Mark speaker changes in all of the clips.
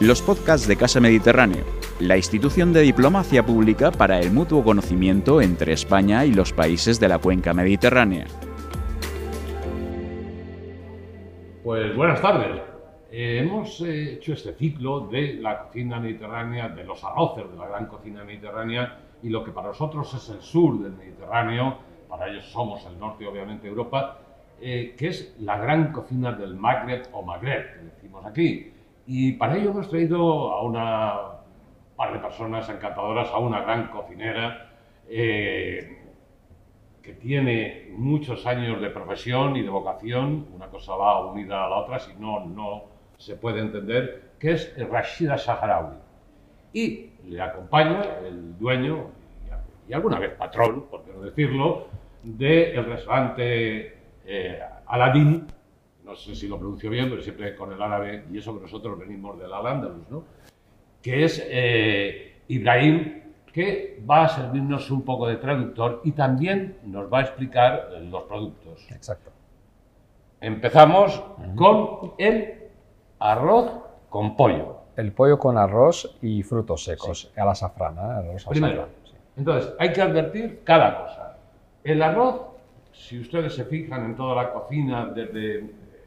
Speaker 1: los podcasts de Casa Mediterráneo, la institución de diplomacia pública para el mutuo conocimiento entre España y los países de la cuenca mediterránea.
Speaker 2: Pues buenas tardes. Eh, hemos eh, hecho este ciclo de la cocina mediterránea, de los arroces de la gran cocina mediterránea y lo que para nosotros es el sur del Mediterráneo, para ellos somos el norte, obviamente, de Europa, eh, que es la gran cocina del Magreb o Magreb, que decimos aquí. Y para ello hemos traído a una par de personas encantadoras, a una gran cocinera eh, que tiene muchos años de profesión y de vocación, una cosa va unida a la otra, si no, no se puede entender, que es Rashida Saharawi. Y le acompaña el dueño, y alguna vez patrón, por qué no decirlo, del restaurante eh, Aladdin, no sé si lo pronuncio bien, pero siempre con el árabe, y eso que nosotros venimos del Al-Ándalus, ¿no? que es eh, Ibrahim, que va a servirnos un poco de traductor y también nos va a explicar eh, los productos.
Speaker 3: Exacto.
Speaker 2: Empezamos con el arroz con pollo.
Speaker 3: El pollo con arroz y frutos secos, a la azafrana. ¿eh? Arroz al
Speaker 2: Primero.
Speaker 3: azafrán, sí.
Speaker 2: Entonces, hay que advertir cada cosa. El arroz, si ustedes se fijan en toda la cocina, desde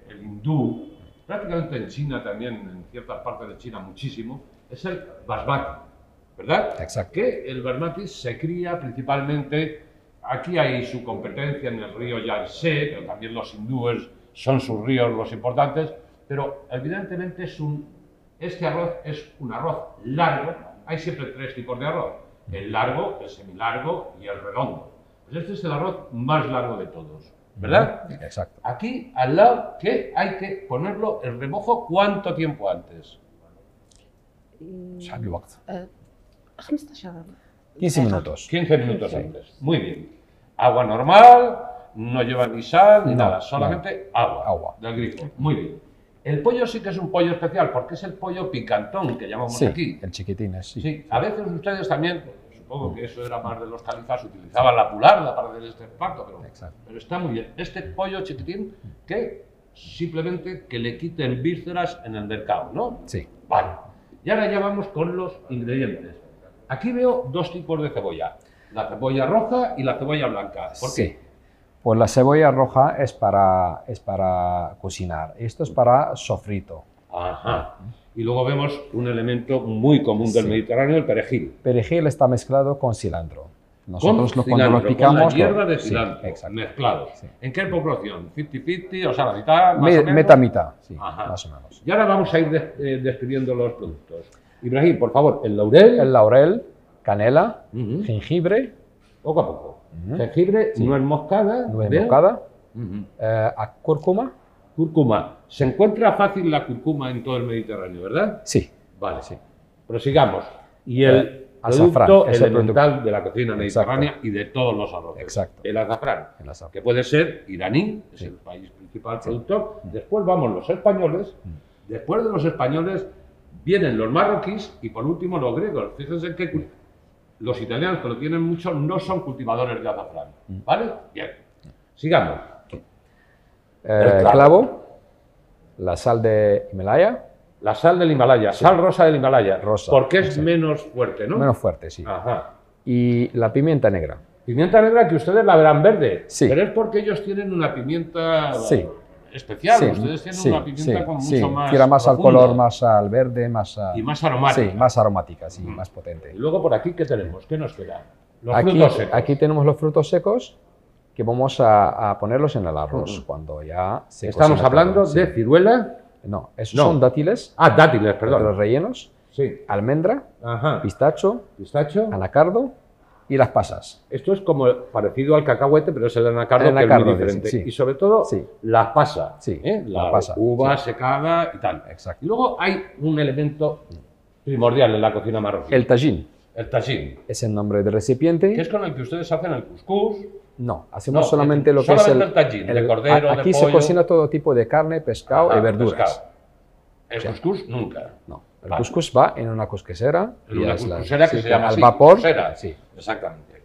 Speaker 2: el hindú, prácticamente en China también, en ciertas partes de China muchísimo, es el basmati, ¿verdad?
Speaker 3: Exacto.
Speaker 2: Que el basmati se cría principalmente, aquí hay su competencia en el río Yangtze, pero también los hindúes son sus ríos los importantes, pero evidentemente es un, este arroz es un arroz largo, hay siempre tres tipos de arroz, el largo, el semilargo y el redondo. Pues este es el arroz más largo de todos, ¿verdad?
Speaker 3: Exacto.
Speaker 2: Aquí al lado que hay que ponerlo el remojo cuánto tiempo antes. Mm.
Speaker 3: Shahab al-waqt.
Speaker 4: 15
Speaker 3: 15 minutos.
Speaker 2: 15 minutos antes. Muy bien. Agua normal, no lleva ni sal ni
Speaker 3: No,
Speaker 2: nada, solamente agua,
Speaker 3: Agua.
Speaker 2: del grifo. Muy bien. El pollo sí que es un pollo especial porque es el pollo picantón que llamamos
Speaker 3: Sí,
Speaker 2: aquí.
Speaker 3: el chiquitín es, sí.
Speaker 2: Sí, a veces ustedes también, supongo que eso era más de los califas, utilizaban la pularda para hacer este parto, pero,
Speaker 3: Exacto.
Speaker 2: pero está muy bien. Este pollo chiquitín que simplemente que le quiten vísceras en el mercado, ¿no?
Speaker 3: Sí.
Speaker 2: Vale. Y ahora ya vamos con los ingredientes. Aquí veo dos tipos de cebolla. La cebolla roja y la cebolla blanca. ¿Por
Speaker 3: Sí.
Speaker 2: qué?
Speaker 3: Pues la cebolla roja es para, es para cocinar. Esto es para sofrito.
Speaker 2: Ajá. Y luego vemos un elemento muy común del
Speaker 3: Sí.
Speaker 2: Mediterráneo, el perejil.
Speaker 3: Perejil está mezclado con cilantro.
Speaker 2: Con
Speaker 3: Nosotros lo- cuando
Speaker 2: cilantro,
Speaker 3: lo picamos...
Speaker 2: Con
Speaker 3: lo-
Speaker 2: la hierba de
Speaker 3: sí,
Speaker 2: cilantro,
Speaker 3: exacto.
Speaker 2: mezclado.
Speaker 3: Sí.
Speaker 2: ¿En qué proporción? ¿50-50? O sea, la mitad, más
Speaker 3: Me-
Speaker 2: o menos.
Speaker 3: meta mitad, sí,
Speaker 2: Ajá.
Speaker 3: más o menos.
Speaker 2: Y ahora vamos a ir de- eh, describiendo los productos. Ibrahim, por favor, el laurel.
Speaker 3: El laurel, canela,
Speaker 2: Ujú.
Speaker 3: jengibre, ¿eh?
Speaker 2: Poco a poco.
Speaker 3: Ujú.
Speaker 2: Jengibre, nuez moscada.
Speaker 3: nuez
Speaker 2: veo.
Speaker 3: moscada,
Speaker 2: Ujú.
Speaker 3: eh, a- cúrcuma.
Speaker 2: Cúrcuma. Se encuentra fácil la cúrcuma en todo el Mediterráneo, ¿verdad?
Speaker 3: Sí,
Speaker 2: Vale,
Speaker 3: Sí.
Speaker 2: Prosigamos. Y el
Speaker 3: Eh, azafrán,
Speaker 2: producto
Speaker 3: es el
Speaker 2: elemental de la cocina
Speaker 3: Exacto.
Speaker 2: mediterránea y de todos los arroces.
Speaker 3: Exacto.
Speaker 2: El azafrán,
Speaker 3: en la sal.
Speaker 2: que puede ser iraní, es
Speaker 3: Sí. Mm.
Speaker 2: el país principal productor. Después vamos los españoles. Después de los españoles vienen los marroquíes y por último los griegos. Fíjense que cu- los italianos, que lo tienen mucho, no son cultivadores de azafrán.
Speaker 3: Mm.
Speaker 2: ¿Vale? Bien. Sigamos.
Speaker 3: Eh,
Speaker 2: clavo.
Speaker 3: clavo, la sal de Himalaya,
Speaker 2: La sal del Himalaya, sal rosa del Himalaya.
Speaker 3: Rosa,
Speaker 2: Porque es
Speaker 3: exacto.
Speaker 2: menos fuerte, ¿no?
Speaker 3: menos fuerte, sí.
Speaker 2: Ajá.
Speaker 3: Y la pimienta negra.
Speaker 2: Pimienta negra que ustedes la verán verde.
Speaker 3: Sí.
Speaker 2: Pero es porque ellos tienen una pimienta
Speaker 3: Sí.
Speaker 2: especial.
Speaker 3: Sí,
Speaker 2: ustedes tienen
Speaker 3: sí,
Speaker 2: una pimienta
Speaker 3: sí,
Speaker 2: con mucho
Speaker 3: sí.
Speaker 2: más.
Speaker 3: Tira más
Speaker 2: profunda
Speaker 3: al color, más al verde, más a-
Speaker 2: Y más aromática.
Speaker 3: Sí, más aromática, sí,
Speaker 2: Mm.
Speaker 3: más
Speaker 2: Y
Speaker 3: potente.
Speaker 2: luego por aquí, ¿qué tenemos? ¿Qué nos queda? Los
Speaker 3: Aquí,
Speaker 2: frutos secos.
Speaker 3: aquí tenemos los frutos secos que vamos a, a ponerlos en el arroz
Speaker 2: Ujú.
Speaker 3: cuando ya se
Speaker 2: Mm. Estamos
Speaker 3: cocina
Speaker 2: hablando
Speaker 3: todo, sí.
Speaker 2: de ciruela.
Speaker 3: No, esos
Speaker 2: No.
Speaker 3: son dátiles,
Speaker 2: Ah, dátiles,
Speaker 3: los
Speaker 2: perdón.
Speaker 3: rellenos,
Speaker 2: Sí.
Speaker 3: almendra,
Speaker 2: Ajá.
Speaker 3: pistacho,
Speaker 2: Pistacho.
Speaker 3: anacardo y las pasas.
Speaker 2: Esto es como parecido al cacahuete, pero es el anacardo,
Speaker 3: El
Speaker 2: que es muy
Speaker 3: anacardo,
Speaker 2: diferente.
Speaker 3: sí, sí.
Speaker 2: Y sobre todo,
Speaker 3: Sí.
Speaker 2: la pasa.
Speaker 3: Sí,
Speaker 2: ¿eh? La,
Speaker 3: la pasa,
Speaker 2: uva secada y tal. Y
Speaker 3: Exacto.
Speaker 2: luego hay un elemento primordial en la cocina marroquí.
Speaker 3: El tajín
Speaker 2: el tajín.
Speaker 3: es el nombre del recipiente.
Speaker 2: Que es con el que ustedes hacen el couscous.
Speaker 3: No,
Speaker 2: No,
Speaker 3: hacemos solamente lo que
Speaker 2: solamente
Speaker 3: es el,
Speaker 2: el tajín, de cordero,
Speaker 3: a-
Speaker 2: de
Speaker 3: Aquí se
Speaker 2: pollo.
Speaker 3: cocina todo tipo de carne, pescado
Speaker 2: Ajá,
Speaker 3: y eh, verduras.
Speaker 2: pescado. El couscous nunca.
Speaker 3: No, el
Speaker 2: Vale.
Speaker 3: cuscús va en una cusquesera.
Speaker 2: En
Speaker 3: y
Speaker 2: una
Speaker 3: es la-
Speaker 2: cuscusera que
Speaker 3: sí,
Speaker 2: se llama
Speaker 3: al
Speaker 2: así,
Speaker 3: vapor.
Speaker 2: cuscusera.
Speaker 3: Sí,
Speaker 2: Exactamente.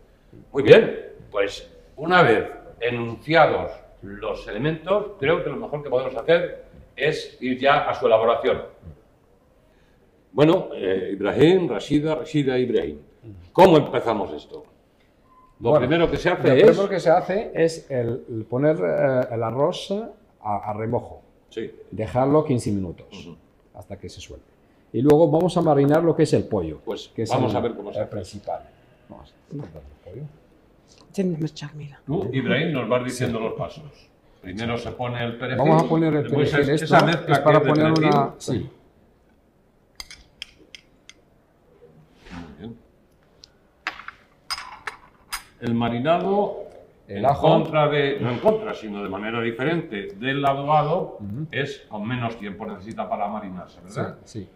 Speaker 2: Muy bien, pues una vez enunciados los elementos, creo que lo mejor que podemos hacer es ir ya a su elaboración. Bueno, eh, Ibrahim, Rashida, Rashida, Ibrahim. ¿Cómo empezamos esto? Lo
Speaker 3: Bueno,
Speaker 2: primero que se
Speaker 3: Lo
Speaker 2: hace es...
Speaker 3: primero que se hace es el, el poner eh, el arroz a, a remojo,
Speaker 2: Sí.
Speaker 3: dejarlo 15 minutos hasta que se suelte. Y luego vamos a marinar lo que es el pollo,
Speaker 2: Pues
Speaker 3: que es
Speaker 2: vamos
Speaker 3: el,
Speaker 2: a ver cómo se
Speaker 3: el
Speaker 2: hace.
Speaker 3: principal. Vamos a cortar el pollo.
Speaker 4: تنمر جميلة
Speaker 2: Tú, Ibrahim, nos vas diciendo los pasos. Primero se pone el perejil.
Speaker 3: Vamos a poner el
Speaker 2: después
Speaker 3: perejil
Speaker 2: pues es-
Speaker 3: esto,
Speaker 2: Esa mezcla
Speaker 3: es para
Speaker 2: que es de
Speaker 3: poner
Speaker 2: perejil.
Speaker 3: una... Sí,
Speaker 2: Muy bien. El marinado,
Speaker 3: El
Speaker 2: en
Speaker 3: ajo.
Speaker 2: contra de, no en contra, sino de manera diferente del adobado,
Speaker 3: Ujú.
Speaker 2: es con menos tiempo necesita para marinarse,
Speaker 3: sí,
Speaker 2: ¿verdad?
Speaker 3: sí.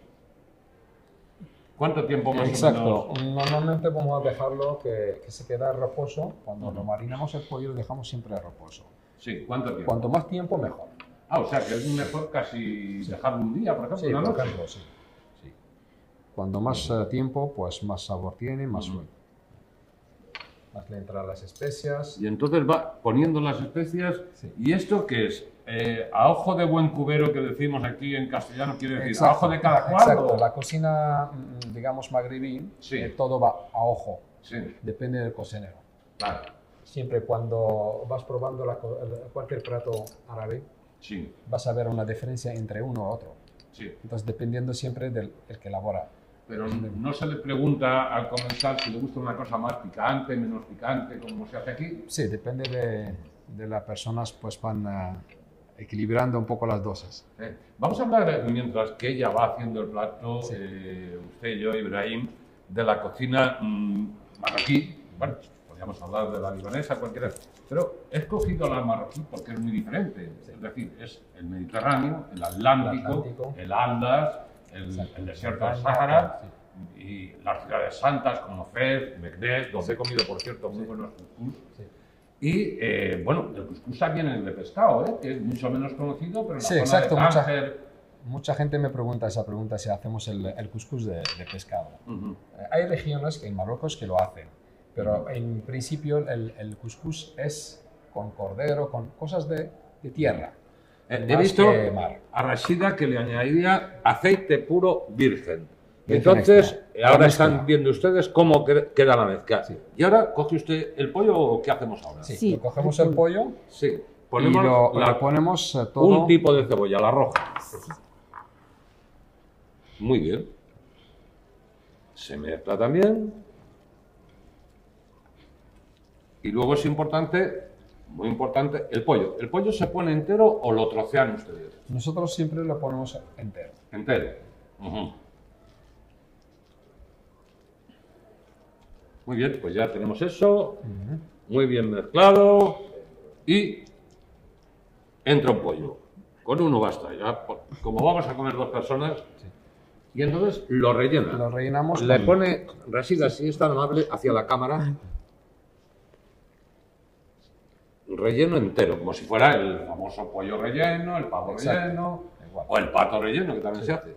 Speaker 2: ¿Cuánto tiempo más o
Speaker 3: Exacto.
Speaker 2: menos?
Speaker 3: Normalmente vamos a dejarlo que, que se quede a reposo. Cuando lo marinamos el pollo lo dejamos siempre a reposo.
Speaker 2: Sí, ¿cuánto tiempo?
Speaker 3: Cuanto más tiempo, mejor.
Speaker 2: Ah, o sea que es mejor casi dejarlo un día, por ejemplo,
Speaker 3: Sí,
Speaker 2: una
Speaker 3: por
Speaker 2: noche.
Speaker 3: ejemplo, sí. Sí. Cuando más eh, tiempo, pues más sabor tiene, más
Speaker 2: Ujú.
Speaker 3: suelto. Más le entran las especias.
Speaker 2: Y entonces va poniendo las especias.
Speaker 3: Sí.
Speaker 2: ¿Y esto qué es? Eh, a ojo de buen cubero que decimos aquí en castellano, quiere decir, a ojo de cada cual.
Speaker 3: Exacto.
Speaker 2: o-
Speaker 3: La cocina, mm, digamos, magrebí,
Speaker 2: Sí.
Speaker 3: eh, todo va a ojo.
Speaker 2: Sí,
Speaker 3: Depende del cocinero.
Speaker 2: claro.
Speaker 3: Siempre cuando vas probando la co- el- cualquier plato árabe,
Speaker 2: Sí,
Speaker 3: vas a ver una diferencia entre uno a otro.
Speaker 2: sí.
Speaker 3: Entonces, dependiendo siempre del el que elabora.
Speaker 2: Pero no se le pregunta al comenzar si le gusta una cosa más picante, menos picante, como se hace aquí.
Speaker 3: Sí, depende de, de las personas, pues van ah, equilibrando un poco las dosas.
Speaker 2: Eh, Vamos a hablar, eh, mientras que ella va haciendo el plato,
Speaker 3: Sí.
Speaker 2: eh, usted y yo, Ibrahim, de la cocina mm, marroquí. Bueno, podríamos hablar de la libanesa, cualquiera. Pero he escogido la marroquí porque es muy diferente. Es decir, es el Mediterráneo, el Atlántico, el,
Speaker 3: Atlántico.
Speaker 2: Andas, el,
Speaker 3: Exacto.
Speaker 2: el desierto del
Speaker 3: España,
Speaker 2: Sahara.
Speaker 3: sí.
Speaker 2: y las ciudades santas como Fez, Meknes, donde he comido, por cierto, muy buenos cuscús.
Speaker 3: Sí.
Speaker 2: Y eh, bueno, el cuscús también es de pescado, ¿eh? que es mucho menos conocido, pero en la
Speaker 3: Sí,
Speaker 2: zona
Speaker 3: exacto,
Speaker 2: de
Speaker 3: mucha-
Speaker 2: Tánger-
Speaker 3: Mucha gente me pregunta esa pregunta si hacemos el, el cuscús de, de pescado.
Speaker 2: Ujú.
Speaker 3: Eh, Hay regiones que en Marruecos que lo hacen, pero en principio el, el cuscús es con cordero, con cosas de, de tierra.
Speaker 2: Eh, he
Speaker 3: más
Speaker 2: visto
Speaker 3: que mar.
Speaker 2: a Rashida que le añadiría aceite puro virgen.
Speaker 3: Virgen
Speaker 2: Entonces,
Speaker 3: extra.
Speaker 2: eh, ahora
Speaker 3: La
Speaker 2: están
Speaker 3: mezcla.
Speaker 2: viendo ustedes cómo que- queda la mezcla.
Speaker 3: Sí.
Speaker 2: Y ahora, ¿coge usted el pollo o qué hacemos ahora?
Speaker 3: Sí,
Speaker 4: Sí.
Speaker 3: lo cogemos el pollo
Speaker 2: Sí.
Speaker 3: y
Speaker 2: Ponemos
Speaker 3: lo,
Speaker 2: la-
Speaker 3: lo ponemos eh, todo.
Speaker 2: un tipo de cebolla, la roja. Muy bien. Se mezcla también. Y luego es importante, muy importante, el pollo. ¿El pollo se pone entero o lo trocean ustedes?
Speaker 3: Nosotros siempre lo ponemos entero.
Speaker 2: Entero. Ujú. Muy bien, pues ya tenemos eso. Muy bien mezclado. Y entra un pollo. Con uno basta. Ya, por- como vamos a comer dos personas. Y entonces lo rellena.
Speaker 3: Lo rellenamos.
Speaker 2: Le
Speaker 3: con-
Speaker 2: pone, Rasida, si es tan amable, hacia la cámara. Relleno entero, como si fuera el famoso pollo relleno, el pavo
Speaker 3: Exacto.
Speaker 2: relleno,
Speaker 3: Igual.
Speaker 2: o el pato relleno, que también se hace.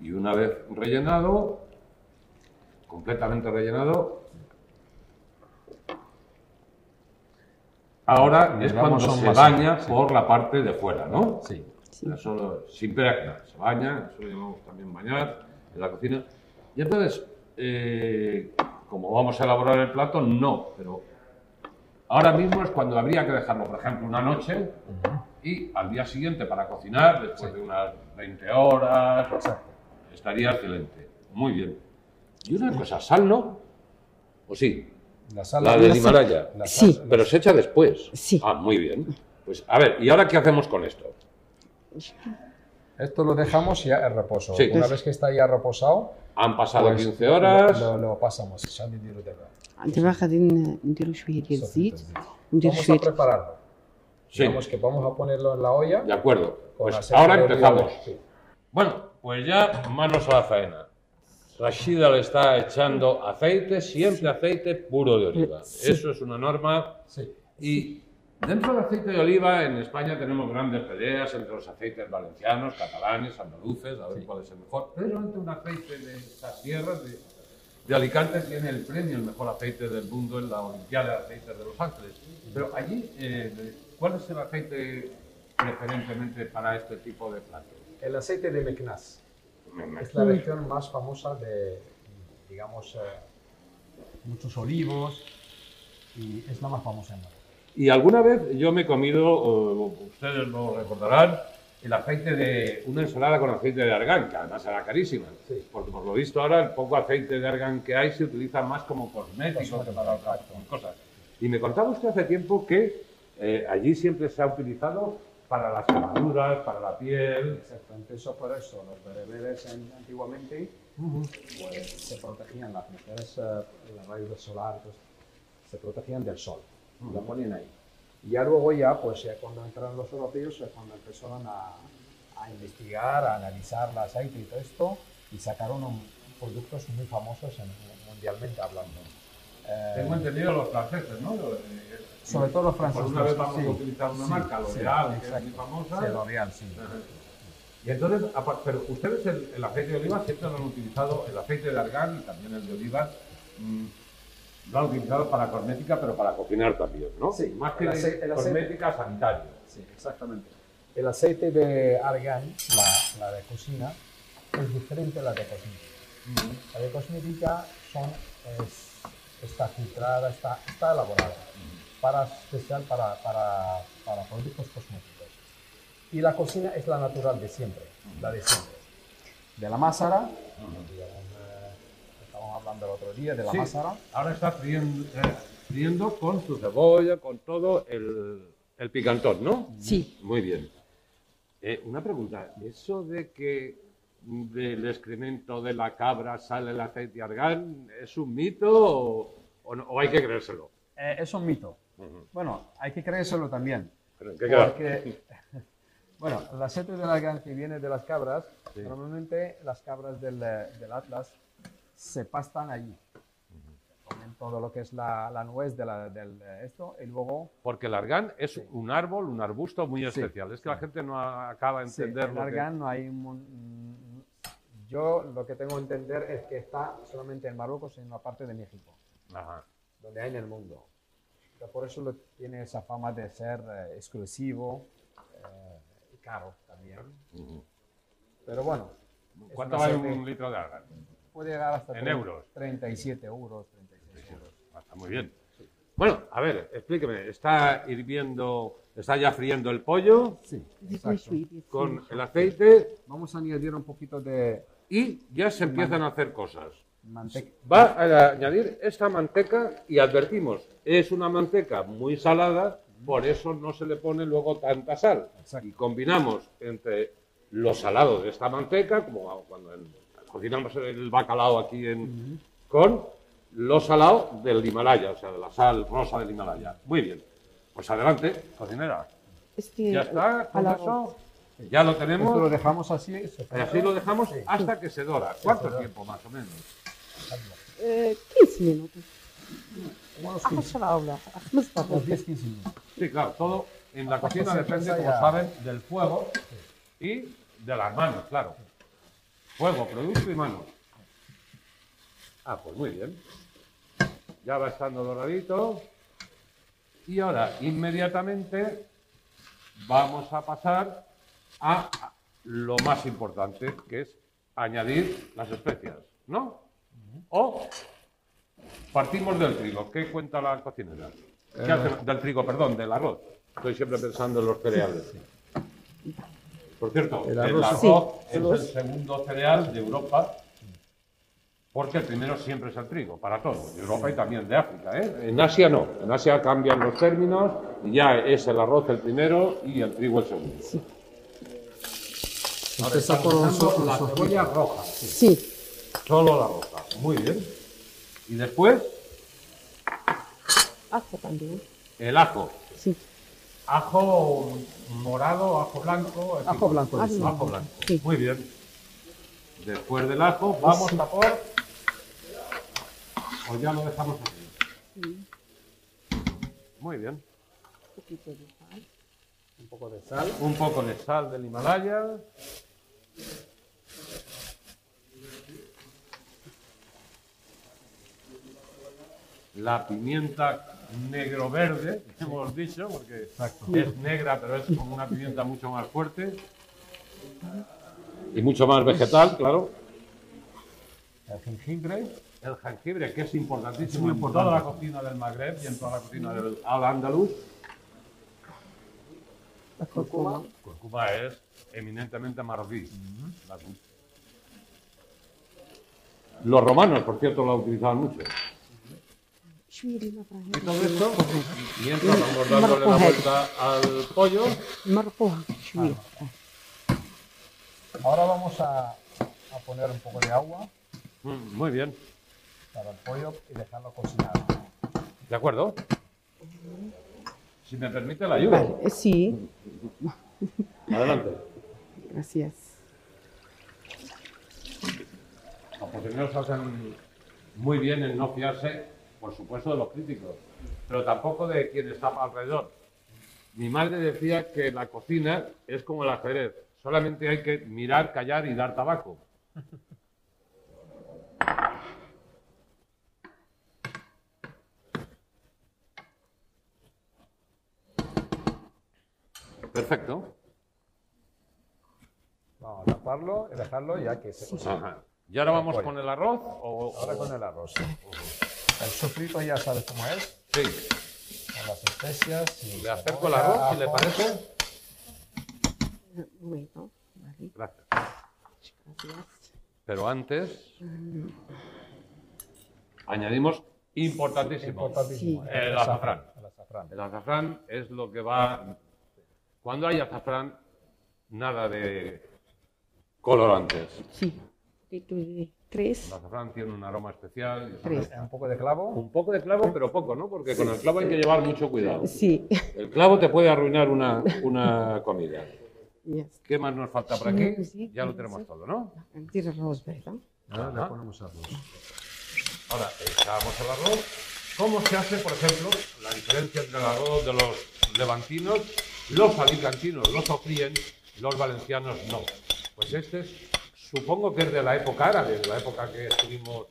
Speaker 2: Y una vez rellenado, completamente rellenado, ahora
Speaker 3: Le
Speaker 2: es cuando
Speaker 3: damos un
Speaker 2: se
Speaker 3: masaje,
Speaker 2: baña
Speaker 3: sí.
Speaker 2: por la parte de fuera, ¿no?
Speaker 3: Sí.
Speaker 2: Eso lo- se impregna, se baña, eso lo llamamos también bañar en la cocina. Y entonces, eh, como vamos a elaborar el plato, no, pero ahora mismo es cuando habría que dejarlo, por ejemplo, una noche y al día siguiente para cocinar, después de unas 20 horas,
Speaker 3: Exacto.
Speaker 2: estaría excelente. Muy bien. Y una cosa, sal no, o sí,
Speaker 3: La sal.
Speaker 2: la del
Speaker 3: la sal-
Speaker 2: Himalaya,
Speaker 3: la
Speaker 4: Sí.
Speaker 3: sal-
Speaker 2: pero se echa después.
Speaker 4: Sí.
Speaker 2: Ah, muy bien. Pues a ver, ¿y ahora qué hacemos con esto?
Speaker 3: Esto lo dejamos ya en reposo.
Speaker 2: Sí.
Speaker 3: Una vez que está ya reposado,
Speaker 2: Han pasado
Speaker 3: pues,
Speaker 2: 15 horas.
Speaker 3: Lo, lo pasamos. ya ni dirlo de verdad.
Speaker 4: دابا غادي ن- نديرو شويه ديال الزيت ندير
Speaker 3: Vamos a
Speaker 4: شويه
Speaker 3: prepararlo.
Speaker 2: Sí,
Speaker 3: Digamos que vamos a ponerlo en la olla.
Speaker 2: de acuerdo.
Speaker 3: con
Speaker 2: Pues
Speaker 3: aceite
Speaker 2: ahora
Speaker 3: de oliva
Speaker 2: empezamos.
Speaker 3: virgen. Sí.
Speaker 2: Bueno, pues ya manos a la faena. Rashida le está echando aceite, siempre aceite puro de oliva.
Speaker 4: Sí.
Speaker 2: Eso es una norma.
Speaker 3: Sí.
Speaker 2: Y dentro del aceite de oliva, en España tenemos grandes peleas entre los aceites valencianos, catalanes, andaluces, a ver cuál es el mejor. Precisamente un aceite de estas tierras, de, de Alicante, tiene el premio, el mejor aceite del mundo en la Olimpiada de Aceites de Los Ángeles. Pero allí, eh, ¿cuál es el aceite preferentemente para este tipo de platos?
Speaker 3: El aceite de Meknás
Speaker 2: Me- me-
Speaker 3: es la región más famosa de, digamos, eh, muchos olivos y es la más famosa en Marruecos.
Speaker 2: Y alguna vez yo me he comido, o ustedes lo recordarán, el aceite de una ensalada con aceite de argán, que además era carísima.
Speaker 3: Sí.
Speaker 2: Porque por lo visto ahora el poco aceite de argán que hay se utiliza más como cosmético que para otras cosas. Y me contaba usted hace tiempo que eh, allí siempre se ha utilizado para las quemaduras, para la piel.
Speaker 5: Exactamente, eso por eso. Los bereberes en- antiguamente pues, se protegían, las mujeres, eh, los rayos del solar, pues, se protegían del sol. Lo ponían ahí. Y ya luego ya, pues ya cuando entraron los europeos, es cuando empezaron a,
Speaker 3: a investigar, a analizar el aceite y todo esto, y sacaron un- productos muy famosos en- mundialmente hablando. Eh,
Speaker 2: Tengo entendido los franceses, ¿no?
Speaker 3: sobre todo los franceses.
Speaker 2: Por una vez vamos
Speaker 3: sí.
Speaker 2: a utilizar una
Speaker 3: Sí,
Speaker 2: marca,
Speaker 3: sí,
Speaker 2: L'Oreal, que es
Speaker 3: exacto.
Speaker 2: muy famosa.
Speaker 3: Sí, L'Oreal, sí.
Speaker 2: Y entonces, apa- pero ustedes el, el aceite de oliva siempre lo han utilizado, el aceite de argán y también el de oliva, mm, lo han utilizado para cosmética, pero para cocinar también, ¿no?
Speaker 5: Sí,
Speaker 2: más que
Speaker 5: el ace- el aceite.
Speaker 2: cosmética sanitaria.
Speaker 5: sí, exactamente.
Speaker 3: El aceite de argán, la, la de cocina, es diferente a la de cosmética. La de cosmética son, es- está filtrada, está, está elaborada, para, especial para, para, para productos cosméticos. Y la cocina es la natural de siempre, la de siempre. De la másara, digamos, eh, estábamos hablando el otro día de la
Speaker 2: Sí.
Speaker 3: másara,
Speaker 2: Ahora está friendo, eh, friendo con su cebolla, con todo el, el picantón, ¿no?
Speaker 4: Sí,
Speaker 2: Muy bien. Eh, una pregunta, eso de que del excremento de la cabra sale el aceite de argán, ¿es un mito o, o no- o hay que creérselo?
Speaker 3: eh, es un mito.
Speaker 2: Ujú.
Speaker 3: Bueno, hay que creérselo también.
Speaker 2: Pero ¿en qué queda?
Speaker 3: Porque, bueno, el aceite de argán que viene de las cabras,
Speaker 2: Sí.
Speaker 3: normalmente las cabras del, eh, del Atlas se pastan allí. Comen todo lo que es la, la nuez de la- del eh, esto y luego
Speaker 2: Porque el argán es un árbol, un arbusto muy especial. Es que la gente no a- acaba de
Speaker 3: sí,
Speaker 2: entender
Speaker 3: el
Speaker 2: lo que-
Speaker 3: argán no hay... un mon- mm, Yo lo que tengo que entender es que está solamente en Marruecos y en la parte de México,
Speaker 2: Ajá.
Speaker 3: donde hay en el mundo. Pero Por eso lo- tiene esa fama de ser eh, exclusivo eh, y caro también. Pero bueno, Es
Speaker 2: ¿Cuánto
Speaker 3: un
Speaker 2: vale
Speaker 3: aceite.
Speaker 2: un litro de argán?
Speaker 3: Puede llegar hasta
Speaker 2: En
Speaker 3: 30
Speaker 2: euros.
Speaker 3: 37 euros, 36 euros.
Speaker 2: Ah, Está muy bien. Bueno, a ver, explíqueme. Está hirviendo, está ya friendo el pollo
Speaker 3: Sí,
Speaker 4: Diluş veriyesi.
Speaker 2: con el aceite
Speaker 3: Vamos a añadir un poquito de
Speaker 2: y ya se empiezan a hacer cosas.
Speaker 3: manteca.
Speaker 2: Va a añadir esta manteca y advertimos, es una manteca muy salada, por eso no se le pone luego tanta sal.
Speaker 3: Exacto.
Speaker 2: Y combinamos entre lo salado de esta manteca, como cuando en- cocinamos el bacalao aquí en, con lo salado del Himalaya, o sea, de la sal rosa del Himalaya. Muy bien. Pues adelante, cocinera.
Speaker 4: Este,
Speaker 2: Ya está, con
Speaker 4: al
Speaker 2: eso ya lo
Speaker 3: Esto lo
Speaker 2: tenemos.
Speaker 3: dejamos así. se
Speaker 2: Y
Speaker 3: frita.
Speaker 2: así lo dejamos hasta que se dora. ¿Cuánto
Speaker 3: dora.
Speaker 2: tiempo más o menos?
Speaker 4: e, 15 minutos.
Speaker 3: Unos
Speaker 2: Ah,
Speaker 4: Ajá
Speaker 3: 15,
Speaker 4: şavla. Ahmız baba.
Speaker 3: unos 10, 15 minutos.
Speaker 2: Sí, claro, todo en la
Speaker 3: Hasta que
Speaker 2: cocina
Speaker 3: se
Speaker 2: depende,
Speaker 3: empieza
Speaker 2: como
Speaker 3: ya.
Speaker 2: saben, del fuego y de las manos, claro. Fuego, producto y manos. Ah, pues muy bien. Ya va estando doradito. Y ahora, inmediatamente, vamos a pasar a lo más importante, que es añadir las especias, ¿no? O partimos del trigo. ¿Qué cuenta la cocinera? ¿Qué hace- del trigo, perdón, del arroz. Estoy siempre pensando en los cereales. Por cierto, el arroz,
Speaker 4: Sí,
Speaker 2: es el segundo cereal de Europa, porque el primero siempre es el trigo, para todo, de Europa y también de África. ¿eh? En Asia no, en Asia cambian los términos, y ya es el arroz el primero y el trigo el segundo.
Speaker 3: Empieza por un
Speaker 2: Usando la cebolla roja,
Speaker 4: Sí.
Speaker 2: solo la roja. Muy bien. Y después,
Speaker 4: Hakikaten değil.
Speaker 2: el ajo.
Speaker 4: Sí.
Speaker 2: Ajo morado, ajo blanco. en fin.
Speaker 3: Ajo blanco.
Speaker 4: Ajo blanco.
Speaker 2: Ajo blanco.
Speaker 4: Sí.
Speaker 2: Muy bien. Después del ajo, vamos a por. O ya lo dejamos así. Muy bien.
Speaker 4: Çok iyi tabii.
Speaker 3: poco de sal.
Speaker 2: Un poco de sal del Himalaya. La pimienta negro-verde, hemos dicho, porque es negra, pero es con una pimienta mucho más fuerte. Y mucho más vegetal, claro. El jengibre, el jengibre que es importantísimo en toda la cocina del Magreb y en toda la cocina del Al-Andalus.
Speaker 4: La cúrcuma.
Speaker 2: Cúrcuma es eminentemente marroquí. La cú- Los romanos, por cierto, la utilizaban mucho.
Speaker 4: شويه ديال الابراهيم
Speaker 2: Y todo esto, mientras vamos dándole la vuelta al pollo,
Speaker 4: مرقوها شويه
Speaker 3: Ahora vamos a, a poner un poco de agua
Speaker 2: Mm, muy bien,
Speaker 3: para el pollo y dejarlo cocinar.
Speaker 2: ¿de acuerdo? Si me permite la ayuda,
Speaker 4: سي
Speaker 2: adelante.
Speaker 4: غراسياس
Speaker 2: Los cocineros hacen muy bien en no fiarse, por supuesto, de los críticos, pero tampoco de quien está alrededor. Mi madre decía que la cocina es como el ajedrez, solamente hay que mirar, callar y dar tabaco. Perfecto.
Speaker 6: Vamos a taparlo y dejarlo ya que se cocina.
Speaker 2: Ajá. ¿Y ahora vamos con el arroz? O,
Speaker 6: Ahora con el arroz.
Speaker 3: El sofrito ya sabes cómo es,
Speaker 2: Sí.
Speaker 3: con las especias. Y
Speaker 2: Le acerco el arroz, si le parece.
Speaker 4: بويضه فوالا.
Speaker 2: Gracias.
Speaker 4: غراسياس
Speaker 2: Pero antes añadimos importantísimo.
Speaker 3: Importantísimo,
Speaker 4: Sí.
Speaker 2: El azafrán.
Speaker 3: El azafrán.
Speaker 2: El azafrán es lo que va. Cuando hay azafrán, nada de colorantes.
Speaker 4: سي ديتو
Speaker 2: El
Speaker 4: تريس
Speaker 2: azafrán tiene un aroma especial.
Speaker 4: تريس
Speaker 3: Un poco de clavo.
Speaker 2: Un poco de clavo, pero poco, ¿no? Porque con el clavo hay que llevar mucho cuidado.
Speaker 4: سي
Speaker 2: El clavo te puede arruinar una, una comida.
Speaker 4: يس
Speaker 2: ¿Qué más nos falta por aquí? Ya lo tenemos todo, ¿no?
Speaker 4: ندير الروز بعدا
Speaker 6: Ahora le
Speaker 2: Ajá.
Speaker 6: ponemos arroz.
Speaker 2: Ahora, echamos el arroz. ¿Cómo se hace, por ejemplo, la diferencia entre el arroz de los levantinos, los alicantinos los sofríen, los valencianos no? Pues este es, supongo que es de la época árabe, de la época que estuvimos,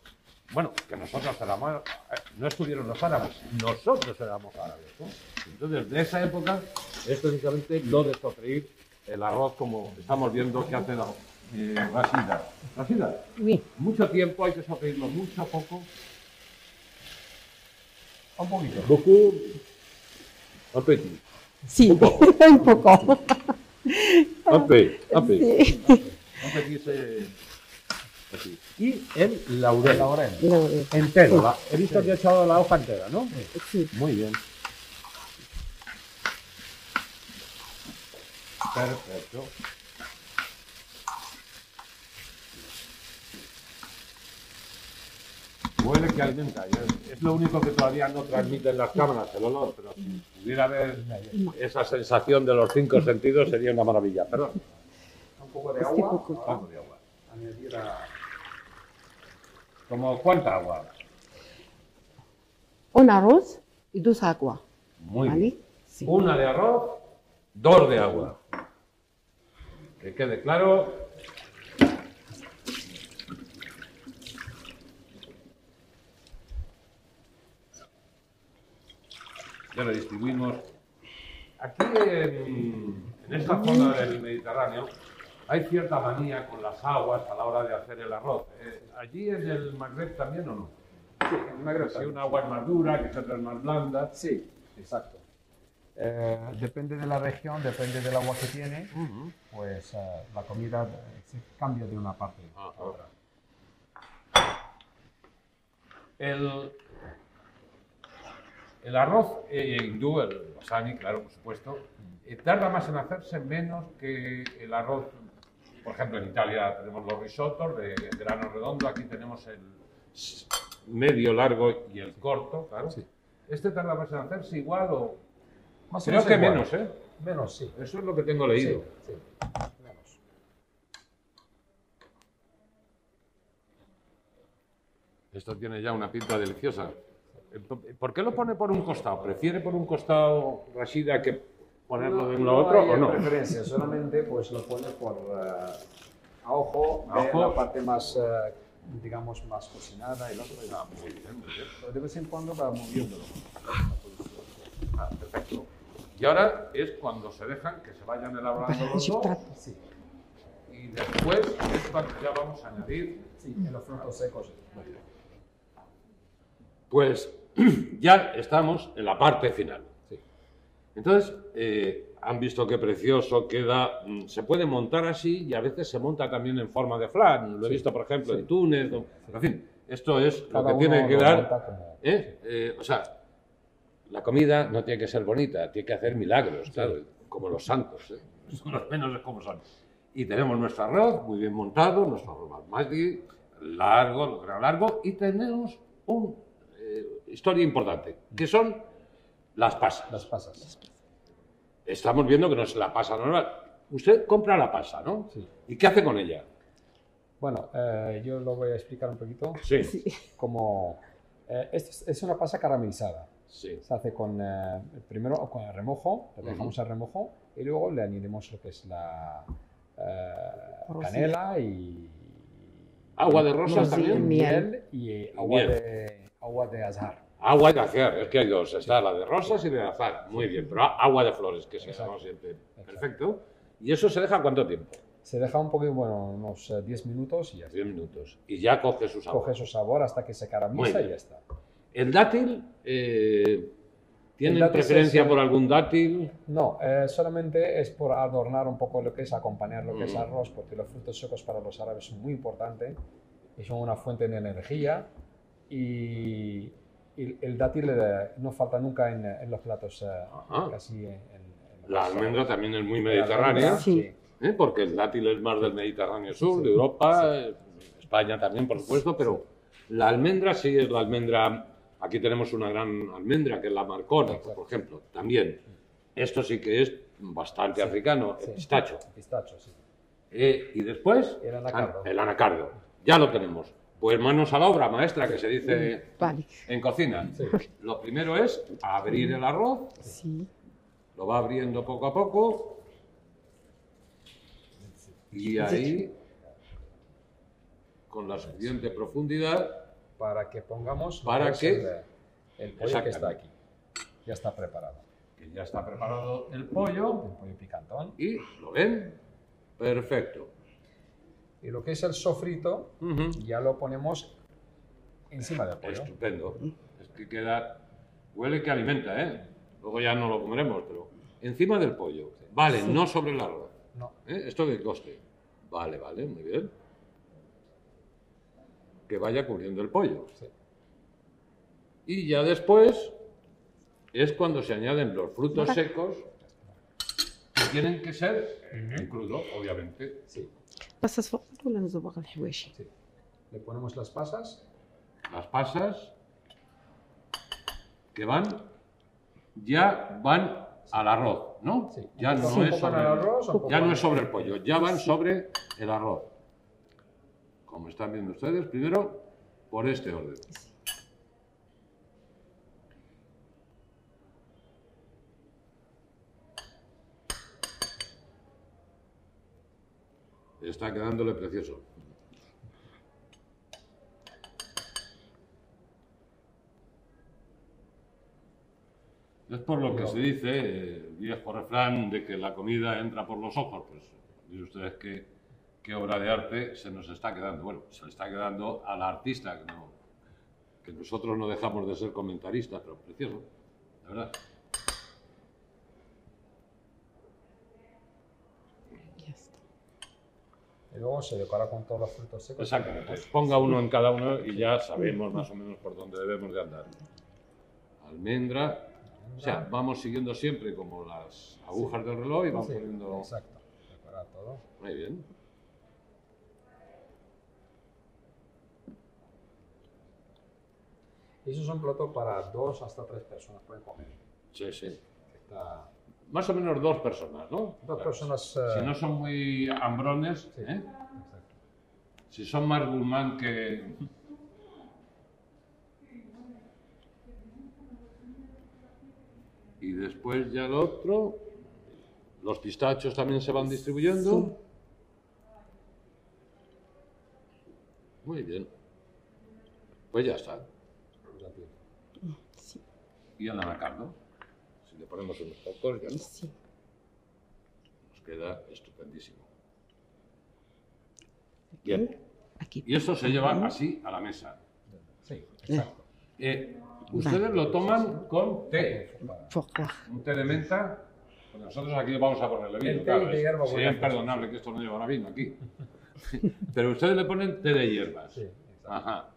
Speaker 2: bueno, que nosotros éramos, eh, no estuvieron los árabes, nosotros éramos árabes. ¿no? Entonces, de esa época es precisamente lo de sofreír el arroz, como estamos viendo que hace la eh, Rasida. Rasida,
Speaker 4: وي
Speaker 2: mucho tiempo, hay que sofreírlo mucho, poco.
Speaker 3: Un poquito.
Speaker 2: Beaucoup. Un petit.
Speaker 4: سي ان بوكو
Speaker 2: Un petit. Un petit.
Speaker 4: سي
Speaker 2: Un petit, c'est- petit. Y el laurel.
Speaker 3: Laurel.
Speaker 4: لا لا
Speaker 2: Entero. la- He visto que he echado la hoja entera, ¿no?
Speaker 4: سي
Speaker 2: Muy bien. Perfecto. Huele que alimenta. y es- Es lo único que todavía no transmiten las cámaras, el olor, pero si pudiera haber esa sensación de los cinco sentidos sería una maravilla. Perdón.
Speaker 6: Un poco de
Speaker 4: سي
Speaker 6: agua.
Speaker 4: بوكو
Speaker 2: Vamos de agua.
Speaker 6: Añadir a...
Speaker 2: ¿Cómo cuánta agua?
Speaker 4: اون روز يدوس اكوا
Speaker 2: Muy bien.
Speaker 4: فوالا سي
Speaker 2: Una de arroz, dos de agua. Que quede claro, ya lo distribuimos. Aquí en, en esta zona del Mediterráneo hay cierta manía con las aguas a la hora de hacer el arroz. Eh, ¿Allí en el Magreb también o no?
Speaker 6: Sí, en Magreb
Speaker 2: Si
Speaker 6: también.
Speaker 2: una agua es más dura, que otra es más blanda.
Speaker 6: Sí, exacto.
Speaker 3: Eh, depende de la región, depende del agua que tiene, pues eh, la comida eh, se cambia de una parte a
Speaker 2: Ajá.
Speaker 3: otra.
Speaker 2: El, el arroz eh, hindú, el basani, claro, por supuesto, eh, tarda más en hacerse menos que el arroz. Por ejemplo, en Italia tenemos los risotos de grano redondo, aquí tenemos el s- medio largo y el corto, claro.
Speaker 6: Sí.
Speaker 2: Este tarda más en hacerse igual o.
Speaker 6: Más o
Speaker 2: Creo
Speaker 6: menos
Speaker 2: que
Speaker 6: igual.
Speaker 2: menos, ¿eh?
Speaker 6: Menos, sí.
Speaker 2: Eso es lo que tengo leído.
Speaker 6: Sí, sí. Menos.
Speaker 2: Esto tiene ya una pinta deliciosa. Eh, po- ¿Por qué lo pone por un costado? ¿Prefiere por un costado Rashida que ponerlo de un lado a otro
Speaker 6: hay
Speaker 2: o no?
Speaker 6: preferencia, solamente pues lo pones por eh, a ojo,
Speaker 2: A
Speaker 6: de
Speaker 2: ojo.
Speaker 6: la parte más, eh, digamos, más cocinada y la otra.
Speaker 2: Muy bien, muy bien.
Speaker 6: Pero de vez en cuando va moviéndolo.
Speaker 2: Ah, perfecto. Y ahora es cuando se dejan que se vayan elaborando los dos.
Speaker 3: Sí,
Speaker 2: Y después es cuando ya vamos a añadir.
Speaker 3: sí, en los frutos secos.
Speaker 2: Pues ya estamos en la parte final. Entonces, eh, han visto qué precioso queda. mm, Se puede montar así y a veces se monta también en forma de flan. Lo he visto, por ejemplo, en Túnez. ¿no? En fin, esto es lo
Speaker 3: Cada
Speaker 2: que
Speaker 3: uno
Speaker 2: tiene que
Speaker 3: lo
Speaker 2: dar.
Speaker 3: monta como-
Speaker 2: ¿eh? Eh, o sea, la comida no tiene que ser bonita, tiene que hacer milagros, claro, como los santos. ¿eh? Son los menos como son. Y tenemos nuestro arroz muy bien montado, nuestro arroz basmati, largo, lo gran largo, y tenemos una historia importante, que son las pasas
Speaker 3: Las pasas.
Speaker 2: estamos viendo que no es la pasa normal. Usted compra la pasa, ¿no?
Speaker 3: Sí.
Speaker 2: ¿Y qué hace con ella?
Speaker 3: Bueno, eh, yo lo voy a explicar un poquito.
Speaker 2: Sí.
Speaker 4: Sí.
Speaker 3: Como eh, esto es, es una pasa caramelizada.
Speaker 2: Sí.
Speaker 3: Se hace con eh, primero con el remojo, le
Speaker 2: Ujú.
Speaker 3: dejamos al remojo y luego le añadimos lo que es la eh,
Speaker 4: Rosas.
Speaker 3: canela y
Speaker 2: Agua de rosas
Speaker 3: Sí,
Speaker 4: también.
Speaker 3: miel y eh, agua
Speaker 2: Miel.
Speaker 3: de agua de azahar.
Speaker 2: Agua de azar, es que hay dos, está la de rosas y de azar. Muy bien, pero agua de flores, que se
Speaker 3: Exacto.
Speaker 2: llama siempre. Perfecto. ¿Y eso se deja cuánto tiempo?
Speaker 3: Se deja un poquito, bueno, unos eh, 10 minutos y ya está.
Speaker 2: 10 minutos. Y ya coge su sabor.
Speaker 3: Coge su sabor hasta que se
Speaker 2: Muy
Speaker 3: carameliza
Speaker 2: bien.
Speaker 3: y ya está.
Speaker 2: El dátil, eh, ¿tienen
Speaker 3: El dátil es
Speaker 2: preferencia
Speaker 3: el-
Speaker 2: por algún dátil?
Speaker 3: No, eh, solamente es por adornar un poco lo que es acompañar lo que es
Speaker 2: Mm.
Speaker 3: arroz, porque los frutos secos para los árabes son muy importantes y son una fuente de energía. Y, y el dátil eh, no falta nunca en, eh, en los platos, eh,
Speaker 2: Ajá.
Speaker 3: casi en, en- en
Speaker 2: La
Speaker 3: los-
Speaker 2: almendra también es muy
Speaker 3: la almendra,
Speaker 2: mediterránea,
Speaker 4: Sí.
Speaker 2: ¿eh? porque el dátil es más del Mediterráneo Sur,
Speaker 3: Sí.
Speaker 2: de Europa, eh, España también, por supuesto, pero la almendra sí es la almendra. Aquí tenemos una gran almendra que es la marcona,
Speaker 3: Exacto.
Speaker 2: por ejemplo, también. Esto sí que es bastante africano, el
Speaker 3: sí.
Speaker 2: pistacho.
Speaker 3: Pistacho, sí.
Speaker 2: Eh, y después,
Speaker 3: El anacardo.
Speaker 2: Ah, el anacardo. Ya lo tenemos. Pues manos a la obra, maestra, que se dice
Speaker 3: Mm.
Speaker 4: Vale,
Speaker 2: en cocina. Lo primero es abrir el arroz,
Speaker 4: sí.
Speaker 2: lo va abriendo poco a poco. Y ahí, con la suficiente profundidad,
Speaker 3: Para que pongamos lo
Speaker 2: Para
Speaker 3: es
Speaker 2: que-
Speaker 3: el, eh, el pollo que está
Speaker 2: Exactamente.
Speaker 3: aquí. Ya está preparado.
Speaker 2: que ya está preparado el pollo,
Speaker 3: El pollo picantón.
Speaker 2: y lo ven, perfecto.
Speaker 3: Y lo que es el sofrito,
Speaker 2: Ujú.
Speaker 3: ya lo ponemos encima del pollo.
Speaker 2: Estupendo. Mm. Es que queda, huele que alimenta, ¿eh? Luego ya no lo comeremos, pero encima del pollo. Vale, no sobre el arroz.
Speaker 3: No.
Speaker 2: ¿eh? Esto que coste. Vale, vale, muy bien. Que vaya cubriendo el pollo.
Speaker 3: Sí.
Speaker 2: Y ya después es cuando se añaden los frutos secos que tienen que ser en crudo, obviamente.
Speaker 3: Sí.
Speaker 4: بس فوق ولا نزوق الحواشي
Speaker 3: Sí. Le ponemos las pasas
Speaker 2: Las pasas que van, ya van al arroz, ¿no?
Speaker 3: Sí.
Speaker 2: Ya no
Speaker 3: Un poco
Speaker 2: es sobre
Speaker 3: en el arroz, un poco
Speaker 2: ya
Speaker 3: en
Speaker 2: no
Speaker 3: el-
Speaker 2: es sobre el pollo, ya van sobre el arroz. Como están viendo ustedes, primero por este orden. Está quedándole precioso. Es por lo que se dice, eh, el viejo refrán de que la comida entra por los ojos. Pues miren ustedes qué, qué obra de arte se nos está quedando. Bueno, se le está quedando al artista, que, no- que nosotros no dejamos de ser comentaristas, pero precioso, la verdad.
Speaker 3: y luego se decora con todos los frutos secos.
Speaker 2: Exactamente. Pues Ponga uno en cada uno y ya sabemos más o menos por dónde debemos de andar. Almendra. O sea, vamos siguiendo siempre como las agujas del reloj y vamos
Speaker 3: Sí,
Speaker 2: poniendo...
Speaker 3: Exacto. Decorar todo.
Speaker 2: Muy bien.
Speaker 3: Y eso es un plato para dos hasta tres personas pueden comer.
Speaker 2: Sí, sí.
Speaker 3: Está-
Speaker 2: Más o menos dos personas, ¿no?
Speaker 3: Dos
Speaker 2: Claro.
Speaker 3: personas. eh,
Speaker 2: Si no son muy hambrones,
Speaker 3: sí,
Speaker 2: ¿eh?
Speaker 3: exacto.
Speaker 2: si son más gourmand que... Y después ya el otro. Los pistachos también se van distribuyendo. Muy bien. Pues ya está.
Speaker 3: Ya tiene.
Speaker 4: Sí.
Speaker 2: Y el anacardo. Si Le ponemos unos pocos, ya está.
Speaker 4: Sí.
Speaker 2: nos queda estupendísimo.
Speaker 4: Aquí.
Speaker 2: Bien.
Speaker 4: Aquí.
Speaker 2: Y esto se lleva así a la mesa.
Speaker 3: Sí, exacto.
Speaker 2: Eh, ustedes lo toman con té,
Speaker 4: Foie.
Speaker 2: un té de menta. Pues Nosotros aquí vamos a ponerle vino.
Speaker 3: El té
Speaker 2: claro,
Speaker 3: de
Speaker 2: es-
Speaker 3: hierba
Speaker 2: sería
Speaker 3: buena.
Speaker 2: imperdonable que esto no llevara vino aquí. Pero ustedes le ponen té de hierbas.
Speaker 3: Sí, exacto.
Speaker 2: Ajá.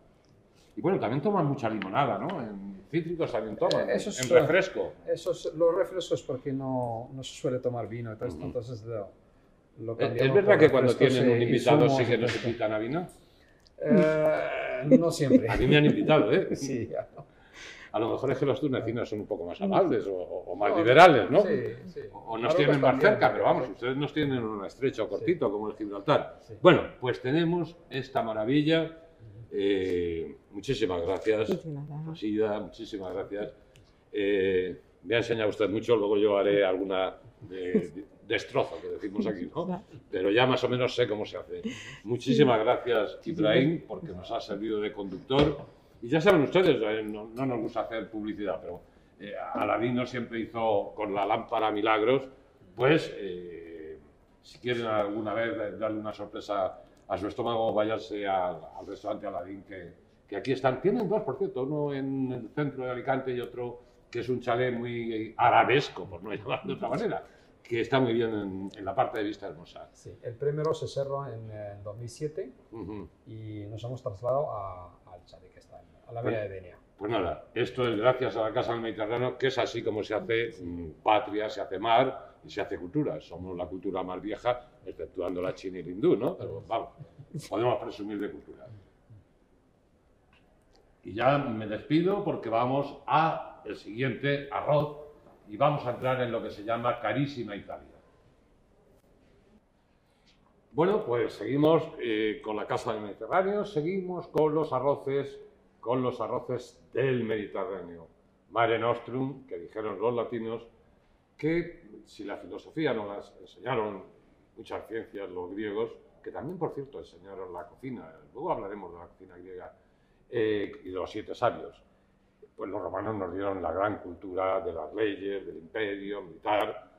Speaker 2: Y bueno, también toman mucha limonada, ¿no? En cítricos también toman.
Speaker 3: Eh, eso es-
Speaker 2: en refresco.
Speaker 3: Eso es- los refrescos porque no, no se suele tomar vino, entonces,
Speaker 2: Ujú.
Speaker 3: entonces lo, lo
Speaker 2: ¿Es
Speaker 3: cambiamos
Speaker 2: es verdad
Speaker 3: por
Speaker 2: que cuando
Speaker 3: refrescos
Speaker 2: tienen un
Speaker 3: y- y
Speaker 2: invitado
Speaker 3: zumos
Speaker 2: sí
Speaker 3: y
Speaker 2: que nos
Speaker 3: cosas.
Speaker 2: invitan a vino?
Speaker 3: Eh, no siempre.
Speaker 2: A mí me han invitado, ¿eh?
Speaker 3: Sí, ya.
Speaker 2: A lo mejor es que los tunecinos son un poco más amables o, o- o más liberales, ¿no?
Speaker 3: Mm. Sí, sí.
Speaker 2: O o nos
Speaker 3: Marruecos
Speaker 2: tienen más
Speaker 3: también,
Speaker 2: cerca, pero vamos,
Speaker 3: sí.
Speaker 2: ustedes nos tienen un estrecho cortito como el Gibraltar.
Speaker 3: Sí.
Speaker 2: Bueno, pues tenemos esta maravilla. Eh, muchísimas gracias,
Speaker 4: De nada.
Speaker 2: Rosilla, muchísimas gracias. Eh, me ha enseñado usted mucho, luego yo haré alguna eh, destrozo que decimos aquí, ¿no? Pero ya más o menos sé cómo se hace. Muchísimas gracias, Ibrahim, porque nos ha servido de conductor. Y ya saben ustedes, eh, no, no nos gusta hacer publicidad, pero eh, Aladino siempre hizo con la lámpara milagros. Pues, eh, si quieren alguna vez eh, darle una sorpresa a su estómago, váyanse al, al restaurante Aladín, que, que aquí están. Tienen dos, por cierto, uno en el centro de Alicante y otro que es un chalet muy arabesco, por no llamarlo de otra manera, que está muy bien en, en la parte de vista hermosa.
Speaker 3: Sí, el primero se cerró en eh, 2007
Speaker 2: Ujú.
Speaker 3: y nos hemos trasladado a, al Chade, que está en, a la Villa de Denia.
Speaker 2: Pues nada, esto es gracias a la Casa del Mediterráneo, que es así como se hace mm, patria, se hace mar y se hace cultura. Somos la cultura más vieja, exceptuando la china y el hindú, ¿no? Pero vamos, podemos presumir de cultura. Y ya me despido porque vamos a el siguiente arroz y vamos a entrar en lo que se llama Carísima Italia. Bueno, pues seguimos eh, con la Casa del Mediterráneo, seguimos con los arroces, con los arroces del Mediterráneo. Mare Nostrum, que dijeron los latinos, que si la filosofía no las enseñaron muchas ciencias los griegos, que también, por cierto, enseñaron la cocina, luego hablaremos de la cocina griega, eh, y de los siete sabios, pues los romanos nos dieron la gran cultura de las leyes, del imperio, militar,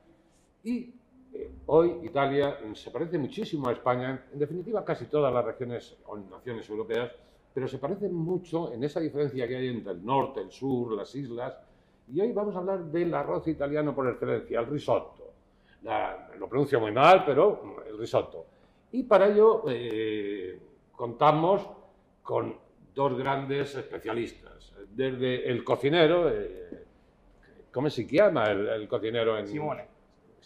Speaker 2: y eh, hoy Italia mm, se parece muchísimo a España, en definitiva casi todas las regiones o naciones europeas, pero se parecen mucho en esa diferencia que hay entre el norte, el sur, las islas. Y hoy vamos a hablar del arroz italiano por excelencia, el risotto. La- lo pronuncio muy mal, pero mm, el risotto. Y para ello eh, contamos con dos grandes especialistas. Desde el cocinero, eh, ¿cómo se llama el, el cocinero en
Speaker 7: Simone.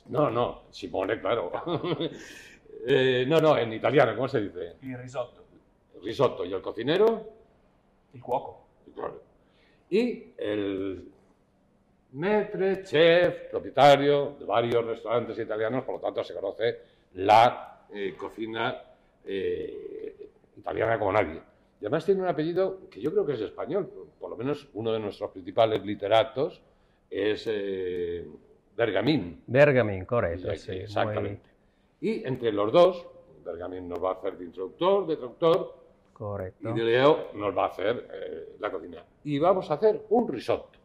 Speaker 2: no, no, Simone, claro. Eh, no, no, en italiano, ¿cómo se dice?
Speaker 7: Il risotto.
Speaker 2: Risotto y el cocinero.
Speaker 7: Il cuoco.
Speaker 2: claro. Y el maître, chef, propietario de varios restaurantes italianos, por lo tanto se conoce la eh, cocina eh, italiana como nadie. Y además tiene un apellido que yo creo que es español, por lo menos uno de nuestros principales literatos es eh, Bergamín.
Speaker 8: Bergamin, correcto.
Speaker 2: Sí,
Speaker 8: Sí, muy-
Speaker 2: exactamente. Y entre los dos, Bergamin nos va a hacer de introductor, de traductor,
Speaker 8: correcto.
Speaker 2: y de Leo nos va a hacer eh, la cocina. Y vamos a hacer un risotto.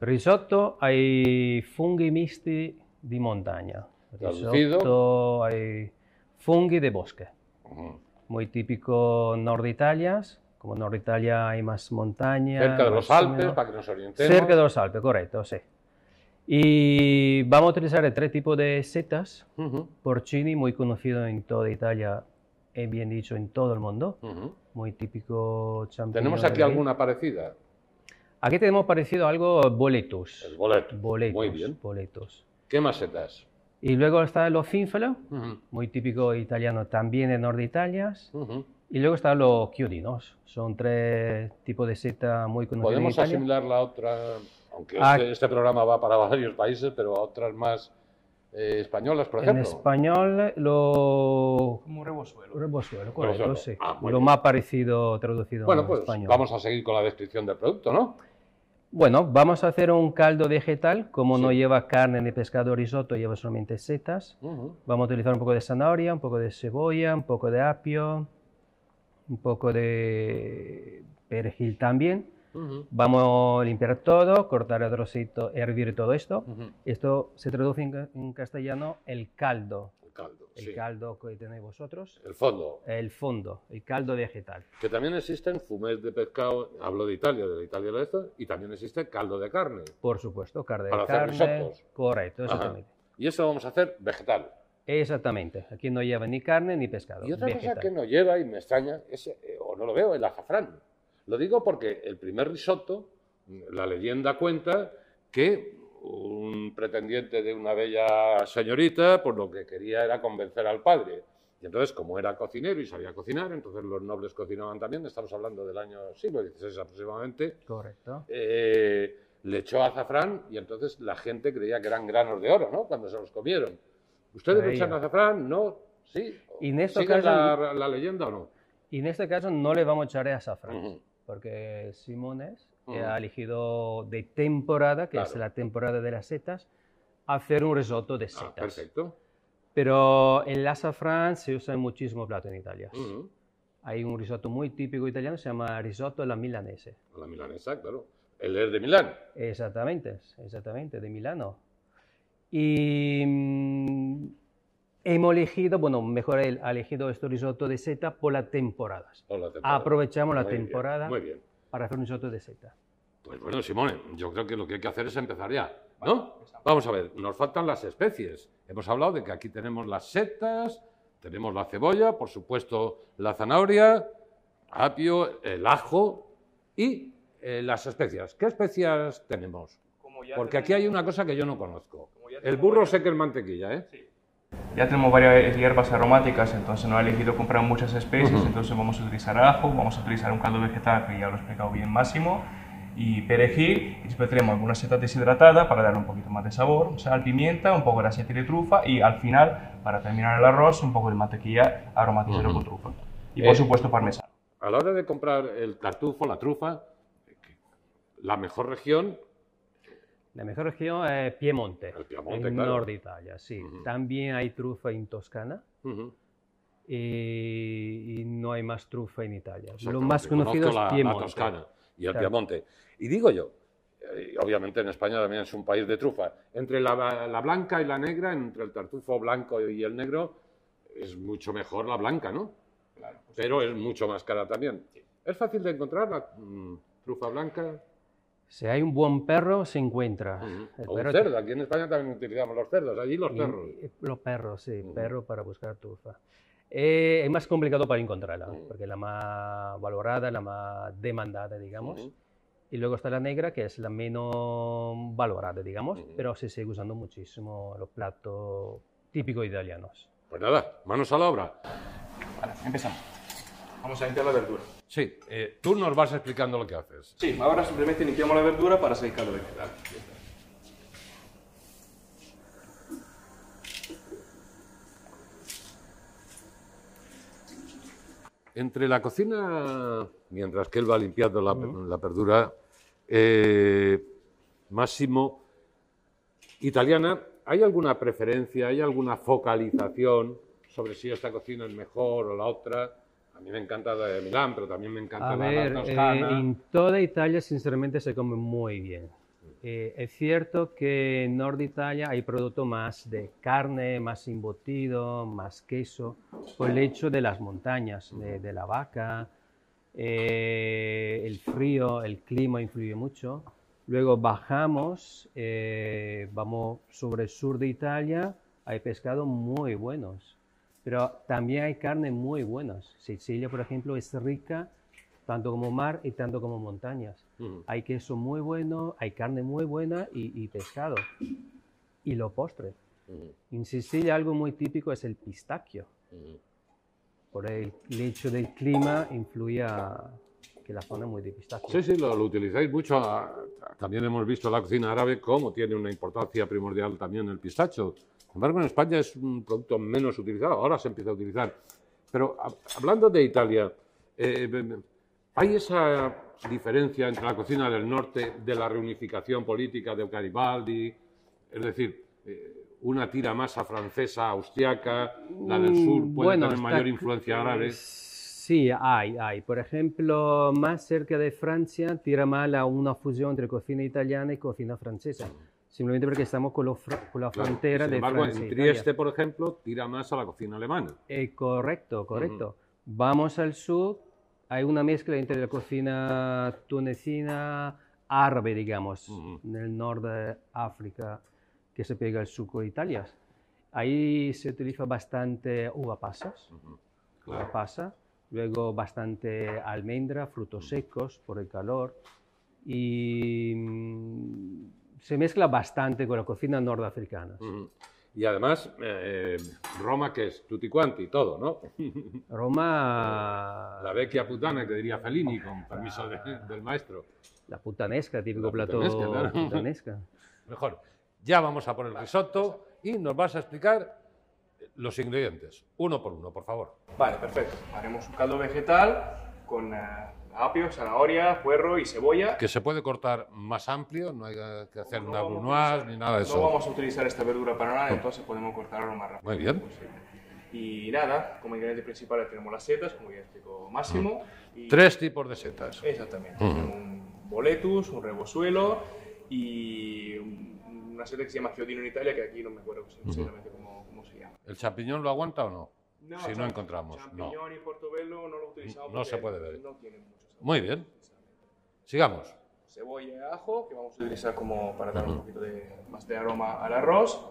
Speaker 8: Risotto ai funghi misti di montagna.
Speaker 2: Traducido.
Speaker 8: Risotto ai funghi de bosque.
Speaker 2: Ujú.
Speaker 8: Muy típico Nord Italia. Como Nord Italia hay más montaña.
Speaker 2: Cerca de
Speaker 8: más
Speaker 2: los Alpes,
Speaker 8: húmedo.
Speaker 2: para que nos orientemos.
Speaker 8: Cerca de los Alpes, correcto, sí. Y vamos a utilizar tres tipos de setas.
Speaker 2: Ujú,
Speaker 8: Porcini, muy conocido en toda Italia, y bien dicho en todo el mundo.
Speaker 2: ujú.
Speaker 8: Muy típico champiñón.
Speaker 2: Tenemos
Speaker 8: de
Speaker 2: aquí
Speaker 8: ahí.
Speaker 2: alguna parecida.
Speaker 8: Aquí tenemos parecido algo boletus.
Speaker 2: El boleto.
Speaker 8: Boletos,
Speaker 2: Muy bien.
Speaker 8: boletos.
Speaker 2: ¿Qué macetas?
Speaker 8: Y luego está los finfalo,
Speaker 2: Ujú,
Speaker 8: muy típico italiano también de Norte Italia.
Speaker 2: ujú.
Speaker 8: Y luego están los chiodinos, son tres tipos de seta muy conocidos. en
Speaker 2: Podemos
Speaker 8: Italia.
Speaker 2: asimilar la otra, aunque
Speaker 8: Ah.
Speaker 2: este, este programa va para varios países, pero a otras más eh, españolas, por
Speaker 8: En
Speaker 2: ejemplo.
Speaker 8: español, lo.
Speaker 7: Como un rebosuelo.
Speaker 8: Rebosuelo, correcto,
Speaker 2: Rebosuelo.
Speaker 8: sí.
Speaker 2: Ah, muy
Speaker 8: lo
Speaker 2: bien.
Speaker 8: más parecido traducido
Speaker 2: Bueno,
Speaker 8: en
Speaker 2: pues
Speaker 8: español.
Speaker 2: vamos a seguir con la descripción del producto, ¿no?
Speaker 8: Bueno, vamos a hacer un caldo vegetal. Como no
Speaker 2: Sí.
Speaker 8: lleva carne ni pescado risotto, lleva solamente setas.
Speaker 2: Ujú.
Speaker 8: Vamos a utilizar un poco de zanahoria, un poco de cebolla, un poco de apio, un poco de perejil también.
Speaker 2: Ujú,
Speaker 8: Vamos a limpiar todo, cortar el trocito, hervir todo esto.
Speaker 2: ujú.
Speaker 8: Esto se traduce en, ca- en castellano el caldo,
Speaker 2: El caldo,
Speaker 8: el
Speaker 2: sí.
Speaker 8: caldo que tenéis vosotros,
Speaker 2: El fondo.
Speaker 8: el fondo, el caldo vegetal.
Speaker 2: Que también existen fumés de pescado, hablo de Italia, de la Italia del Este, y también existe caldo de carne.
Speaker 8: Por supuesto, carne
Speaker 2: Para
Speaker 8: de
Speaker 2: hacer
Speaker 8: carne.
Speaker 2: risotos.
Speaker 8: Correcto,
Speaker 2: Ajá.
Speaker 8: exactamente.
Speaker 2: Y eso vamos a hacer vegetal.
Speaker 8: Exactamente. Aquí no lleva ni carne ni pescado.
Speaker 2: Y otra
Speaker 8: vegetal.
Speaker 2: cosa que no lleva y me extraña, es, eh, o no lo veo, el azafrán. Lo digo porque el primer risotto, mm, la leyenda cuenta que un pretendiente de una bella señorita, pues lo que quería era convencer al padre. Y entonces, como era cocinero y sabía cocinar, entonces los nobles cocinaban también, estamos hablando del año siglo XVI aproximadamente,
Speaker 8: Correcto.
Speaker 2: eh, le echó azafrán y entonces la gente creía que eran granos de oro, ¿no? Cuando se los comieron. ¿Ustedes le
Speaker 8: Ahí
Speaker 2: echan
Speaker 8: ya.
Speaker 2: azafrán? ¿No? ¿Sí?
Speaker 8: Y en este
Speaker 2: ¿Siguen
Speaker 8: caso-
Speaker 2: la, la leyenda o no?
Speaker 8: Y en este caso no le vamos a echar azafrán,
Speaker 2: Ujú.
Speaker 8: porque Simones eh,
Speaker 2: Ujú.
Speaker 8: ha elegido de temporada, que es
Speaker 2: Claro.
Speaker 8: la temporada de las setas, hacer un risotto de
Speaker 2: Ah,
Speaker 8: setas.
Speaker 2: perfecto.
Speaker 8: Pero el azafrán se usa en muchísimo plato en Italia.
Speaker 2: Ujú.
Speaker 8: Hay un risotto muy típico italiano, se llama risotto alla milanese.
Speaker 2: A La milanesa, claro. Él es de Milán.
Speaker 8: Exactamente, exactamente, de Milano. Y mm, hemos elegido, bueno, mejor él ha elegido este risotto de seta por las temporadas.
Speaker 2: o la temporada.
Speaker 8: Aprovechamos la
Speaker 2: Muy bien,
Speaker 8: temporada
Speaker 2: Muy bien.
Speaker 8: para hacer un risotto de seta.
Speaker 2: Pues bueno, Simone, yo creo que lo que hay que hacer es empezar ya, ¿no? Vamos a ver, nos faltan las especies. Hemos hablado de que aquí tenemos las setas, tenemos la cebolla, por supuesto la zanahoria, apio, el ajo y eh, las especias. ¿Qué especias tenemos?
Speaker 9: Como ya
Speaker 2: Porque aquí hay
Speaker 9: tenemos-
Speaker 2: una cosa que yo no conozco.
Speaker 9: como ya
Speaker 2: El
Speaker 9: tenemos
Speaker 2: burro
Speaker 9: varias-
Speaker 2: sé que es mantequilla, ¿eh?
Speaker 9: Ya tenemos varias hierbas aromáticas, entonces no he elegido comprar muchas especies, entonces vamos a utilizar ajo, vamos a utilizar un caldo vegetal que ya lo he explicado bien máximo, y perejil, y después tenemos algunas setas deshidratadas para darle un poquito más de sabor, sal, pimienta, un poco de aceite de trufa y al final, para terminar el arroz, un poco de mantequilla aromatizada con trufa. Y por
Speaker 2: Eh,
Speaker 9: supuesto parmesano.
Speaker 2: A la hora de comprar el tartufo, la trufa, la mejor región,
Speaker 8: La mejor región es Piemonte,
Speaker 2: El Piemonte,
Speaker 8: el
Speaker 2: claro.
Speaker 8: norte de Italia, sí.
Speaker 2: Ujú.
Speaker 8: También hay trufa en Toscana eh,
Speaker 2: ujú,
Speaker 8: y, y no hay más trufa en Italia. Lo
Speaker 2: Exactamente.
Speaker 8: más conocido
Speaker 2: Conozco
Speaker 8: es
Speaker 2: la,
Speaker 8: Piemonte.
Speaker 2: la Toscana y el
Speaker 8: Claro.
Speaker 2: Piamonte. Y digo yo, eh, y obviamente en España también es un país de trufa. Entre la, la blanca y la negra, entre el tartufo blanco y el negro, es mucho mejor la blanca, ¿no? Pero es mucho más cara también. Es fácil de encontrar la mm, trufa blanca.
Speaker 8: Si hay un buen perro, se encuentra.
Speaker 2: Ah,
Speaker 8: El
Speaker 2: Mm, O un
Speaker 8: perro-
Speaker 2: cerdo. Aquí en España también utilizamos los cerdos. Allí los
Speaker 8: Y-
Speaker 2: perros.
Speaker 8: y- Los perros, eh, sí,
Speaker 2: Ujú.
Speaker 8: perros para buscar trufa. Eh, es más complicado para encontrarla,
Speaker 2: Ujú.
Speaker 8: porque es la más valorada, la más demandada, digamos.
Speaker 2: Ujú.
Speaker 8: Y luego está la negra, que es la menos valorada, digamos,
Speaker 2: Ujú.
Speaker 8: pero se sigue usando muchísimo los platos típicos italianos.
Speaker 2: Pues nada, manos a la obra.
Speaker 9: Vale, empezamos. Vamos a limpiar la verdura.
Speaker 2: Sí, eh, tú nos vas explicando lo que haces.
Speaker 9: Sí, ahora simplemente limpiamos la verdura para hacer el caldo vegetal. Ya está.
Speaker 2: Entre la cocina, mientras que él va limpiando la, la verdura, eh, Máximo, italiana, ¿hay alguna preferencia, hay alguna focalización sobre si esta cocina es mejor o la otra? A mí me encanta la de Milán, pero también me encanta
Speaker 8: A
Speaker 2: la
Speaker 8: ver,
Speaker 2: la
Speaker 8: eh,
Speaker 2: toscana.
Speaker 8: en toda Italia sinceramente se come muy bien. Eh, es cierto que en Norte Italia hay producto más de carne, más embutido, más queso, por el hecho de las montañas, de, de la vaca, eh, el frío, el clima influye mucho. Luego bajamos, eh, vamos sobre el sur de Italia, hay pescado muy buenos, pero también hay carne muy buenas. Sicilia, por ejemplo, es rica tanto como mar y tanto como montañas.
Speaker 2: Ujú.
Speaker 8: Hay queso muy bueno, hay carne muy buena y, y pescado. Y lo postre.
Speaker 2: Ujú,
Speaker 8: En Sicilia algo muy típico es el pistacchio.
Speaker 2: ujú.
Speaker 8: Por el hecho del clima influye a que la zona es muy de pistacchio.
Speaker 2: Sí, sí, lo, lo utilizáis mucho. Ah, También hemos visto la cocina árabe cómo tiene una importancia primordial también el pistacho. Sin embargo, en España es un producto menos utilizado, ahora se empieza a utilizar. Pero hab- hablando de Italia, eh, be- be- ¿hay esa diferencia entre la cocina del norte de la reunificación política de Garibaldi? Es decir, eh, una tira más a francesa, austriaca, la del
Speaker 8: Mm,
Speaker 2: sur puede
Speaker 8: bueno,
Speaker 2: tener
Speaker 8: está
Speaker 2: mayor
Speaker 8: cl-
Speaker 2: influencia árabe.
Speaker 8: Sí, hay, hay. Por ejemplo, más cerca de Francia, tira mal a una fusión entre cocina italiana y cocina francesa. Simplemente porque estamos con, los fr- con la
Speaker 2: Claro.
Speaker 8: frontera
Speaker 2: Sin
Speaker 8: de
Speaker 2: embargo,
Speaker 8: Francia.
Speaker 2: en
Speaker 8: e Italia.
Speaker 2: Trieste, por ejemplo, tira más a la cocina alemana.
Speaker 8: Eh, correcto, correcto. Vamos al sur, hay una mezcla entre la cocina tunecina, árabe, digamos,
Speaker 2: Ujú.
Speaker 8: en el norte de África, que se pega al sur de Italia. Ahí se utiliza bastante uva pasas, uva pasa, luego bastante almendra, frutos secos por el calor, y mm, se mezcla bastante con la cocina nordafricana.
Speaker 2: Ujú. Y además, eh, Roma, que es tutti quanti, todo, ¿no?
Speaker 8: Roma...
Speaker 2: La vecchia putana, que diría Fellini, con permiso de- del maestro.
Speaker 8: La putanesca, típico
Speaker 2: La
Speaker 8: plato
Speaker 2: putanesca, claro.
Speaker 8: putanesca.
Speaker 2: Mejor, ya vamos a por el risotto y nos vas a explicar los ingredientes, uno por uno, por favor.
Speaker 9: Vale, perfecto. Haremos un caldo vegetal con eh, apio, zanahoria, puerro y cebolla.
Speaker 2: Que se puede cortar más amplio, no hay que hacer
Speaker 9: No
Speaker 2: una
Speaker 9: vamos a
Speaker 2: brunoise
Speaker 9: utilizar-
Speaker 2: ni nada de
Speaker 9: No
Speaker 2: eso. Oh.
Speaker 9: vamos a utilizar esta verdura para nada, entonces podemos cortarlo más rápido
Speaker 2: Muy bien.
Speaker 9: posible. Y nada, como ingredientes principales tenemos las setas, como ya explicó Máximo. y-
Speaker 2: Mm. Tres Mm. tipos de setas.
Speaker 9: Exactamente.
Speaker 2: Ujú.
Speaker 9: Tenemos Un boletus, un rebosuelo y un- una seta que se llama Chiodino en Italia, que aquí no me acuerdo sinceramente cómo, cómo se llama.
Speaker 2: ¿El champiñón lo aguanta o no? si no
Speaker 9: champ-
Speaker 2: encontramos, no.
Speaker 9: Champiñón y portobello no lo utilizamos.
Speaker 2: No se
Speaker 9: porque
Speaker 2: puede ver.
Speaker 9: No tienen mucho sabor.
Speaker 2: Muy bien. Sigamos.
Speaker 9: cebolla y ajo que vamos a utilizar como para dar un poquito de, más de aroma al arroz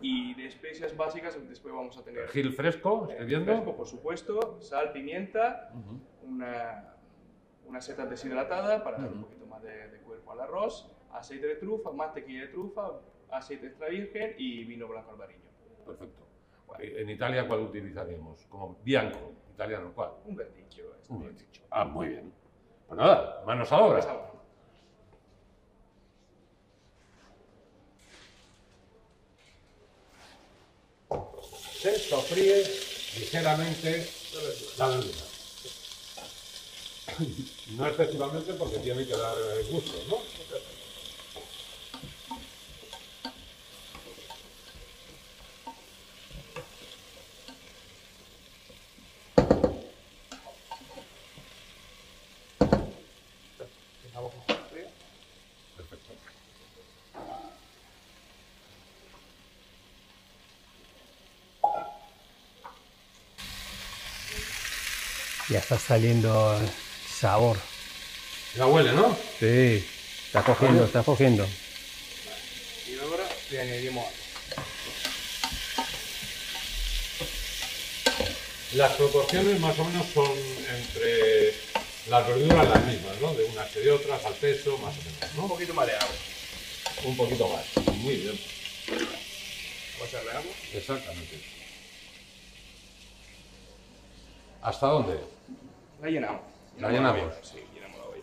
Speaker 9: y de especias básicas después vamos a tener
Speaker 2: Perejil fresco,
Speaker 9: eh,
Speaker 2: estoy viendo.
Speaker 9: fresco por supuesto sal pimienta una, una seta deshidratada para dar un poquito más de, de cuerpo al arroz aceite de trufa mantequilla de trufa aceite extra virgen y vino blanco albariño
Speaker 2: Perfecto. En Italia, ¿cuál utilizaríamos? Como bianco, italiano, ¿cuál?
Speaker 9: un verdillo este. está
Speaker 2: Un
Speaker 9: bien.
Speaker 2: dicho. Ah, muy bien. Pues nada, manos a la obra.
Speaker 9: Pasamos.
Speaker 10: Se sofríe ligeramente la verdura. No excesivamente porque tiene que dar eh, gusto, ¿no?
Speaker 8: Ya está saliendo sabor.
Speaker 10: Ya huele, ¿no?
Speaker 8: Sí, está cogiendo, está cogiendo.
Speaker 9: y ahora le añadimos algo.
Speaker 10: Las proporciones más o menos son entre las verduras las mismas, ¿no? De unas que de otras, al peso, más o menos, ¿no?
Speaker 9: un poquito más de agua
Speaker 10: Un poquito más. Muy bien.
Speaker 9: vamos a echarle agua
Speaker 10: Exactamente. ¿Hasta dónde?
Speaker 9: La llenamos.
Speaker 2: La llenamos.
Speaker 9: olla, Sí, llenamos la olla.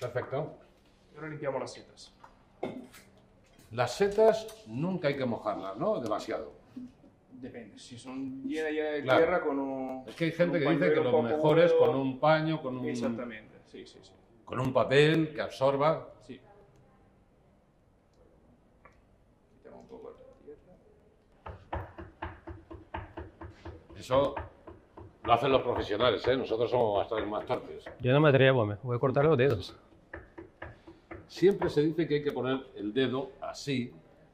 Speaker 2: Perfecto.
Speaker 9: Y ahora limpiamos las setas.
Speaker 2: Las setas nunca hay que mojarlas, ¿no? Demasiado.
Speaker 9: Depende, si son llenas llenas de
Speaker 2: Claro.
Speaker 9: tierra con un.
Speaker 2: Es que hay
Speaker 9: con
Speaker 2: gente
Speaker 9: un
Speaker 2: que dice que lo
Speaker 9: pañuelo un poco
Speaker 2: mejor es
Speaker 9: húmedo.
Speaker 2: con un paño, con un,
Speaker 9: Exactamente, sí, sí, sí.
Speaker 2: con un papel que absorba.
Speaker 9: sí. Quitamos un poco la tierra.
Speaker 2: Eso lo hacen los profesionales, ¿eh? Nosotros somos bastante más torpes.
Speaker 8: Yo no me atrevo, me voy a cortar los dedos.
Speaker 2: Siempre se dice que hay que poner el dedo así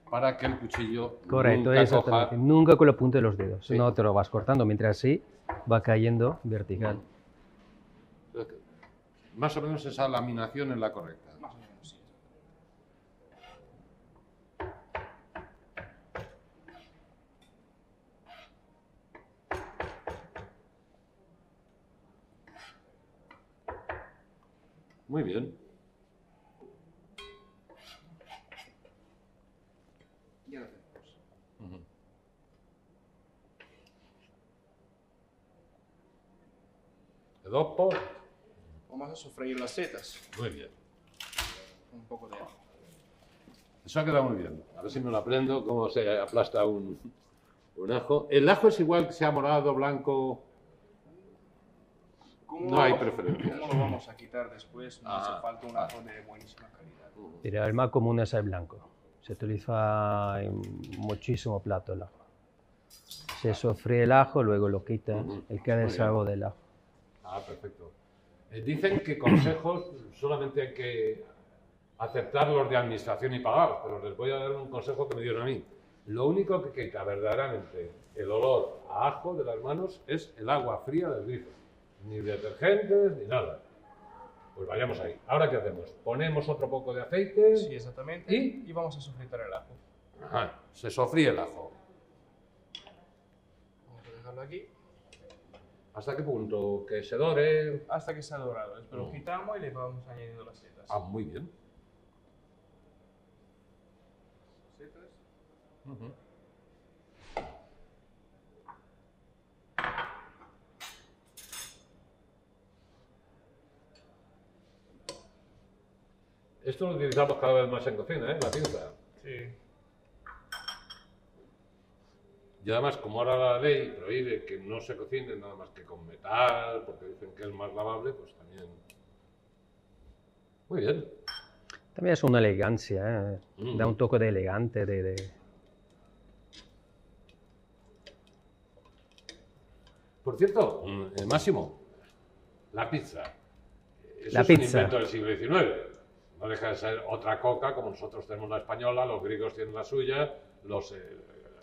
Speaker 2: para que el cuchillo
Speaker 8: Correcto,
Speaker 2: nunca coja
Speaker 8: exactamente. Nunca con la punta de los dedos.
Speaker 2: Sí.
Speaker 8: No te lo vas cortando, mientras así va cayendo vertical.
Speaker 2: Más o menos esa laminación es la correcta.
Speaker 9: Más o menos, sí.
Speaker 2: Muy bien.
Speaker 9: Ya lo tenemos.
Speaker 2: Dopo.
Speaker 9: Vamos a sofreír las setas.
Speaker 2: Muy bien.
Speaker 9: con Un poco de agua.
Speaker 2: Eso ha quedado muy bien. A ver si me lo aprendo, cómo se aplasta un, un ajo. El ajo es igual que sea morado, blanco.
Speaker 9: ¿Cómo,
Speaker 2: No hay preferencias.
Speaker 9: ¿Cómo lo vamos a quitar después? Nos
Speaker 2: Ah,
Speaker 9: hace falta un ajo de buenísima calidad.
Speaker 8: Pero el más común es el blanco. Se utiliza en muchísimo plato el ajo. Se sofríe el ajo, luego lo quita, el que el sabor del ajo.
Speaker 2: Ah, perfecto. Eh, dicen que consejos solamente hay que aceptar los de administración y pagar, pero les voy a dar un consejo que me dieron a mí. Lo único que quita verdaderamente el olor a ajo de las manos es el agua fría del grifo. Ni detergentes, ni nada. Pues vayamos ahí. Ahora, ¿qué hacemos? Ponemos otro poco de aceite.
Speaker 9: Sí, exactamente.
Speaker 2: ¿Y?
Speaker 9: Y vamos a sofritar el ajo.
Speaker 2: Ajá, Ah, se sofríe el ajo.
Speaker 9: Vamos a dejarlo aquí
Speaker 2: ¿Hasta qué punto? Que se dore.
Speaker 9: hasta que sea dorado. Después lo quitamos y le vamos añadiendo las setas.
Speaker 2: Mm. Ah, muy bien.
Speaker 9: Setas.
Speaker 2: Esto lo utilizamos cada vez más en cocina, ¿eh? La pinza.
Speaker 9: Sí.
Speaker 2: Y además, como ahora la ley prohíbe que no se cocine nada más que con metal, porque dicen que es más lavable, pues también. Muy bien.
Speaker 8: También es una elegancia, ¿eh?
Speaker 2: Mm.
Speaker 8: da un toque de elegante, de, de-
Speaker 2: Por cierto, mm, eh, Máximo, la pizza. Eso
Speaker 8: La
Speaker 2: es un
Speaker 8: pizza.
Speaker 2: invento del siglo XIX. No deja de ser otra coca, como nosotros tenemos la española, los griegos tienen la suya, los. eh,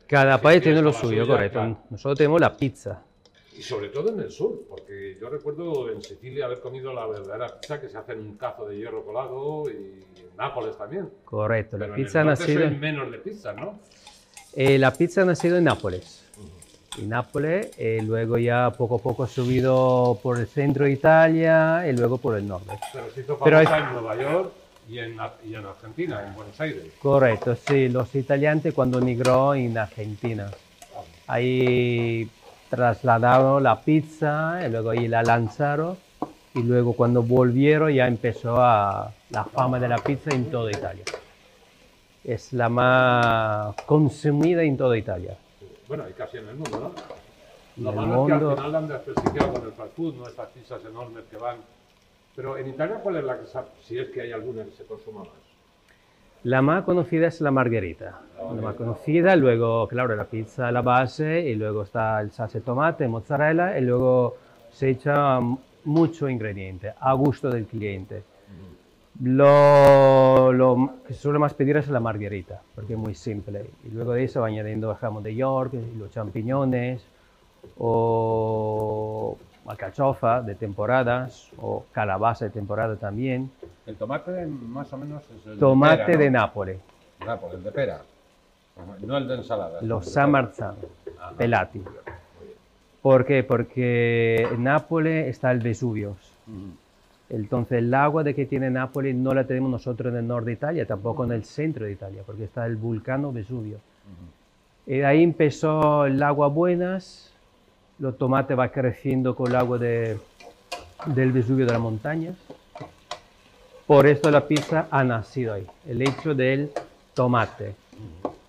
Speaker 8: Cada
Speaker 2: Sí,
Speaker 8: país
Speaker 2: tienes
Speaker 8: tiene
Speaker 2: toda
Speaker 8: lo
Speaker 2: la
Speaker 8: suyo,
Speaker 2: suya,
Speaker 8: correcto.
Speaker 2: claro.
Speaker 8: Nosotros tenemos la pizza.
Speaker 2: Y sobre todo en el sur, porque yo recuerdo en Sicilia haber comido la verdadera pizza que se hace en un cazo de hierro colado y en Nápoles también.
Speaker 8: Correcto, la
Speaker 2: Pero
Speaker 8: pizza ha
Speaker 2: en el norte
Speaker 8: nacido...
Speaker 2: sois menos de pizza, ¿no?
Speaker 8: Eh, la pizza ha nacido en Nápoles. En Nápoles, eh, luego ya poco a poco ha subido por el centro de Italia y luego por el norte.
Speaker 2: Pero se hizo
Speaker 8: Pero hay-
Speaker 2: famosa en Nueva York y en, y en Argentina, en Buenos Aires.
Speaker 8: Correcto, sí, los italianos cuando migró en Argentina. Ahí trasladaron la pizza y luego ahí la lanzaron y luego cuando volvieron ya empezó a- la fama de la pizza en toda Italia. Es la más consumida en toda Italia.
Speaker 2: Bueno, y casi en el mundo, ¿no?
Speaker 8: En
Speaker 2: Lo
Speaker 8: el
Speaker 2: malo es que al
Speaker 8: mundo-
Speaker 2: final la han desprestigiado con el fast food, ¿no? Estas pizzas enormes que van. Pero en Italia, ¿cuál es la que, sa- si es que hay alguna que se consuma más?
Speaker 8: La más conocida es la margarita. La más conocida, luego, claro, la pizza a la base y luego está el salsa de tomate, mozzarella y luego se echa mucho ingrediente a gusto del cliente. Lo, lo que suele más pedir es la margarita, porque es muy simple. Y luego de eso va añadiendo jamón de York, y los champiñones o alcachofa de temporadas o calabaza de temporada también.
Speaker 11: El tomate más o menos es el
Speaker 8: Tomate de
Speaker 11: pera,
Speaker 8: Nápoles.
Speaker 11: ¿no? Nápoles, el de pera. Ajá, No el de ensalada.
Speaker 8: Los San Marzano, pelati. ¿Por qué? Porque en Nápoles está el Vesubio. Entonces el agua de que tiene Nápoles no la tenemos nosotros en el norte de Italia, tampoco en el centro de Italia, porque está el vulcano Vesubio. Y de ahí empezó el agua buenas, los tomates va creciendo con el agua de- del Vesubio de las montañas. Por esto la pizza ha nacido ahí, el hecho del tomate.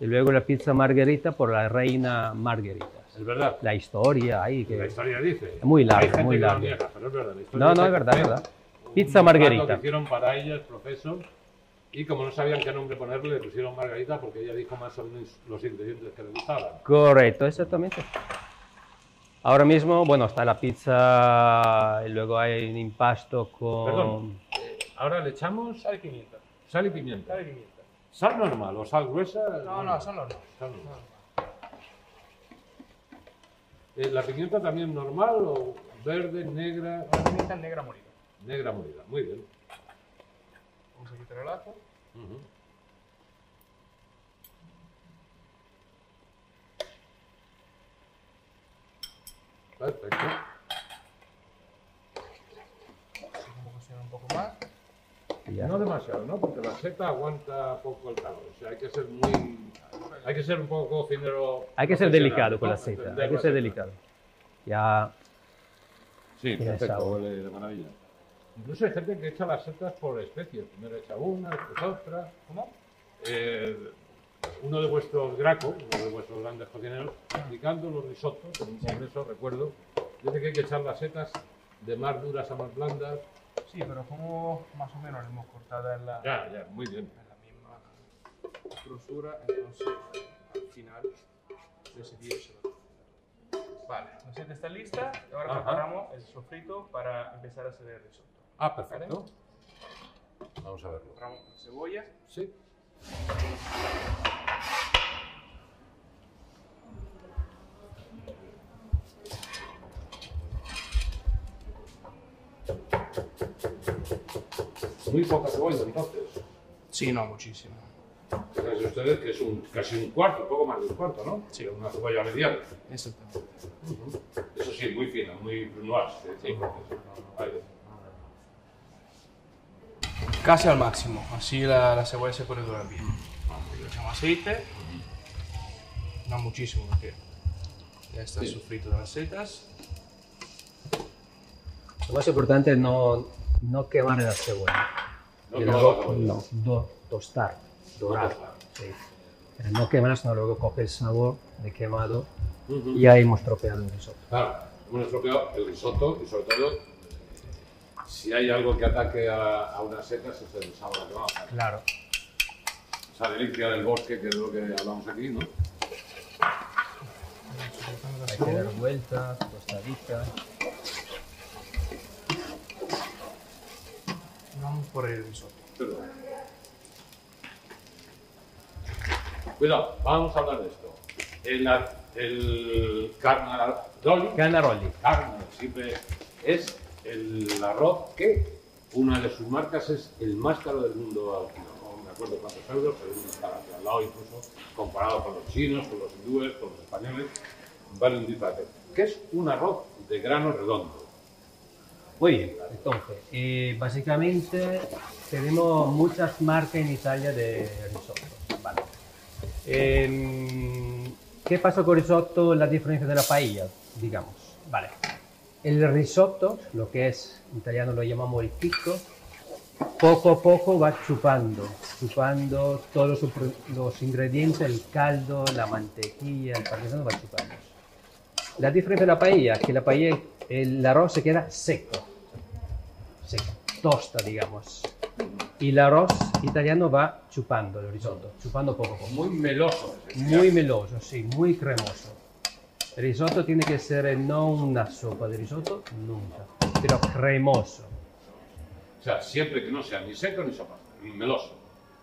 Speaker 8: Y luego la pizza margarita por la reina Margaritas.
Speaker 2: Es verdad.
Speaker 8: La historia ahí que...
Speaker 2: La historia dice.
Speaker 8: Es muy larga,
Speaker 2: Hay gente
Speaker 8: muy
Speaker 2: que lo
Speaker 8: larga.
Speaker 2: niega, pero es verdad. la historia
Speaker 8: No, no,
Speaker 2: dice
Speaker 8: es verdad,
Speaker 2: que
Speaker 8: es verdad.
Speaker 2: fue
Speaker 8: Pizza
Speaker 2: un plato
Speaker 8: margarita.
Speaker 2: que hicieron para ella el proceso. Y como no sabían qué nombre ponerle, le pusieron Margarita porque ella dijo más o menos los ingredientes que le gustaban.
Speaker 8: Correcto, exactamente. Ahora mismo, bueno, está la pizza, y luego hay un impasto con...
Speaker 2: Perdón. Ahora le echamos
Speaker 9: Sal y pimienta.
Speaker 2: sal y pimienta.
Speaker 9: Sal y pimienta.
Speaker 2: ¿Sal normal o sal gruesa?
Speaker 9: No, no, son los dos.
Speaker 2: Sal normal. Eh, ¿La pimienta también normal o verde, negra?
Speaker 9: Una pimienta negra molida.
Speaker 2: Negra molida, muy bien.
Speaker 9: Vamos a quitar el ajo.
Speaker 2: Ujú. Perfecto.
Speaker 9: Vamos a cocinar un poco más.
Speaker 8: Ya.
Speaker 2: No demasiado, ¿no? Porque la seta aguanta poco el calor. O sea, hay que ser muy. Hay que ser un poco cocinero.
Speaker 8: Hay que ser
Speaker 2: profesional,
Speaker 8: delicado con
Speaker 2: ¿no?
Speaker 8: la seta,
Speaker 2: Entender
Speaker 8: hay que
Speaker 2: la
Speaker 8: ser
Speaker 2: seta.
Speaker 8: delicado. Ya,
Speaker 2: Sí,
Speaker 8: Tiene
Speaker 2: perfecto,
Speaker 8: sabor.
Speaker 2: huele de maravilla. Incluso hay gente que echa las setas por especies. Primero echa una, después otra.
Speaker 9: ¿Cómo?
Speaker 2: Eh, uno de vuestros Graco, uno de vuestros grandes cocineros, explicando los risotos, en un congreso, recuerdo, dice que hay que echar las setas de más duras a más blandas.
Speaker 9: Sí, pero como más o menos hemos cortado en la,
Speaker 2: Ya, ya, muy bien.
Speaker 9: en la misma grosura, entonces al final decidírselo. Vale, la receta está lista y ahora
Speaker 2: Ajá.
Speaker 9: preparamos el sofrito para empezar a hacer el risotto.
Speaker 2: Ah, perfecto. Vamos a verlo.
Speaker 9: Preparamos la cebolla,
Speaker 2: Sí. Muy poca cebolla, entonces.
Speaker 9: Sí, no, muchísimo.
Speaker 2: Fíjense ustedes que es un, casi un cuarto, un poco más de un cuarto, ¿no?
Speaker 9: Sí.
Speaker 2: Una cebolla mediana.
Speaker 9: Exactamente.
Speaker 2: Eso sí, muy fina, muy brunoise. Sí.
Speaker 9: Casi al máximo, así la, la cebolla se puede durar bien. Le echamos aceite, no muchísimo porque ya está el sofrito de las setas.
Speaker 8: Lo más importante es no, no quemar la cebolla.
Speaker 2: No,
Speaker 8: Y
Speaker 2: no,
Speaker 8: luego,
Speaker 2: no, no.
Speaker 8: no, do- tostar, dorar. sí. Pero no quemar, sino luego coge el sabor de quemado y ahí hemos tropeado el risotto.
Speaker 2: Claro, hemos estropeado el risotto y sobre todo, si hay algo que ataque a, a unas setas es el sabor a quemado.
Speaker 8: Claro.
Speaker 2: Esa delicia del bosque que es lo que hablamos aquí, ¿no?
Speaker 8: Hay que dar vueltas, tostaditas.
Speaker 9: Vamos por el risotto.
Speaker 2: Pero- Cuidado, vamos a hablar de esto. El, ar- el carnaroli,
Speaker 8: Canaroli.
Speaker 2: carne, siempre es el arroz que una de sus marcas es el más caro del mundo al final. No me acuerdo cuántos euros, pero uno está aquí al lado incluso, comparado con los chinos, con los hindúes, con los españoles, vale un disparate. Que es un arroz de grano redondo.
Speaker 8: Muy bien, entonces, eh, básicamente tenemos muchas marcas en Italia de risotto. Vale. Em, ¿Qué pasa con risotto? La diferencia de la paella, digamos. Vale. El risotto, lo que es, en italiano lo llamamos el picco, poco a poco va chupando, chupando todos los, pro- los ingredientes, el caldo, la mantequilla, el parmesano, va chupando. La diferencia de la paella es que la paella, el arroz se queda seco, se tosta, digamos. Y el arroz italiano va chupando el risotto, chupando poco a poco.
Speaker 2: Muy meloso. ¿eh? ese.
Speaker 8: Muy meloso, sí, muy cremoso. El risotto tiene que ser eh, no una sopa de risotto, nunca, pero cremoso.
Speaker 2: O sea, siempre que no sea ni seco ni sopa, ni meloso.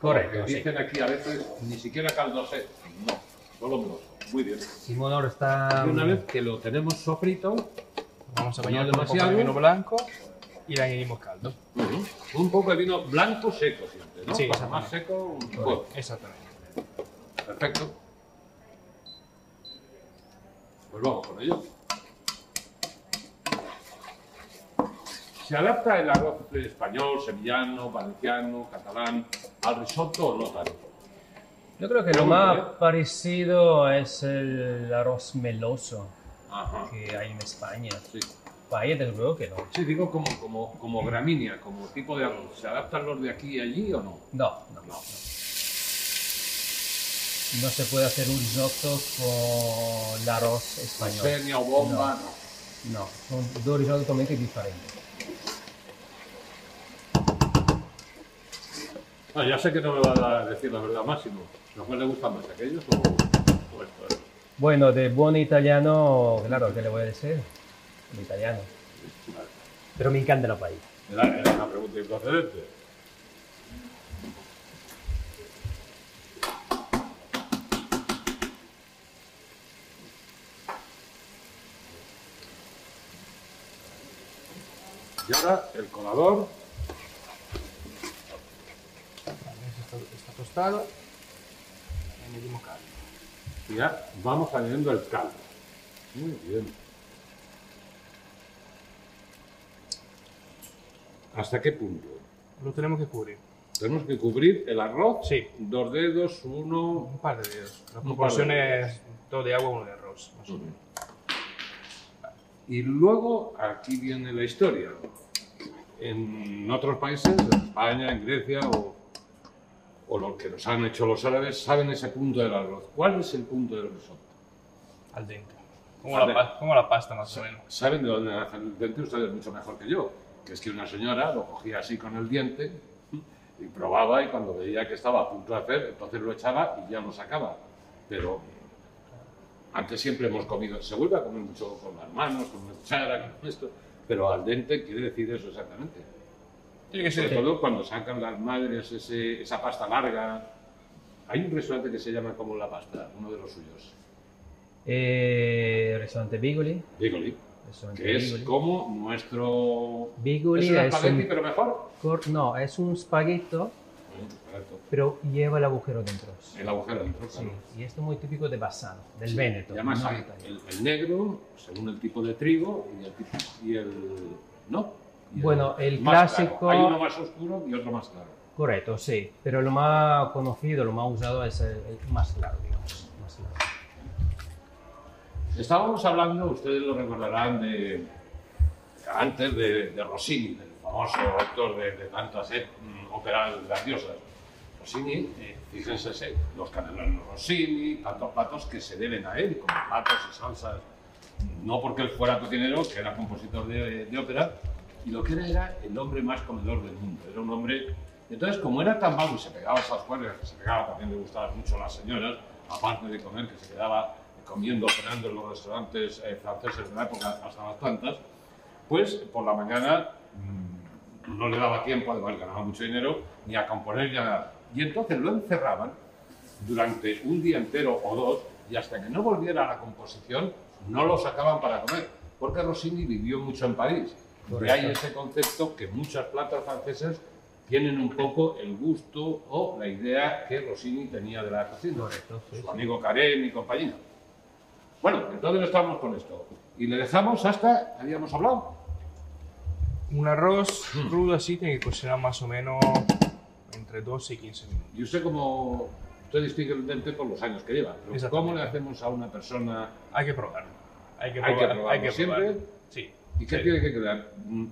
Speaker 8: Correcto,
Speaker 2: Porque
Speaker 8: sí.
Speaker 2: dicen aquí a veces ni siquiera caldo seco. No, solo meloso. Muy bien.
Speaker 8: Simón ahora está...
Speaker 2: Una vez que lo tenemos sofrito,
Speaker 9: Vamos a
Speaker 2: No
Speaker 9: bañar con un poco de
Speaker 2: demasiado.
Speaker 9: vino blanco y le añadimos caldo.
Speaker 2: un poco de vino blanco seco siempre, ¿no?
Speaker 9: Sí,
Speaker 2: Para más seco, un poco.
Speaker 9: Exactamente.
Speaker 2: Perfecto. Pues vamos con ello. ¿Se adapta el arroz español, sevillano, valenciano, catalán al risotto o no tanto?
Speaker 8: Yo creo que lo más parecido es el arroz meloso
Speaker 2: Ajá.
Speaker 8: que hay en España.
Speaker 2: Sí.
Speaker 8: Paella del huevo que no.
Speaker 2: Sí, digo como, como, como gramínea, como tipo de arroz. ¿Se adaptan los de aquí y allí o no?
Speaker 8: No, no, no. No, No se puede hacer un risotto con el arroz español.
Speaker 2: Senia o bomba, no.
Speaker 8: No, son dos risottos totalmente diferentes.
Speaker 2: Ah, ya sé que no me va a decir la verdad Máximo. ¿Los cuales le gustan más aquellos o, o estos?
Speaker 8: Bueno, de buen italiano, claro, ¿qué le voy a decir? El italiano. Pero me encanta la paella.
Speaker 2: Era, era una pregunta improcedente. Y ahora el colador.
Speaker 9: Está, está tostado. Le añadimos caldo.
Speaker 2: Y ya vamos añadiendo el caldo. Muy bien. ¿Hasta qué punto?
Speaker 9: Lo tenemos que cubrir.
Speaker 2: Tenemos que cubrir el arroz.
Speaker 9: Sí.
Speaker 2: Dos dedos, uno.
Speaker 9: Un par de dedos. Las
Speaker 2: Un
Speaker 9: proporciones dos de agua, uno de arroz. más o menos.
Speaker 2: Y luego aquí viene la historia. En otros países, en España, en Grecia o, o lo que nos han hecho los árabes, saben ese punto del arroz. ¿Cuál es el punto del risotto?
Speaker 9: Al dente. Como la, pa- como la pasta, más o menos.
Speaker 2: Saben de dónde nace el diente ustedes mucho mejor que yo, que es que una señora lo cogía así con el diente y probaba y cuando veía que estaba a punto de hacer, entonces lo echaba y ya lo sacaba. Pero antes siempre hemos comido, se vuelve a comer mucho con las manos, con una cuchara, con esto, pero al dente quiere decir eso exactamente.
Speaker 9: Tiene que
Speaker 2: Sobre
Speaker 9: ser.
Speaker 2: todo cuando sacan las madres ese- esa pasta larga. Hay un restaurante que se llama como la pasta, uno de los suyos.
Speaker 8: Eh, restaurante Bigoli.
Speaker 2: Bigoli,
Speaker 8: Restaurante
Speaker 2: que es
Speaker 8: Bigoli.
Speaker 2: como nuestro...
Speaker 8: Bigoli
Speaker 2: es un
Speaker 8: es
Speaker 2: espagueti,
Speaker 8: un
Speaker 2: pero mejor.
Speaker 8: cor- no, es un espagueto,
Speaker 2: Correcto.
Speaker 8: pero lleva el agujero dentro.
Speaker 2: El agujero dentro,
Speaker 8: Sí,
Speaker 2: claro.
Speaker 8: y esto es muy típico de Bassano, del
Speaker 2: Sí,
Speaker 8: Véneto.
Speaker 2: Llamas
Speaker 8: no
Speaker 2: a-
Speaker 8: de Italia.
Speaker 2: el, el negro, según el tipo de trigo, y el... tipo- y el- ¿no? Y el
Speaker 8: Bueno, el
Speaker 2: más claro.
Speaker 8: clásico-
Speaker 2: Hay uno más oscuro y otro más claro.
Speaker 8: Correcto, sí, pero lo más conocido, lo más usado es el, el más claro, digamos. más claro.
Speaker 2: Estábamos hablando, ustedes lo recordarán, de antes de, de Rossini, del famoso autor de, de tantas eh, mm, óperas grandiosas. Rossini, eh, fíjense, se- los canelones Rossini, tantos platos que se deben a él, como platos y salsas, no porque él fuera cocinero, que era compositor de, de ópera, y lo que era era el hombre más comedor del mundo. Era un hombre. Entonces, como era tan malo y se pegaba a esas cuerdas, que se pegaba, también le gustaban mucho las señoras, aparte de comer, que se quedaba comiendo, cenando en los restaurantes eh, franceses de la época hasta las tantas, pues por la mañana mm, no le daba tiempo, además ganaba mucho dinero, ni a componer ni a nada. Y entonces lo encerraban durante un día entero o dos y hasta que no volviera a la composición no lo sacaban para comer, porque Rossini vivió mucho en París. Y hay ese concepto que muchas plantas francesas tienen un poco el gusto o la idea que Rossini tenía de la cocina. Su amigo Carén y compañía. Bueno, entonces estamos con esto. Y le dejamos hasta, habíamos hablado,
Speaker 9: Un arroz crudo así tiene que cocinar más o menos entre 12 y 15 minutos.
Speaker 2: Y usted como usted distingue el dente por los años que lleva. Pero
Speaker 9: Exactamente.
Speaker 2: ¿Cómo le hacemos a una persona
Speaker 9: Hay que probarlo. Hay que
Speaker 2: Hay que
Speaker 9: probarlo.
Speaker 2: probarlo siempre.
Speaker 9: Sí.
Speaker 2: y qué
Speaker 9: Sí.
Speaker 2: tiene que quedar? Mm,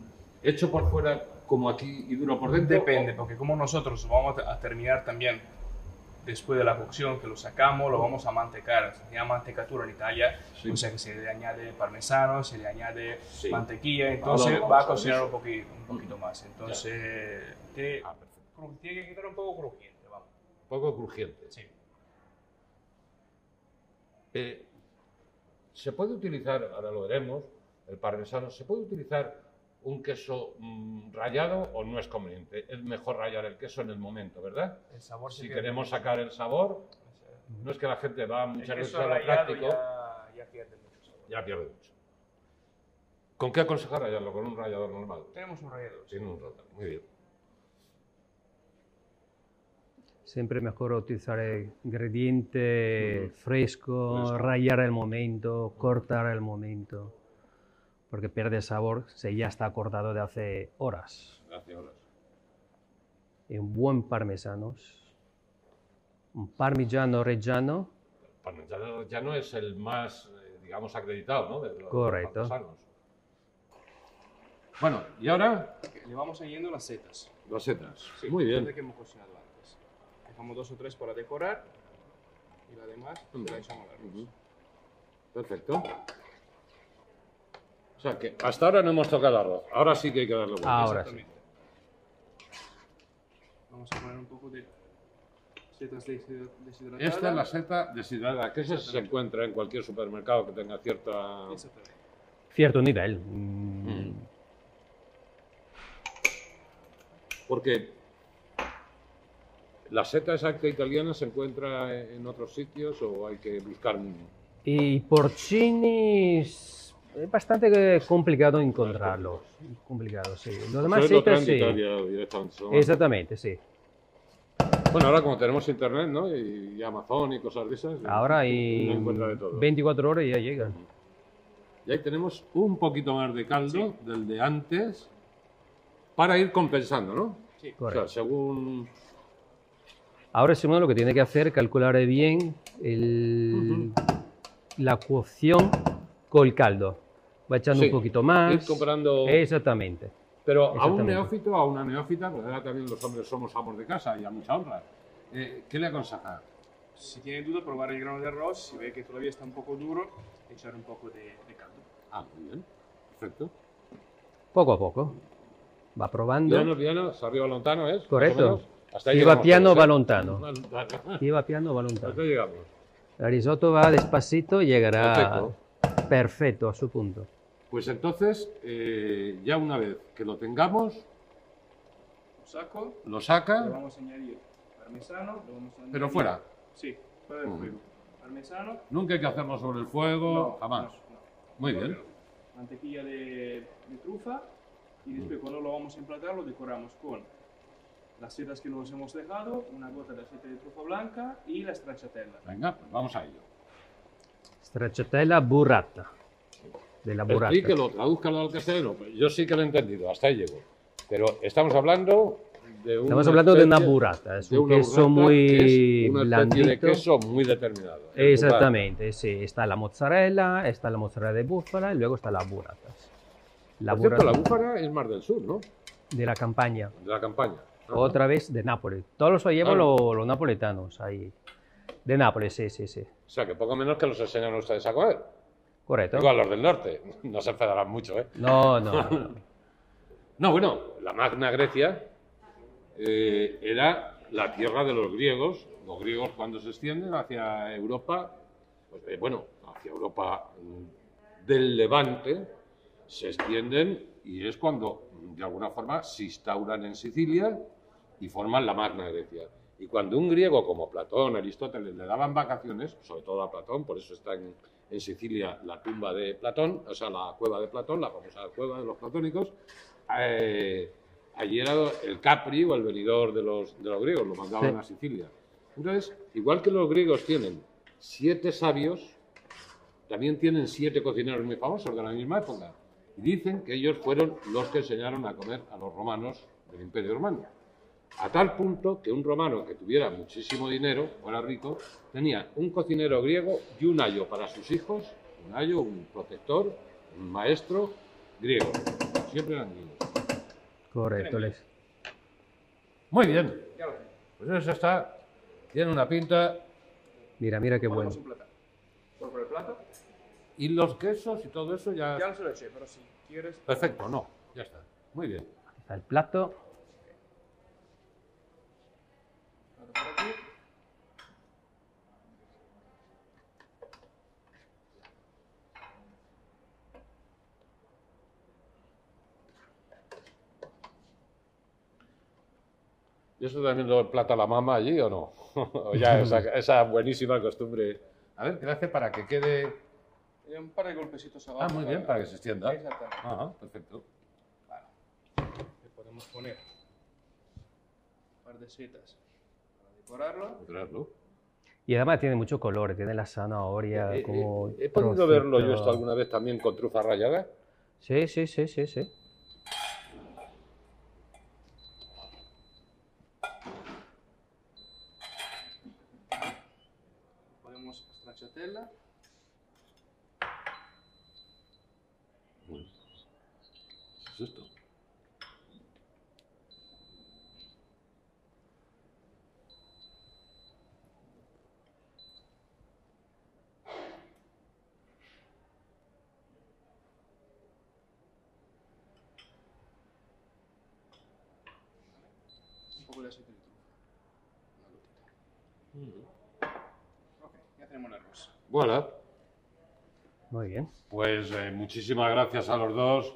Speaker 2: ¿Hecho por fuera como aquí y duro por dentro?
Speaker 9: Depende, porque como nosotros lo vamos a terminar también después de la cocción, que lo sacamos, lo vamos a mantecar. Se llama mantecatura en Italia,
Speaker 2: Sí.
Speaker 9: o sea que se le añade parmesano, se le añade
Speaker 2: Sí.
Speaker 9: mantequilla, entonces
Speaker 2: Ahora
Speaker 9: va
Speaker 2: vamos
Speaker 9: a
Speaker 2: a
Speaker 9: cocinar
Speaker 2: ver
Speaker 9: un poquito, un poquito más. Entonces, tiene,
Speaker 2: Ah, perfecto.
Speaker 9: cru- tiene que quedar un poco crujiente, vamos.
Speaker 2: Un poco crujiente.
Speaker 9: Sí.
Speaker 2: Eh, se puede utilizar, ahora lo veremos, el parmesano, ¿se puede utilizar un queso mm, rallado o no es conveniente? Es mejor rallar el queso en el momento, ¿verdad?
Speaker 9: El sabor se
Speaker 2: Si
Speaker 9: pierde.
Speaker 2: queremos sacar el sabor,
Speaker 9: El
Speaker 2: no es que la gente va muchas veces
Speaker 9: queso
Speaker 2: a lo
Speaker 9: rallado
Speaker 2: práctico.
Speaker 9: ya, ya pierde mucho sabor.
Speaker 2: ya pierde mucho. ¿Con qué aconsejar rayarlo? ¿Con un rallador normal?
Speaker 9: Tenemos un rallador.
Speaker 2: Sin un rotor, muy bien.
Speaker 8: Siempre mejor utilizar el ingrediente fresco,
Speaker 2: Fresco.
Speaker 8: rayar el momento, cortar el momento, porque pierde sabor si ya está cortado de hace horas.
Speaker 2: Gracias, horas.
Speaker 8: Y un buen parmesano, un parmigiano reggiano,
Speaker 2: Parmesano Reggiano es el más, eh, digamos, acreditado, ¿no? De los- de los
Speaker 8: Correcto.
Speaker 2: parmesanos. Bueno, y ahora
Speaker 9: Le vamos añadiendo las setas.
Speaker 2: los setas.
Speaker 9: Sí,
Speaker 2: muy
Speaker 9: las
Speaker 2: bien.
Speaker 9: que hemos cocinado antes. Dejamos dos o tres para decorar y la demás
Speaker 2: Ujú.
Speaker 9: la echamos al arroz.
Speaker 2: Ujú. Perfecto. O sea que hasta ahora no hemos tocado arroz. Ahora sí que hay que darle vuelta.
Speaker 8: Ahora sí.
Speaker 9: Exactamente. Vamos a poner un poco de setas deshidra- deshidratadas.
Speaker 2: Esta es la seta deshidratada, que esa se
Speaker 9: Exactamente.
Speaker 2: encuentra en cualquier supermercado que tenga cierta...
Speaker 9: Exactamente.
Speaker 8: cierto nivel. mm,
Speaker 2: Porque la seta exacta italiana se encuentra en otros sitios o hay que buscar un...
Speaker 8: Y porcini es es bastante eh, complicado encontrarlo. Complicado, sí. Lo demás
Speaker 2: Ustedes lo
Speaker 8: setas,
Speaker 2: traen de
Speaker 8: sí.
Speaker 2: Italia directamente, son-
Speaker 8: Exactamente, sí.
Speaker 2: Bueno, ahora como tenemos internet, ¿no? Y, y Amazon y cosas de esas.
Speaker 8: Ahora
Speaker 2: uno
Speaker 8: hay
Speaker 2: encuentra de todo.
Speaker 8: 24 horas y ya llegan.
Speaker 2: Y ahí tenemos un poquito más de caldo del de antes para ir compensando, ¿no? O
Speaker 8: Correcto.
Speaker 2: sea, según...
Speaker 8: Ahora Simón lo que tiene que hacer es calcular bien el- la cocción con el caldo. Va echando
Speaker 2: Sí,
Speaker 8: un poquito más.
Speaker 2: ir comparando-
Speaker 8: Exactamente.
Speaker 2: Pero a un
Speaker 8: Exactamente.
Speaker 2: neófito, a pues una neófita, porque ahora también los hombres somos amos de casa y a mucha honra. eh, ¿Qué le aconseja?
Speaker 9: Si tiene duda, probar el grano de arroz. Si ve que todavía está un poco duro, echar un poco de, de caldo.
Speaker 2: Ah, muy bien. Perfecto.
Speaker 8: Poco a poco. Va probando.
Speaker 2: Piano, piano, arriba lontano, ¿es?
Speaker 8: Correcto.
Speaker 2: Más o menos. Hasta
Speaker 8: Si va
Speaker 2: llegamos,
Speaker 8: piano,
Speaker 2: ¿eh?
Speaker 8: va lontano.
Speaker 2: Hasta
Speaker 8: Si va piano, va lontano.
Speaker 2: llegamos.
Speaker 8: El risotto va despacito y llegará perfecto a su punto.
Speaker 2: Pues entonces, eh, ya una vez que lo tengamos,
Speaker 9: Lo saco,
Speaker 2: lo
Speaker 9: le
Speaker 2: saca,
Speaker 9: vamos a añadir parmesano, le vamos a añadir...
Speaker 2: pero fuera. Mm.
Speaker 9: Sí, fuera del
Speaker 2: Ujú.
Speaker 9: fuego. Parmesano...
Speaker 2: Nunca hay que hacerlo sobre el fuego,
Speaker 9: no,
Speaker 2: jamás.
Speaker 9: no, no.
Speaker 2: Muy bien.
Speaker 9: Mantequilla de, de trufa y
Speaker 2: Mm.
Speaker 9: después cuando lo vamos a emplatar lo decoramos con las setas que nos hemos dejado, una gota de aceite de trufa blanca y la stracciatella.
Speaker 2: Venga, pues vamos a ello.
Speaker 8: Stracciatella burrata. De la burrata.
Speaker 2: Sí, que lo traduzca al casero. Yo sí que lo he entendido, hasta ahí llego. Pero estamos hablando de una
Speaker 8: Estamos hablando de una
Speaker 2: especie-
Speaker 8: burrata. Es
Speaker 2: de
Speaker 8: un
Speaker 2: una
Speaker 8: queso
Speaker 2: burrata que
Speaker 8: muy
Speaker 2: es una especie de
Speaker 8: blandito.
Speaker 2: queso muy determinado. el
Speaker 8: Exactamente, sí. Está la mozzarella, está la mozzarella de búfala y luego está la burrata. La
Speaker 2: Por cierto,
Speaker 8: burrata
Speaker 2: la búfala es más del sur, ¿no?
Speaker 8: de la campaña.
Speaker 2: De la campaña. ¿no?
Speaker 8: Otra vez de Nápoles. Todos los llevan
Speaker 2: Claro.
Speaker 8: los, los napolitanos ahí. De Nápoles, sí, sí, sí.
Speaker 2: O sea, que poco menos que los enseñan ustedes a comer.
Speaker 8: Correcto.
Speaker 2: Digo a los del norte. No se enfadarán mucho, ¿eh?
Speaker 8: No, no, no.
Speaker 2: No, bueno, la Magna Grecia eh, era la tierra de los griegos. Los griegos cuando se extienden hacia Europa, pues, eh, bueno, hacia Europa mm, del Levante, se extienden y es cuando, mm, de alguna forma, se instauran en Sicilia y forman la Magna Grecia. Y cuando un griego como Platón, Aristóteles, le daban vacaciones, sobre todo a Platón, por eso está en, en Sicilia la tumba de Platón, o sea, la cueva de Platón, la famosa cueva de los platónicos, eh, allí era el Capri o el venidor de los, de los griegos, lo mandaban
Speaker 8: Sí.
Speaker 2: a Sicilia. Entonces, igual que los griegos tienen siete sabios, también tienen siete cocineros muy famosos de la misma época. Y dicen que ellos fueron los que enseñaron a comer a los romanos del Imperio Romano. A tal punto que un romano que tuviera muchísimo dinero, o era rico, tenía un cocinero griego y un ayo para sus hijos, un ayo, un protector, un maestro griego. Siempre eran griegos.
Speaker 8: Correcto, les.
Speaker 2: Muy bien. Pues eso está. Tiene una pinta.
Speaker 8: Mira, mira qué bueno.
Speaker 9: Podemos emplatar. ¿Por, por el plato?
Speaker 2: Y los quesos y todo eso ya.
Speaker 9: Ya no se lo eché, pero si quieres...
Speaker 2: Perfecto, no. Ya está. Muy bien.
Speaker 8: Está el plato.
Speaker 9: plato por aquí.
Speaker 2: ¿Y eso también lo plata la mama allí o no? o ya esa, esa buenísima costumbre. A ver, ¿qué le hace para que quede.
Speaker 9: Eh, Un par de golpecitos abajo.
Speaker 2: Ah, muy bien, para que se extienda.
Speaker 9: Exactamente.
Speaker 2: Ajá, perfecto.
Speaker 9: Le podemos poner un par de setas para decorarlo.
Speaker 2: Claro.
Speaker 8: Y además tiene mucho color, tiene la zanahoria
Speaker 2: Eh, eh,
Speaker 8: como.
Speaker 2: ¿He podido verlo yo esto
Speaker 8: trocito.
Speaker 2: alguna vez también con trufa rallada?
Speaker 8: Sí, sí, sí, sí, sí.
Speaker 9: Podemos stracciatella.
Speaker 2: ¿Qué es esto?
Speaker 9: Un poco de aceite de trufa. Una gotita. Ok, ya tenemos la arroz.
Speaker 2: Voilà.
Speaker 8: Muy bien.
Speaker 2: Pues eh, muchísimas gracias a los dos.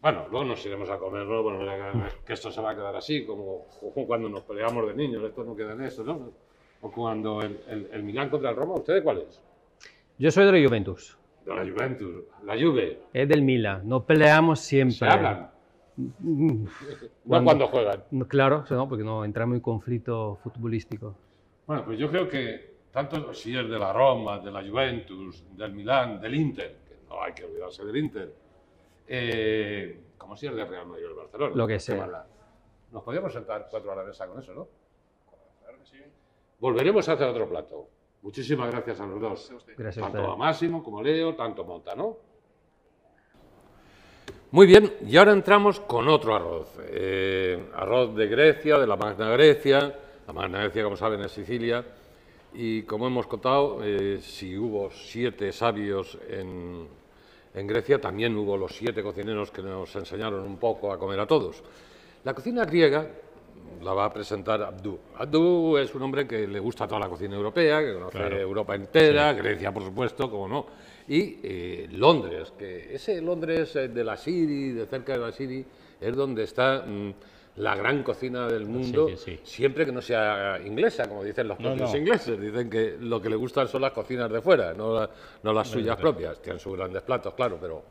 Speaker 2: Bueno, luego nos iremos a comerlo, bueno, ya que- que esto se va a quedar así, como, como cuando nos peleamos de niños, esto no queda en esto, ¿no? O cuando el, el, el Milán contra el Roma, ¿ustedes cuál es?
Speaker 8: Yo soy de la Juventus.
Speaker 2: De la Juventus, la Juve,
Speaker 8: Es del Milan. No peleamos siempre.
Speaker 2: se hablan,
Speaker 8: Mm,
Speaker 2: no cuando juegan.
Speaker 8: no, claro, no, porque no entramos en conflicto futbolístico.
Speaker 2: Bueno, pues yo creo que tanto si es de la Roma, de la Juventus, del Milán, del Inter, que no hay que olvidarse del Inter, eh, como si es de Real Madrid o el Barcelona.
Speaker 8: Lo que
Speaker 2: qué
Speaker 8: sea.
Speaker 2: mala. Nos podríamos sentar cuatro a la mesa con eso, ¿no?
Speaker 9: Claro que sí.
Speaker 2: Volveremos a hacer otro plato. Muchísimas gracias a los dos.
Speaker 9: Sea usted.
Speaker 8: Gracias a
Speaker 2: Tanto a
Speaker 8: ustedes.
Speaker 2: Máximo como a Leo, tanto a Montano. Muy bien, y ahora entramos con otro arroz. Eh, arroz de Grecia, de la Magna Grecia. La Magna Grecia, como saben, es Sicilia. Y como hemos contado, eh, si hubo siete sabios en, en Grecia, también hubo los siete cocineros que nos enseñaron un poco a comer a todos. La cocina griega la va a presentar Abdú. Abdú es un hombre que le gusta toda la cocina europea, que conoce Europa entera, Grecia, por supuesto, como no, y eh, Londres, que ese Londres eh, de la City, de cerca de la City, es donde está mm, la gran cocina del mundo,
Speaker 12: sí, sí.
Speaker 2: siempre que no sea inglesa, como dicen los propios
Speaker 12: no.
Speaker 2: ingleses. Dicen que lo que le gustan son las cocinas de fuera, no, la- no las suyas propias. Tienen sus grandes platos, claro, pero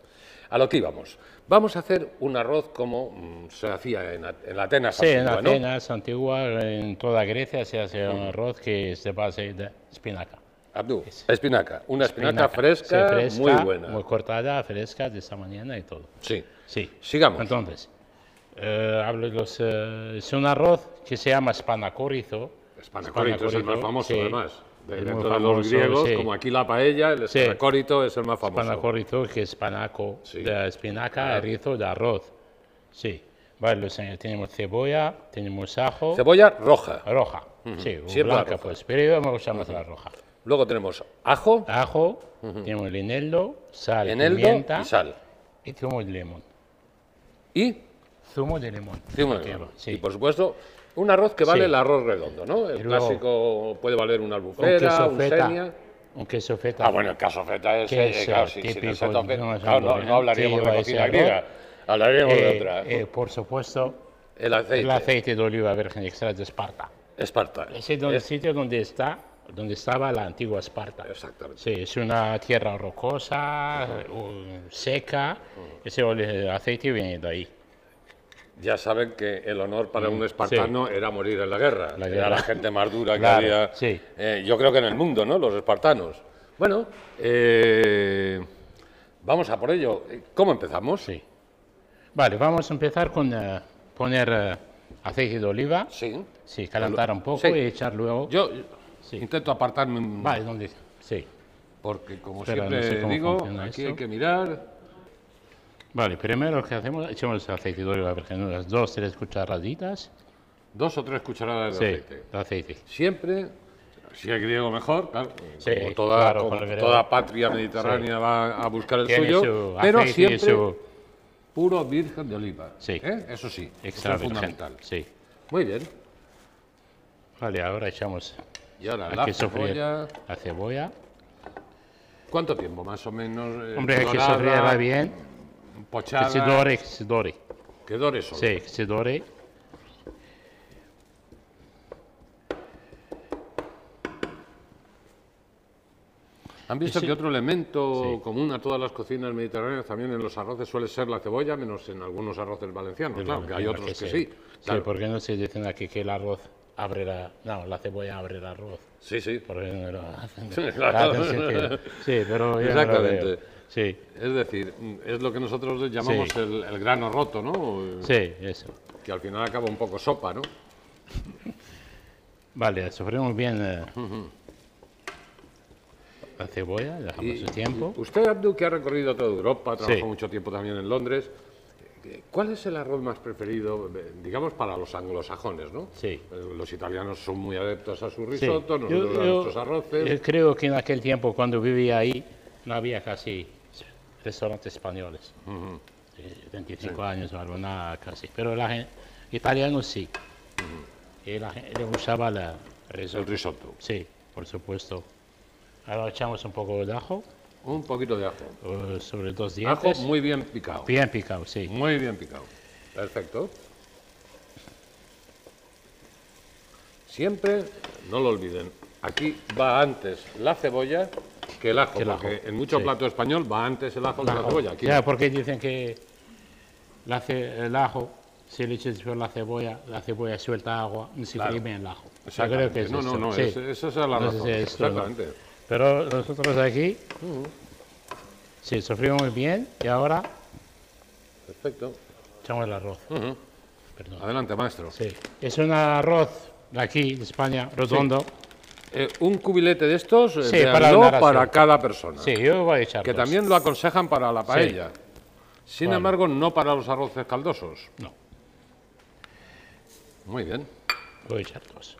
Speaker 2: a lo que íbamos. Vamos a hacer un arroz como mm, se hacía en, A- en Atenas.
Speaker 12: Sí, en
Speaker 2: antigua, ¿no?
Speaker 12: Atenas antigua, en toda Grecia se hace
Speaker 2: Mm.
Speaker 12: un arroz que se base de espinaca.
Speaker 2: Abdú, espinaca. Una espinaca,
Speaker 12: Espinaca,
Speaker 2: fresca,
Speaker 12: sí,
Speaker 2: muy buena.
Speaker 12: Muy cortada, fresca de esta mañana y todo.
Speaker 2: Sí.
Speaker 12: Sí.
Speaker 2: Sigamos.
Speaker 12: Entonces, eh, hablo de los, eh, es un arroz que se llama spanakorizo.
Speaker 2: Espanacórito es el más famoso,
Speaker 12: sí.
Speaker 2: además. De,
Speaker 12: Es
Speaker 2: de
Speaker 12: muy
Speaker 2: todos los
Speaker 12: famoso,
Speaker 2: griegos,
Speaker 12: sí.
Speaker 2: como aquí la paella, el
Speaker 12: Sí.
Speaker 2: espanacórito es el más famoso.
Speaker 12: Espanacorito, que es panaco,
Speaker 2: Sí.
Speaker 12: de espinaca, rizo de arroz. Sí. Vale, los, eh, tenemos cebolla, tenemos ajo.
Speaker 2: Cebolla roja.
Speaker 12: roja. Sí, o
Speaker 2: siempre la
Speaker 12: blanca,
Speaker 2: roja.
Speaker 12: pues. Pero yo me gusta más la roja.
Speaker 2: Luego tenemos ajo,
Speaker 12: Ajo, tenemos el eneldo, sal,
Speaker 2: eneldo
Speaker 12: pimienta
Speaker 2: y sal.
Speaker 12: y zumo de limón.
Speaker 2: Y
Speaker 12: Zumo de limón.
Speaker 2: zumo de
Speaker 12: Aquí,
Speaker 2: limón.
Speaker 12: Sí.
Speaker 2: Y por supuesto, un arroz que vale
Speaker 12: Sí.
Speaker 2: el arroz redondo, ¿no? El
Speaker 12: Y luego-
Speaker 2: clásico puede valer una
Speaker 12: un
Speaker 2: albufera,
Speaker 12: queso
Speaker 2: un
Speaker 12: feta.
Speaker 2: senia.
Speaker 12: Un queso feta.
Speaker 2: Ah, bueno, el caso feta es
Speaker 12: Queso
Speaker 2: eh, claro, si- si no se
Speaker 12: típico,
Speaker 2: toque-
Speaker 12: no es
Speaker 2: claro, no,
Speaker 12: hamburguesa.
Speaker 2: no hablaríamos
Speaker 12: Sí,
Speaker 2: de
Speaker 12: va a
Speaker 2: cocina
Speaker 12: ser
Speaker 2: griega, hablaríamos de
Speaker 12: Eh,
Speaker 2: otra.
Speaker 12: eh, por supuesto,
Speaker 2: el aceite,
Speaker 12: el aceite de oliva virgen extra de Esparta.
Speaker 2: Esparta.
Speaker 12: Es el don- sitio donde está, donde estaba la antigua Esparta.
Speaker 2: Exactamente.
Speaker 12: Sí, es una tierra rocosa, eh, seca. Ese oli- aceite viene de ahí.
Speaker 2: Ya saben que el honor para un espartano era morir en la guerra.
Speaker 12: Mm, La
Speaker 2: Era
Speaker 12: guerra.
Speaker 2: la gente más dura que
Speaker 12: Claro,
Speaker 2: había.
Speaker 12: sí.
Speaker 2: eh, yo creo que en el mundo, ¿no? Los espartanos. Bueno, eh, vamos a por ello. ¿Cómo empezamos?
Speaker 12: Sí. Vale, vamos a empezar con eh, poner eh, aceite de oliva.
Speaker 2: Sí.
Speaker 12: Sí, calentar un poco
Speaker 2: Sí.
Speaker 12: y echar luego.
Speaker 2: Yo
Speaker 12: Sí.
Speaker 2: intento apartarme un-
Speaker 12: Vale, ¿dónde? Sí.
Speaker 2: porque como
Speaker 12: Espera, no
Speaker 2: siempre
Speaker 12: sé cómo
Speaker 2: digo,
Speaker 12: funciona
Speaker 2: aquí
Speaker 12: esto.
Speaker 2: hay que mirar.
Speaker 12: Vale, primero lo que hacemos, echamos aceite de oliva virgen, unas dos, tres cucharaditas.
Speaker 2: Dos o tres cucharadas
Speaker 12: Sí,
Speaker 2: de aceite.
Speaker 12: de aceite.
Speaker 2: Siempre, si es griego mejor, claro,
Speaker 12: Sí,
Speaker 2: como toda,
Speaker 12: claro,
Speaker 2: como
Speaker 12: para el griego.
Speaker 2: toda patria mediterránea va a buscar el
Speaker 12: Tiene
Speaker 2: suyo,
Speaker 12: su
Speaker 2: pero
Speaker 12: aceite y
Speaker 2: siempre
Speaker 12: su-
Speaker 2: puro virgen de oliva.
Speaker 12: Sí.
Speaker 2: ¿eh? Eso sí, eso
Speaker 12: extra
Speaker 2: es
Speaker 12: virgen.
Speaker 2: fundamental.
Speaker 12: Sí.
Speaker 2: Muy bien.
Speaker 12: Vale, ahora echamos
Speaker 2: Y ahora
Speaker 12: hay
Speaker 2: la
Speaker 12: que sofreír
Speaker 2: cebolla.
Speaker 12: la cebolla.
Speaker 2: ¿Cuánto tiempo más o menos? eh,
Speaker 12: Hombre, hay que
Speaker 2: dorada,
Speaker 12: sofreírla bien. Que
Speaker 2: Pochada.
Speaker 12: se dore, que se dore.
Speaker 2: Que dore solo.
Speaker 12: Sí, que se dore.
Speaker 2: ¿Han visto
Speaker 12: Ese-
Speaker 2: que otro elemento
Speaker 12: Sí.
Speaker 2: común a todas las cocinas mediterráneas también en los arroces suele ser la cebolla, menos en algunos arroces valencianos,
Speaker 12: Del
Speaker 2: claro, que hay
Speaker 12: valenciano,
Speaker 2: otros que
Speaker 12: se-
Speaker 2: sí. claro.
Speaker 12: Sí, porque no se dicen aquí que el arroz abre la... No, la cebolla abre el arroz.
Speaker 2: sí, sí.
Speaker 12: Porque no lo hacen.
Speaker 2: Sí,
Speaker 12: hacen
Speaker 2: claro.
Speaker 12: sentido. sí, pero yo no lo
Speaker 2: Exactamente.
Speaker 12: veo. Sí,
Speaker 2: Es decir, es lo que nosotros llamamos
Speaker 12: Sí.
Speaker 2: el, el grano roto, ¿no?
Speaker 12: sí, eso.
Speaker 2: Que al final acaba un poco sopa, ¿no?
Speaker 12: Vale, sofreímos bien eh, la cebolla, dejamos su tiempo.
Speaker 2: Usted, Abdu, que ha recorrido toda Europa, trabajó
Speaker 12: Sí.
Speaker 2: mucho tiempo también en Londres, eh, ¿cuál es el arroz más preferido, eh, digamos, para los anglosajones, ¿no?
Speaker 12: Sí.
Speaker 2: Eh, Los italianos son muy adeptos a su
Speaker 12: Sí.
Speaker 2: risotto,
Speaker 12: Yo-
Speaker 2: nosotros a
Speaker 12: yo-
Speaker 2: nuestros arroces.
Speaker 12: yo creo que en aquel tiempo, cuando vivía ahí, no había casi restaurantes españoles. Eh, 25 años o algo, nada casi. Pero la gente, italianos sí. Y la gente le gustaba la
Speaker 2: El
Speaker 12: risotto.
Speaker 2: risotto.
Speaker 12: Sí, por supuesto. Ahora echamos un poco de ajo,
Speaker 2: Un poquito de ajo.
Speaker 12: eh, sobre dos
Speaker 2: Ajo
Speaker 12: dientes.
Speaker 2: muy bien picado.
Speaker 12: Bien picado, sí.
Speaker 2: Muy bien picado. Perfecto. Siempre, no lo olviden, aquí va antes la cebolla que el ajo,
Speaker 12: Que el ajo,
Speaker 2: porque en muchos
Speaker 12: sí.
Speaker 2: platos español va antes el ajo que la
Speaker 12: Ajo.
Speaker 2: cebolla. Aquí
Speaker 12: Ya, porque dicen que la ce- el ajo, si le echas sobre la cebolla, la cebolla suelta agua, ni se
Speaker 2: Claro.
Speaker 12: claro. el ajo. Yo
Speaker 2: Exactamente.
Speaker 12: creo que es
Speaker 2: No, no,
Speaker 12: esto,
Speaker 2: no,
Speaker 12: sí.
Speaker 2: es- esa es la
Speaker 12: No sé
Speaker 2: razón,
Speaker 12: si es esto o no.
Speaker 2: exactamente.
Speaker 12: Pero nosotros aquí, sí, sofrimos bien y ahora
Speaker 2: Perfecto.
Speaker 12: echamos el arroz.
Speaker 2: Ujú.
Speaker 12: Perdón.
Speaker 2: Adelante, maestro.
Speaker 12: Sí. Es un arroz de aquí, de España, redondo.
Speaker 2: Eh, un cubilete de estos eh,
Speaker 12: Sí,
Speaker 2: de
Speaker 12: para
Speaker 2: arroz
Speaker 12: una ración.
Speaker 2: para cada persona.
Speaker 12: Sí, yo voy a echar
Speaker 2: Que
Speaker 12: dos.
Speaker 2: también lo aconsejan para la paella. Sin
Speaker 12: Vale.
Speaker 2: embargo, no para los arroces caldosos.
Speaker 12: No,
Speaker 2: Muy bien.
Speaker 12: voy a echar dos.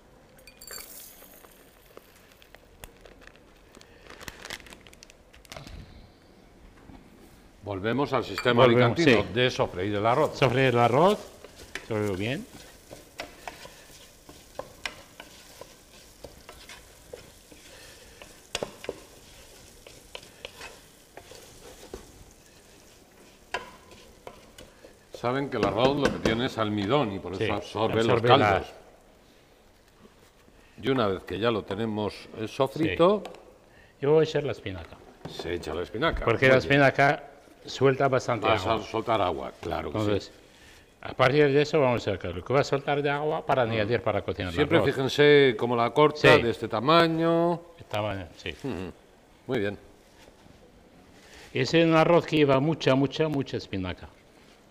Speaker 2: Volvemos al sistema
Speaker 12: Volvemos,
Speaker 2: alicantino
Speaker 12: sí.
Speaker 2: de sofreír el arroz.
Speaker 12: Sobre el arroz, sobre bien.
Speaker 2: Saben que el arroz lo que tiene es almidón y por eso
Speaker 12: Sí,
Speaker 2: absorbe,
Speaker 12: absorbe
Speaker 2: los
Speaker 12: la-
Speaker 2: caldos. Y una vez que ya lo tenemos eh, sofrito,
Speaker 12: Yo voy a echar la espinaca.
Speaker 2: se echa la espinaca.
Speaker 12: Porque
Speaker 2: Ah, Muy
Speaker 12: la
Speaker 2: bien.
Speaker 12: espinaca suelta bastante
Speaker 2: Vas a
Speaker 12: agua.
Speaker 2: soltar agua, claro. que Pues sí.
Speaker 12: Entonces, a partir de eso vamos a hacer lo que va a soltar de agua para añadir para cocinar el
Speaker 2: Ah. Siempre
Speaker 12: arroz.
Speaker 2: fíjense como la corta
Speaker 12: Sí.
Speaker 2: de este tamaño.
Speaker 12: Estaba- sí.
Speaker 2: Hmm. Muy bien.
Speaker 12: Ese es un arroz que lleva mucha, mucha, mucha espinaca.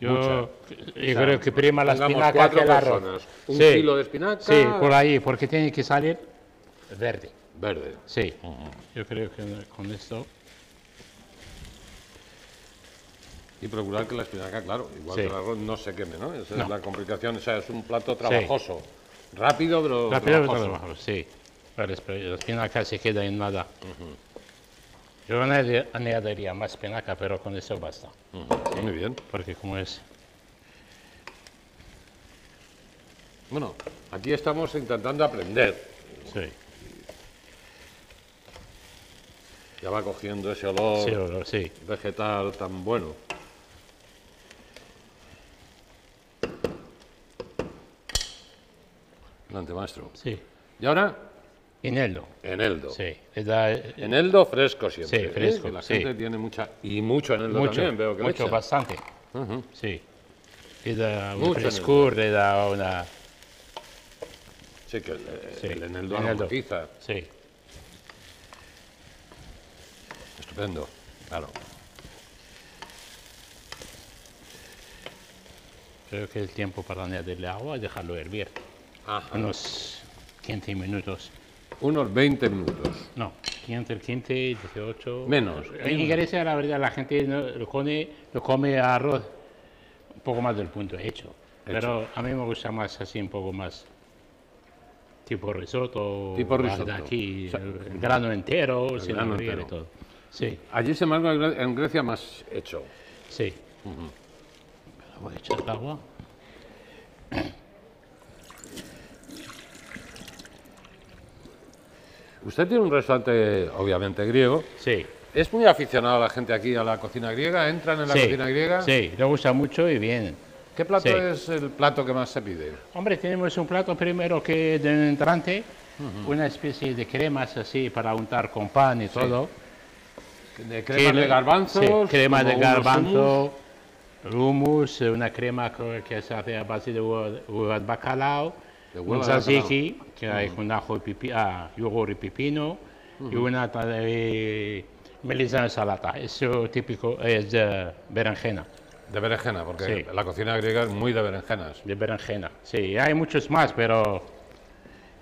Speaker 12: Yo, yo creo que prima la
Speaker 2: pongamos
Speaker 12: espinaca
Speaker 2: cuatro
Speaker 12: que el arroz.
Speaker 2: personas. Un kilo de espinaca.
Speaker 12: Sí, por ahí, porque tiene que salir verde.
Speaker 2: Verde.
Speaker 12: Sí,
Speaker 2: Hmm.
Speaker 12: yo creo que con esto.
Speaker 2: Y procurar que la espinaca, claro, igual
Speaker 12: Sí.
Speaker 2: que el arroz, no se queme, ¿no? Esa
Speaker 12: No.
Speaker 2: es la complicación. O sea, es un plato trabajoso. Rápido, pero
Speaker 12: La piedra
Speaker 2: trabajoso.
Speaker 12: trabajo, sí. Pero esp- la espinaca se queda en nada. Yo añadi- añadiría más espinaca, pero con eso basta.
Speaker 2: Ujú, Muy bien.
Speaker 12: Porque como es...
Speaker 2: Bueno, aquí estamos intentando aprender.
Speaker 12: Sí,
Speaker 2: Ya va cogiendo ese olor
Speaker 12: sí, olor, sí.
Speaker 2: vegetal tan bueno. Adelante, maestro.
Speaker 12: sí.
Speaker 2: Y ahora,
Speaker 12: Eneldo.
Speaker 2: eneldo.
Speaker 12: Sí, le da eh,
Speaker 2: Eneldo fresco siempre.
Speaker 12: Sí,
Speaker 2: ¿eh?
Speaker 12: fresco,
Speaker 2: Que La
Speaker 12: sí.
Speaker 2: gente tiene mucha. Y mucho eneldo
Speaker 12: mucho,
Speaker 2: también, veo que le
Speaker 12: mucho,
Speaker 2: echan.
Speaker 12: bastante.
Speaker 2: Ujú.
Speaker 12: Sí. Le da un
Speaker 2: Mucho
Speaker 12: frescor, le da una...
Speaker 2: Sí, que el,
Speaker 12: Sí,
Speaker 2: el eneldo
Speaker 12: eneldo.
Speaker 2: aromatiza.
Speaker 12: Sí.
Speaker 2: Estupendo, claro.
Speaker 12: Creo que el tiempo para añadirle agua y dejarlo hervir. Unos 15 minutos.
Speaker 2: Unos 20 minutos.
Speaker 12: No, 15, 15, 18.
Speaker 2: Menos,
Speaker 12: En Grecia, la verdad, la gente no- lo, come, lo come arroz un poco más del punto hecho. Pero a mí me gusta más así, un poco más. Tipo risotto.
Speaker 2: Tipo
Speaker 12: la
Speaker 2: risotto.
Speaker 12: verdad, Aquí,
Speaker 2: O sea,
Speaker 12: el grano entero, sin
Speaker 2: grano
Speaker 12: abrir y
Speaker 2: entero.
Speaker 12: todo. Sí,
Speaker 2: Allí, sin embargo, en Gre- en Grecia más hecho.
Speaker 12: sí. Voy a echar el agua.
Speaker 2: Usted tiene un restaurante, obviamente, griego.
Speaker 12: Sí.
Speaker 2: Es muy aficionado la gente aquí a la cocina griega. ¿Entran en la
Speaker 12: sí,
Speaker 2: cocina griega?
Speaker 12: Sí, le gusta mucho y bien.
Speaker 2: ¿Qué plato
Speaker 12: Sí.
Speaker 2: es el plato que más se pide?
Speaker 12: Hombre, tenemos un plato primero que de un entrante, una especie de cremas así para untar con pan y todo.
Speaker 2: De crema de
Speaker 12: Crema-
Speaker 2: garbanzos.
Speaker 12: sí, crema
Speaker 2: como
Speaker 12: de
Speaker 2: unos hummus.
Speaker 12: garbanzo, hummus, eh, una crema que que se hace a base de huevo- huevas bacalao,
Speaker 2: De huevo
Speaker 12: un
Speaker 2: de bacalao.
Speaker 12: tzatziki, que hay con ajo y pipi, ah, yogur y pepino, y una ta- de melisa ensalada. Eso típico es de berenjena.
Speaker 2: De berenjena, porque
Speaker 12: Sí.
Speaker 2: la cocina griega es muy de berenjenas.
Speaker 12: De berenjena, sí. Hay muchos más, pero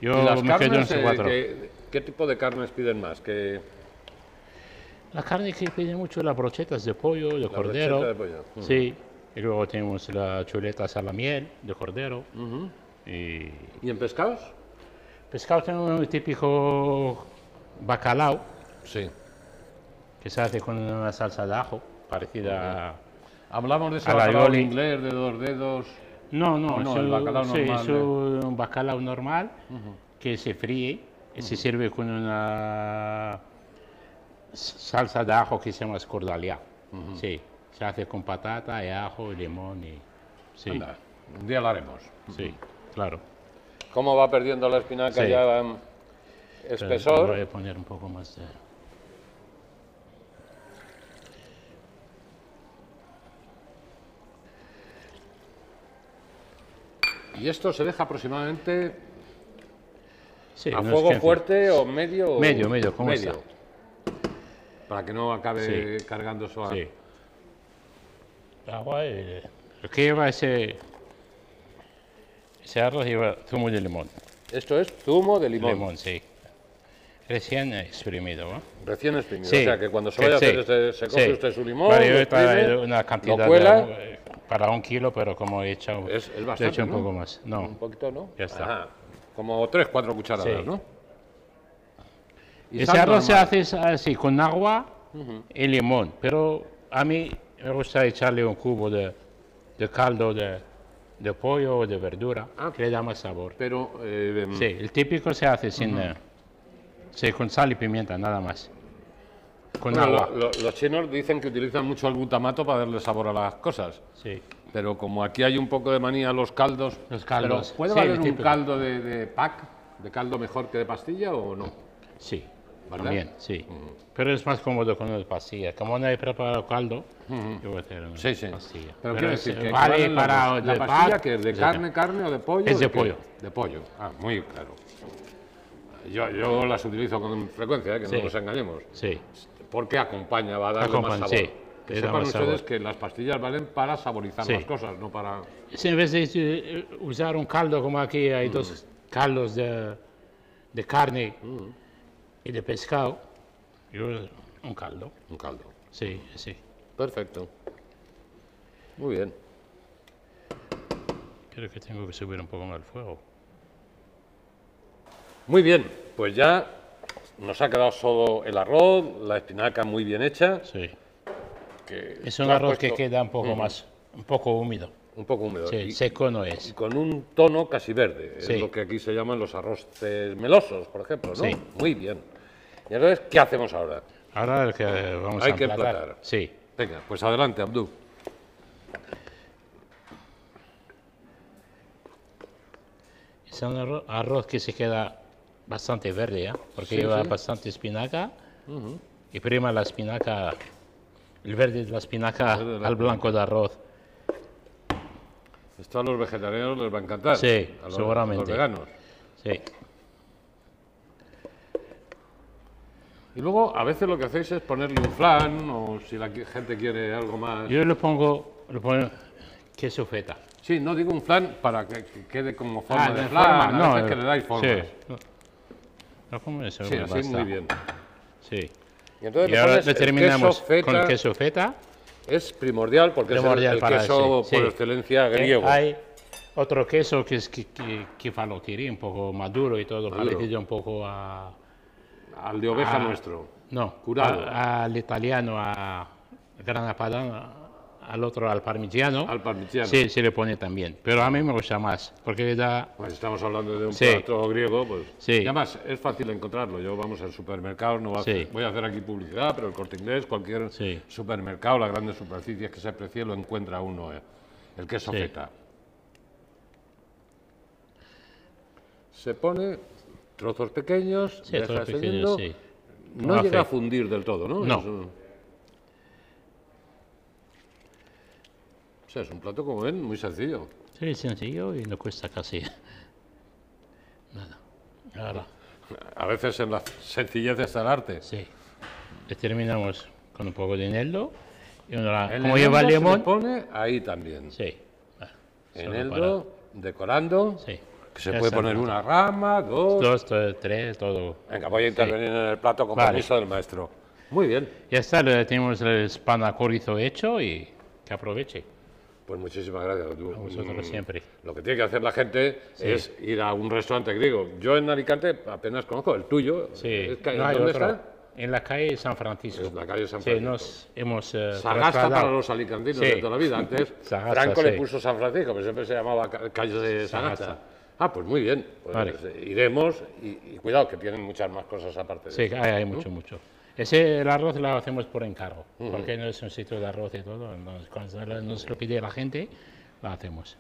Speaker 12: yo
Speaker 2: ¿Y las
Speaker 12: me quedo en
Speaker 2: carnes?
Speaker 12: esos
Speaker 2: eh,
Speaker 12: cuatro.
Speaker 2: ¿qué, qué tipo de carnes piden más? ¿Qué,
Speaker 12: La carne que piden mucho, las brochetas de pollo, de cordero.
Speaker 2: brocheta de pollo, ujú.
Speaker 12: Sí. Y luego tenemos las chuletas a la miel, de cordero. Y
Speaker 2: ¿Y en pescados?
Speaker 12: pescado tenemos un típico bacalao,
Speaker 2: Sí.
Speaker 12: que se hace con una salsa de ajo, parecida a...
Speaker 2: Hablamos de ese
Speaker 12: A la
Speaker 2: bacalao
Speaker 12: Yoli.
Speaker 2: inglés de dos dedos.
Speaker 12: No, no,
Speaker 2: No,
Speaker 12: es
Speaker 2: el
Speaker 12: un-
Speaker 2: bacalao
Speaker 12: sí,
Speaker 2: normal, eh.
Speaker 12: es un bacalao normal que se fríe y se sirve con una s- salsa de ajo que se llama escordalia. Sí, se hace con patata, y ajo, y limón y... Sí,
Speaker 2: Anda, un día lo haremos.
Speaker 12: sí, claro.
Speaker 2: ¿Cómo va perdiendo la espinaca
Speaker 12: Sí.
Speaker 2: ya mm,
Speaker 12: Pero
Speaker 2: espesor?
Speaker 12: Voy a poner un poco más de...
Speaker 2: Y esto se deja aproximadamente
Speaker 12: Sí,
Speaker 2: a
Speaker 12: unos
Speaker 2: fuego
Speaker 12: 15.
Speaker 2: fuerte o medio. o-
Speaker 12: Medio, medio, ¿cómo
Speaker 2: Para que no acabe
Speaker 12: Sí.
Speaker 2: cargando su
Speaker 12: Sí. Agua y... Lo que lleva ese... Ese arroz lleva zumo de limón.
Speaker 2: Esto es zumo de limón,
Speaker 12: Limón, sí. Recién eh, exprimido, ¿no?
Speaker 2: recién exprimido.
Speaker 12: Sí,
Speaker 2: O sea que cuando se
Speaker 12: que
Speaker 2: vaya
Speaker 12: sí,
Speaker 2: a hacer, se, se coge
Speaker 12: sí.
Speaker 2: usted su limón,
Speaker 12: Vale,
Speaker 2: lo
Speaker 12: yo he traído
Speaker 2: exprime,
Speaker 12: una cantidad de- eh,
Speaker 2: lo cuela,
Speaker 12: para un kilo, pero como he hecho,
Speaker 2: Es- es
Speaker 12: le he
Speaker 2: bastante,
Speaker 12: hecho un
Speaker 2: ¿no?
Speaker 12: poco más. No,
Speaker 2: un poquito, ¿no?
Speaker 12: Ya está.
Speaker 2: Ajá. Como tres, cuatro cucharadas,
Speaker 12: Sí.
Speaker 2: ¿no? Y
Speaker 12: Ese
Speaker 2: sal
Speaker 12: arroz se
Speaker 2: normal.
Speaker 12: hace así, con agua y limón, pero a mí me gusta echarle un cubo de, de caldo de, de pollo o de verdura,
Speaker 2: Ah.
Speaker 12: que le da más sabor.
Speaker 2: Pero, eh, em,
Speaker 12: Sí, el típico se hace sin, eh, sí, con sal y pimienta, nada más. Con
Speaker 2: bueno,
Speaker 12: agua.
Speaker 2: lo- lo- los chinos dicen que utilizan mucho el glutamato para darle sabor a las cosas.
Speaker 12: Sí.
Speaker 2: Pero como aquí hay un poco de manía a los caldos,
Speaker 12: Los caldos,
Speaker 2: pero ¿puede
Speaker 12: sí,
Speaker 2: valer un
Speaker 12: típico.
Speaker 2: caldo de, de pack, de caldo mejor que de pastilla o no?
Speaker 12: Sí,
Speaker 2: ¿Verdad?
Speaker 12: también, sí. Pero es más cómodo con una pastilla. Como no he preparado caldo, yo voy a hacer una
Speaker 2: Sí, sí.
Speaker 12: pastilla.
Speaker 2: Pero, quiero
Speaker 12: es- eh,
Speaker 2: decir que
Speaker 12: vale
Speaker 2: equivalen
Speaker 12: para
Speaker 2: los dos. la,
Speaker 12: de
Speaker 2: pastilla
Speaker 12: par-
Speaker 2: que es de
Speaker 12: sí,
Speaker 2: carne, carne o de pollo.
Speaker 12: Es de
Speaker 2: qué?
Speaker 12: pollo.
Speaker 2: De pollo. Ah, muy claro. Yo, yo las utilizo con frecuencia, ¿eh? que no
Speaker 12: Sí.
Speaker 2: nos engañemos.
Speaker 12: Sí,
Speaker 2: Porque acompaña, va a darle
Speaker 12: Acompaña,
Speaker 2: más sabor.
Speaker 12: sí,
Speaker 2: Que
Speaker 12: le da
Speaker 2: sepan
Speaker 12: más
Speaker 2: ustedes
Speaker 12: sabor.
Speaker 2: que las pastillas valen para saborizar
Speaker 12: Sí.
Speaker 2: las cosas, no para...
Speaker 12: Sí, en vez de eh, usar un caldo como aquí, hay
Speaker 2: Mm.
Speaker 12: dos caldos de, de carne
Speaker 2: Mm.
Speaker 12: y de pescado, yo un caldo.
Speaker 2: Un caldo.
Speaker 12: Sí, sí.
Speaker 2: Perfecto. Muy bien.
Speaker 12: Creo que tengo que subir un poco más el fuego.
Speaker 2: Muy bien, pues ya nos ha quedado solo el arroz, la espinaca muy bien hecha.
Speaker 12: Sí.
Speaker 2: que
Speaker 12: Es
Speaker 2: tú
Speaker 12: un
Speaker 2: has
Speaker 12: arroz que
Speaker 2: puesto
Speaker 12: queda un poco más, un poco húmedo.
Speaker 2: Un poco húmedo.
Speaker 12: Sí,
Speaker 2: y-
Speaker 12: seco no
Speaker 2: y
Speaker 12: es.
Speaker 2: con un tono casi verde.
Speaker 12: Sí.
Speaker 2: Es lo que aquí se llaman los arroces melosos, por ejemplo, ¿no?
Speaker 12: Sí.
Speaker 2: Muy bien. Y entonces, ¿qué hacemos ahora?
Speaker 12: Ahora el que vamos
Speaker 2: Hay
Speaker 12: a
Speaker 2: que
Speaker 12: emplatar.
Speaker 2: emplatar.
Speaker 12: Sí.
Speaker 2: Venga, pues adelante, Abdú.
Speaker 12: Es un arro- arroz que se queda bastante verde, ¿eh? porque
Speaker 2: Sí,
Speaker 12: lleva
Speaker 2: sí.
Speaker 12: bastante espinaca y prima la espinaca, el verde de la espinaca
Speaker 2: verde de la
Speaker 12: al blanco de arroz.
Speaker 2: Esto a los vegetarianos les va a encantar.
Speaker 12: Sí,
Speaker 2: a los,
Speaker 12: seguramente.
Speaker 2: a los veganos.
Speaker 12: Sí,
Speaker 2: Y luego, a veces lo que hacéis es ponerle un flan o si la qui- gente quiere algo más.
Speaker 12: yo le pongo, le pongo queso feta.
Speaker 2: Sí, no digo un flan para que, que quede como forma
Speaker 12: Ah,
Speaker 2: de
Speaker 12: de
Speaker 2: flan.
Speaker 12: forma,
Speaker 2: a
Speaker 12: no,
Speaker 2: veces que le dais forma.
Speaker 12: Sí. No, no como eso,
Speaker 2: Sí, así
Speaker 12: basta.
Speaker 2: muy bien.
Speaker 12: Sí.
Speaker 2: Y entonces
Speaker 12: Y
Speaker 2: le
Speaker 12: ahora
Speaker 2: pones
Speaker 12: le
Speaker 2: el
Speaker 12: terminamos
Speaker 2: queso feta,
Speaker 12: con queso feta.
Speaker 2: Es primordial porque
Speaker 12: Primordial
Speaker 2: es el- el,
Speaker 12: para-
Speaker 2: queso
Speaker 12: sí,
Speaker 2: por
Speaker 12: sí.
Speaker 2: excelencia
Speaker 12: Eh,
Speaker 2: griego.
Speaker 12: Hay otro queso que es que, que, que faloquirí, un poco maduro y todo,
Speaker 2: Maduro.
Speaker 12: parecido un poco a...
Speaker 2: Al de oveja
Speaker 12: Ah.
Speaker 2: nuestro.
Speaker 12: No,
Speaker 2: Curado.
Speaker 12: a- al italiano, a grana padano, al otro, al parmigiano.
Speaker 2: Al parmigiano.
Speaker 12: Sí, se le pone también. Pero a mí me gusta más, porque le da...
Speaker 2: Pues estamos hablando de un
Speaker 12: Sí.
Speaker 2: plato griego, pues.
Speaker 12: Sí.
Speaker 2: Y además, es fácil encontrarlo. Yo vamos al supermercado, no va-
Speaker 12: Sí.
Speaker 2: voy a hacer aquí publicidad, pero el corte inglés, cualquier
Speaker 12: Sí.
Speaker 2: supermercado, las grandes superficies que se precie, lo encuentra uno. eh, El queso
Speaker 12: Sí.
Speaker 2: feta. Se pone trozos pequeños,
Speaker 12: Sí,
Speaker 2: deja
Speaker 12: trozos pequeños,
Speaker 2: saliendo.
Speaker 12: sí.
Speaker 2: No
Speaker 12: Hace.
Speaker 2: llega a fundir del todo, ¿no?
Speaker 12: No.
Speaker 2: Es un- O sea, es un plato, como ven, muy sencillo.
Speaker 12: Sí, es sencillo y no cuesta casi nada. Ahora,
Speaker 2: A veces en la sencillez está el arte.
Speaker 12: sí. Le terminamos con un poco de eneldo. Y una,
Speaker 2: El
Speaker 12: como
Speaker 2: eneldo
Speaker 12: lleva
Speaker 2: se le
Speaker 12: limón...
Speaker 2: pone ahí también.
Speaker 12: Sí. Ah, solo
Speaker 2: Eneldo, decorando.
Speaker 12: para- Sí.
Speaker 2: Que se
Speaker 12: Ya
Speaker 2: puede
Speaker 12: está.
Speaker 2: poner una rama, dos.
Speaker 12: Dos, to- tres, todo.
Speaker 2: Venga, voy a intervenir en el plato con permiso del maestro. Muy bien.
Speaker 12: Ya está, le tenemos el spanacorizo hecho y que aproveche.
Speaker 2: Pues muchísimas gracias. Tú.
Speaker 12: A vosotros siempre.
Speaker 2: Lo que tiene que hacer la gente es ir a un restaurante griego. Yo en Alicante apenas conozco el tuyo.
Speaker 12: Sí,
Speaker 2: Es que-
Speaker 12: no hay
Speaker 2: ¿Dónde
Speaker 12: otro.
Speaker 2: está?
Speaker 12: En la calle San Francisco.
Speaker 2: En la calle San
Speaker 12: Sí,
Speaker 2: Francisco.
Speaker 12: nos hemos. eh,
Speaker 2: Sagasta
Speaker 12: trasladado.
Speaker 2: para los alicantinos
Speaker 12: Sí.
Speaker 2: de toda la vida. Antes
Speaker 12: Sagasta,
Speaker 2: Franco le
Speaker 12: sí.
Speaker 2: puso San Francisco, pero siempre se llamaba ca- calle Sagasta.
Speaker 12: Sagasta.
Speaker 2: Ah, pues muy bien. Pues
Speaker 12: Vale.
Speaker 2: eh, Iremos y, y cuidado, que tienen muchas más cosas aparte.
Speaker 12: Sí, ah,
Speaker 2: de eso.
Speaker 12: hay, hay mucho, mucho. Ese el arroz lo hacemos por encargo, porque no es un sitio de arroz y todo. nos- cuando nos lo pide la gente, lo hacemos.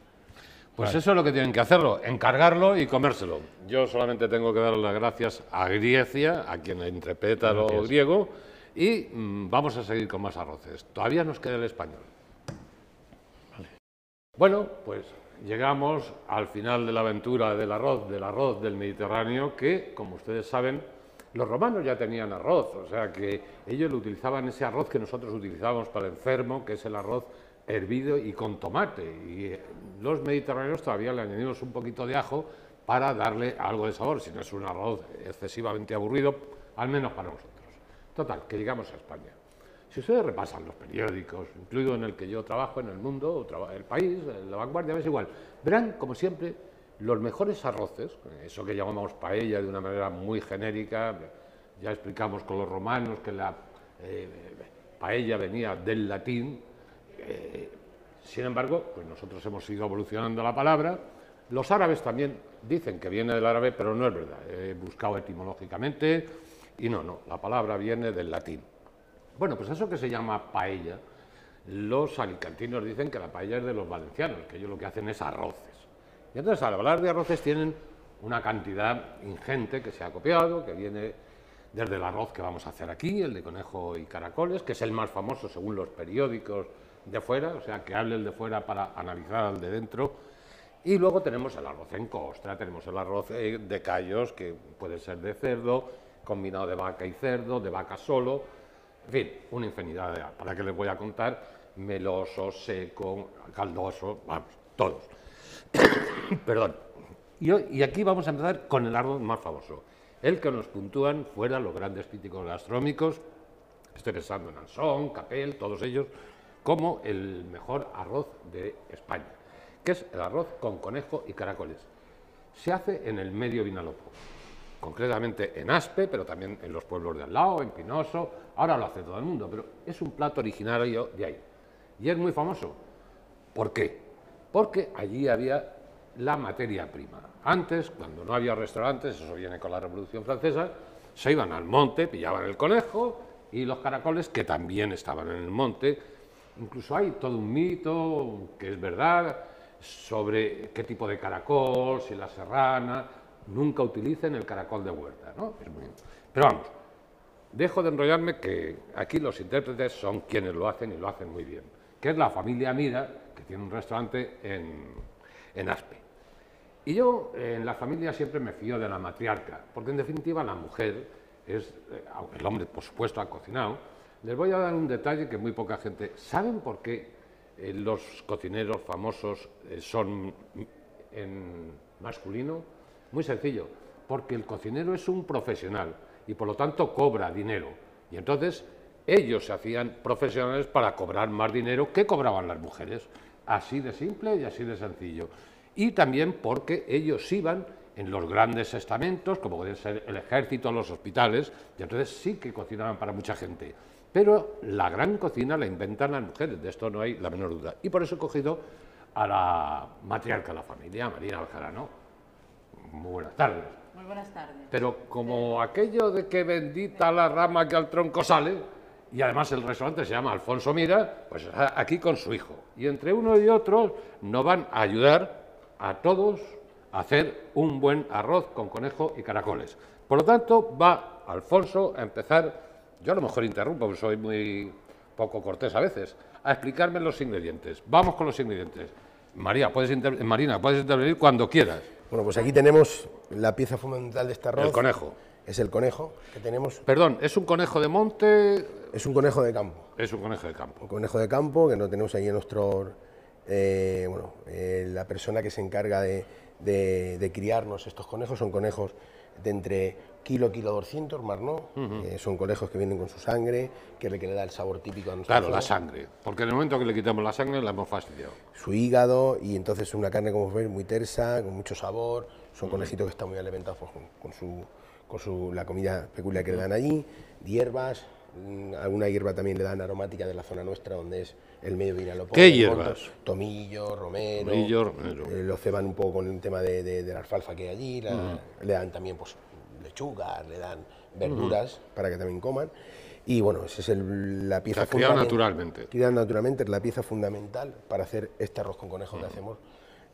Speaker 2: Pues eso es lo que tienen que hacerlo, encargarlo y comérselo. Yo solamente tengo que dar las gracias a Grecia, a quien interpreta lo
Speaker 12: Gracias.
Speaker 2: griego, y mm, vamos a seguir con más arroces. Todavía nos queda el español. Bueno, pues llegamos al final de la aventura del arroz, del arroz del Mediterráneo, que, como ustedes saben, los romanos ya tenían arroz, o sea que ellos lo utilizaban ese arroz que nosotros utilizábamos para el enfermo, que es el arroz hervido y con tomate. Y eh, los mediterráneos todavía le añadimos un poquito de ajo para darle algo de sabor, si no es un arroz excesivamente aburrido, al menos para nosotros. Total, que llegamos a España. Si ustedes repasan los periódicos, incluido en el que yo trabajo, en el mundo, o traba- el país, en la vanguardia, es igual, verán, como siempre, los mejores arroces, eso que llamamos paella de una manera muy genérica, ya explicamos con los romanos que la eh, paella venía del latín, Sin embargo, pues nosotros hemos ido evolucionando la palabra. Los árabes también dicen que viene del árabe, pero no es verdad. He buscado etimológicamente y no, no, la palabra viene del latín. Bueno, pues eso que se llama paella, los alicantinos dicen que la paella es de los valencianos, que ellos lo que hacen es arroces. Y entonces al hablar de arroces tienen una cantidad ingente que se ha copiado, que viene desde el arroz que vamos a hacer aquí, el de conejo y caracoles, que es el más famoso según los periódicos de fuera, o sea, que hable el de fuera para analizar al de dentro. Y luego tenemos el arroz en costra, tenemos el arroz eh, de callos, que puede ser de cerdo, combinado de vaca y cerdo, de vaca solo, en fin, una infinidad de... ¿Para qué les voy a contar? Meloso, seco, caldoso, vamos, todos. Perdón. Y, hoy- y aquí vamos a empezar con el arroz más famoso. El que nos puntúan fuera los grandes críticos gastronómicos, este estoy pensando en Anson, Capel, todos ellos, como el mejor arroz de España, que es el arroz con conejo y caracoles. Se hace en el medio Vinalopó, concretamente en Aspe, pero también en los pueblos de al lado, en Pinoso, ahora lo hace todo el mundo, pero es un plato originario de ahí. Y es muy famoso. ¿Por qué? Porque allí había la materia prima. Antes, cuando no había restaurantes, eso viene con la Revolución Francesa, se iban al monte, pillaban el conejo y los caracoles, que también estaban en el monte. Incluso hay todo un mito, que es verdad, sobre qué tipo de caracol, si la serrana. Nunca utilicen el caracol de huerta, ¿no? Es muy- Pero vamos, Dejo de enrollarme que aquí los intérpretes son quienes lo hacen y lo hacen muy bien, que es la familia Mira, que tiene un restaurante en, en Aspe. Y yo eh, en la familia siempre me fío de la matriarca, porque en definitiva la mujer es, eh, aunque el hombre por supuesto ha cocinado, les voy a dar un detalle que muy poca gente... ¿Saben por qué eh, los cocineros famosos eh, son en masculino? Muy sencillo, porque el cocinero es un profesional y por lo tanto cobra dinero. Y entonces ellos se hacían profesionales para cobrar más dinero que cobraban las mujeres. Así de simple y así de sencillo. Y también porque ellos iban en los grandes estamentos, como puede ser el ejército, los hospitales, y entonces sí que cocinaban para mucha gente. Pero la gran cocina la inventan las mujeres, de esto no hay la menor duda. Y por eso he cogido a la matriarca de la familia, Marina Aljarano. Muy buenas tardes.
Speaker 4: Muy buenas tardes.
Speaker 2: Pero como aquello de que bendita la rama que al tronco sale, y además el restaurante se llama Alfonso Mira, pues está aquí con su hijo. Y entre uno y otro nos van a ayudar a todos a hacer un buen arroz con conejo y caracoles. Por lo tanto, va Alfonso a empezar, yo a lo mejor interrumpo, porque soy muy poco cortés a veces, a explicarme los ingredientes. Vamos con los ingredientes. María, puedes inter- Marina, puedes intervenir cuando quieras.
Speaker 13: Bueno, pues aquí tenemos la pieza fundamental de este arroz.
Speaker 2: El conejo.
Speaker 13: Es el conejo que tenemos.
Speaker 2: Perdón, ¿es un conejo de monte?
Speaker 13: Es un conejo de campo.
Speaker 2: Es un conejo de campo.
Speaker 13: Un conejo de campo que no tenemos ahí en nuestro. eh, bueno, eh, la persona que se encarga de, de- de criarnos estos conejos son conejos de entre kilo, kilo 200, más no. Eh, son conejos que vienen con su sangre, que es el que le da el sabor típico a nuestro
Speaker 2: Claro, la
Speaker 13: arroz.
Speaker 2: sangre. Porque en el momento que le quitamos la sangre la hemos fastidiado.
Speaker 13: su hígado y entonces una carne, como veis, muy tersa, con mucho sabor. Son conejitos que están muy alimentados pues, con, con su, con su- la comida peculiar que le dan allí, hierbas, mm, alguna hierba también le dan aromática de la zona nuestra, donde es el medio vinalopó.
Speaker 2: ¿Qué
Speaker 13: el
Speaker 2: hierbas?
Speaker 13: Porto, Tomillo, romero.
Speaker 2: Tomillo, romero.
Speaker 13: Eh, lo ceban un poco con el tema de, de- de la alfalfa que hay allí, la- le dan también pues, lechugas, le dan verduras para que también coman. Y bueno, esa es el- la pieza
Speaker 2: Se ha criado
Speaker 13: fundamental-
Speaker 2: naturalmente.
Speaker 13: Criada naturalmente es la pieza fundamental para hacer este arroz con conejo
Speaker 2: Mm.
Speaker 13: que hacemos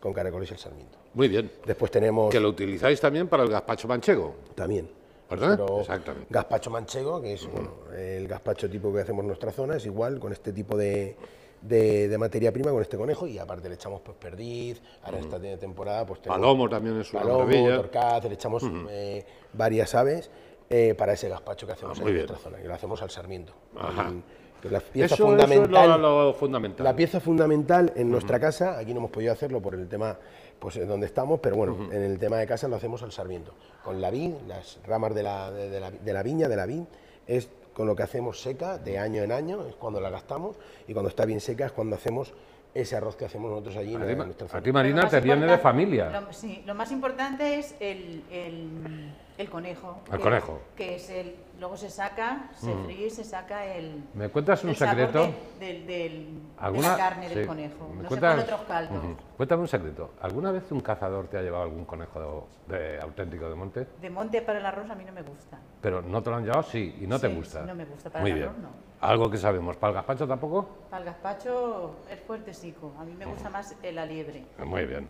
Speaker 13: con caracoles y el sarmiento.
Speaker 2: Muy bien.
Speaker 13: Después tenemos
Speaker 2: Que lo utilizáis también para el gazpacho manchego.
Speaker 13: también
Speaker 2: ¿Verdad?
Speaker 13: nuestro
Speaker 2: Exactamente.
Speaker 13: gazpacho manchego, que es bueno, el gazpacho tipo que hacemos en nuestra zona, es igual con este tipo de, de- de materia prima, con este conejo, y aparte le echamos pues, perdiz, ahora esta te- temporada pues tenemos
Speaker 2: Palomo también es una
Speaker 13: palomo,
Speaker 2: maravilla.
Speaker 13: torcaz, le echamos eh, varias aves eh, para ese gazpacho que hacemos
Speaker 2: Ah,
Speaker 13: en
Speaker 2: muy bien.
Speaker 13: nuestra zona, que lo hacemos al sarmiento.
Speaker 2: Ajá.
Speaker 13: Y- que la pieza
Speaker 2: Eso, eso es
Speaker 13: fundamental
Speaker 2: lo, lo fundamental.
Speaker 13: la pieza fundamental en nuestra casa, aquí no hemos podido hacerlo por el tema, pues en donde estamos, pero bueno, en el tema de casa lo hacemos al sarmiento. Con la vid, las ramas de la, de, de la, de la viña, de la vid, es con lo que hacemos seca de año en año, es cuando la gastamos, y cuando está bien seca es cuando hacemos ese arroz que hacemos nosotros allí en
Speaker 2: A ti,
Speaker 13: la-
Speaker 2: Ma-
Speaker 13: en nuestra
Speaker 2: a ti,
Speaker 13: zona.
Speaker 4: Pero lo
Speaker 2: Marina,
Speaker 4: más
Speaker 2: te viene de
Speaker 4: importan-
Speaker 2: familia.
Speaker 4: Lo, sí, lo más importante es el, el- el conejo.
Speaker 2: El
Speaker 4: que-
Speaker 2: conejo.
Speaker 4: Que es el. Luego se saca, se fríe y se saca el.
Speaker 2: ¿Me cuentas un
Speaker 4: el sabor
Speaker 2: secreto?
Speaker 4: de- del, del- de
Speaker 2: ¿Alguna-
Speaker 4: la carne del
Speaker 2: sí.
Speaker 4: conejo.
Speaker 2: ¿Me
Speaker 4: No se
Speaker 2: cuentas?
Speaker 4: pone otros caldos.
Speaker 2: Ujú. Cuéntame un secreto. ¿Alguna vez un cazador te ha llevado algún conejo de, de auténtico de monte?
Speaker 4: De monte para el arroz a mí no me gusta.
Speaker 2: Pero no te lo han llevado, sí, y no te
Speaker 4: Sí,
Speaker 2: gusta.
Speaker 4: sí, no me gusta, para
Speaker 2: Muy
Speaker 4: el
Speaker 2: bien.
Speaker 4: arroz no.
Speaker 2: Algo que sabemos. ¿Para el gazpacho tampoco?
Speaker 4: Para el gazpacho es fuertecico. A mí me gusta más eh, la liebre.
Speaker 2: Muy bien.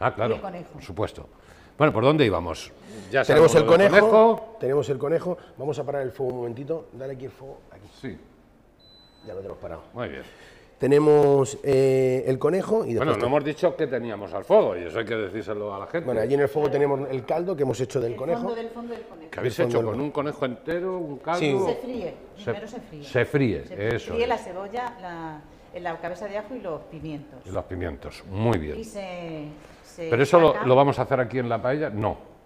Speaker 2: Ah, claro.
Speaker 4: Y el conejo.
Speaker 2: Por supuesto. Bueno, ¿por dónde íbamos? Ya
Speaker 13: tenemos
Speaker 2: sabemos
Speaker 13: el
Speaker 2: lo del
Speaker 13: conejo, tenemos el conejo. Vamos a parar el fuego un momentito. Dale aquí el fuego. Aquí.
Speaker 2: Sí.
Speaker 13: Ya lo tenemos parado.
Speaker 2: Muy bien.
Speaker 13: Tenemos eh, el conejo y después.
Speaker 2: Bueno, no
Speaker 13: te-
Speaker 2: hemos dicho que teníamos al fuego y eso hay que decírselo a la gente.
Speaker 13: Bueno, allí en el fuego tenemos el caldo que hemos hecho del conejo.
Speaker 4: Fondo del fondo del conejo.
Speaker 2: que habéis
Speaker 13: el fondo
Speaker 2: hecho
Speaker 13: del-
Speaker 2: con un conejo entero, un caldo.
Speaker 13: Sí.
Speaker 4: Se fríe. Primero se fríe.
Speaker 2: se fríe,
Speaker 4: Se
Speaker 2: eso
Speaker 4: fríe
Speaker 2: es.
Speaker 4: la cebolla, la, la cabeza de ajo y los pimientos.
Speaker 2: Y los pimientos. Muy
Speaker 4: Y
Speaker 2: bien.
Speaker 4: se, se
Speaker 2: Pero eso lo,
Speaker 4: saca.
Speaker 2: lo vamos a hacer aquí en la paella. No.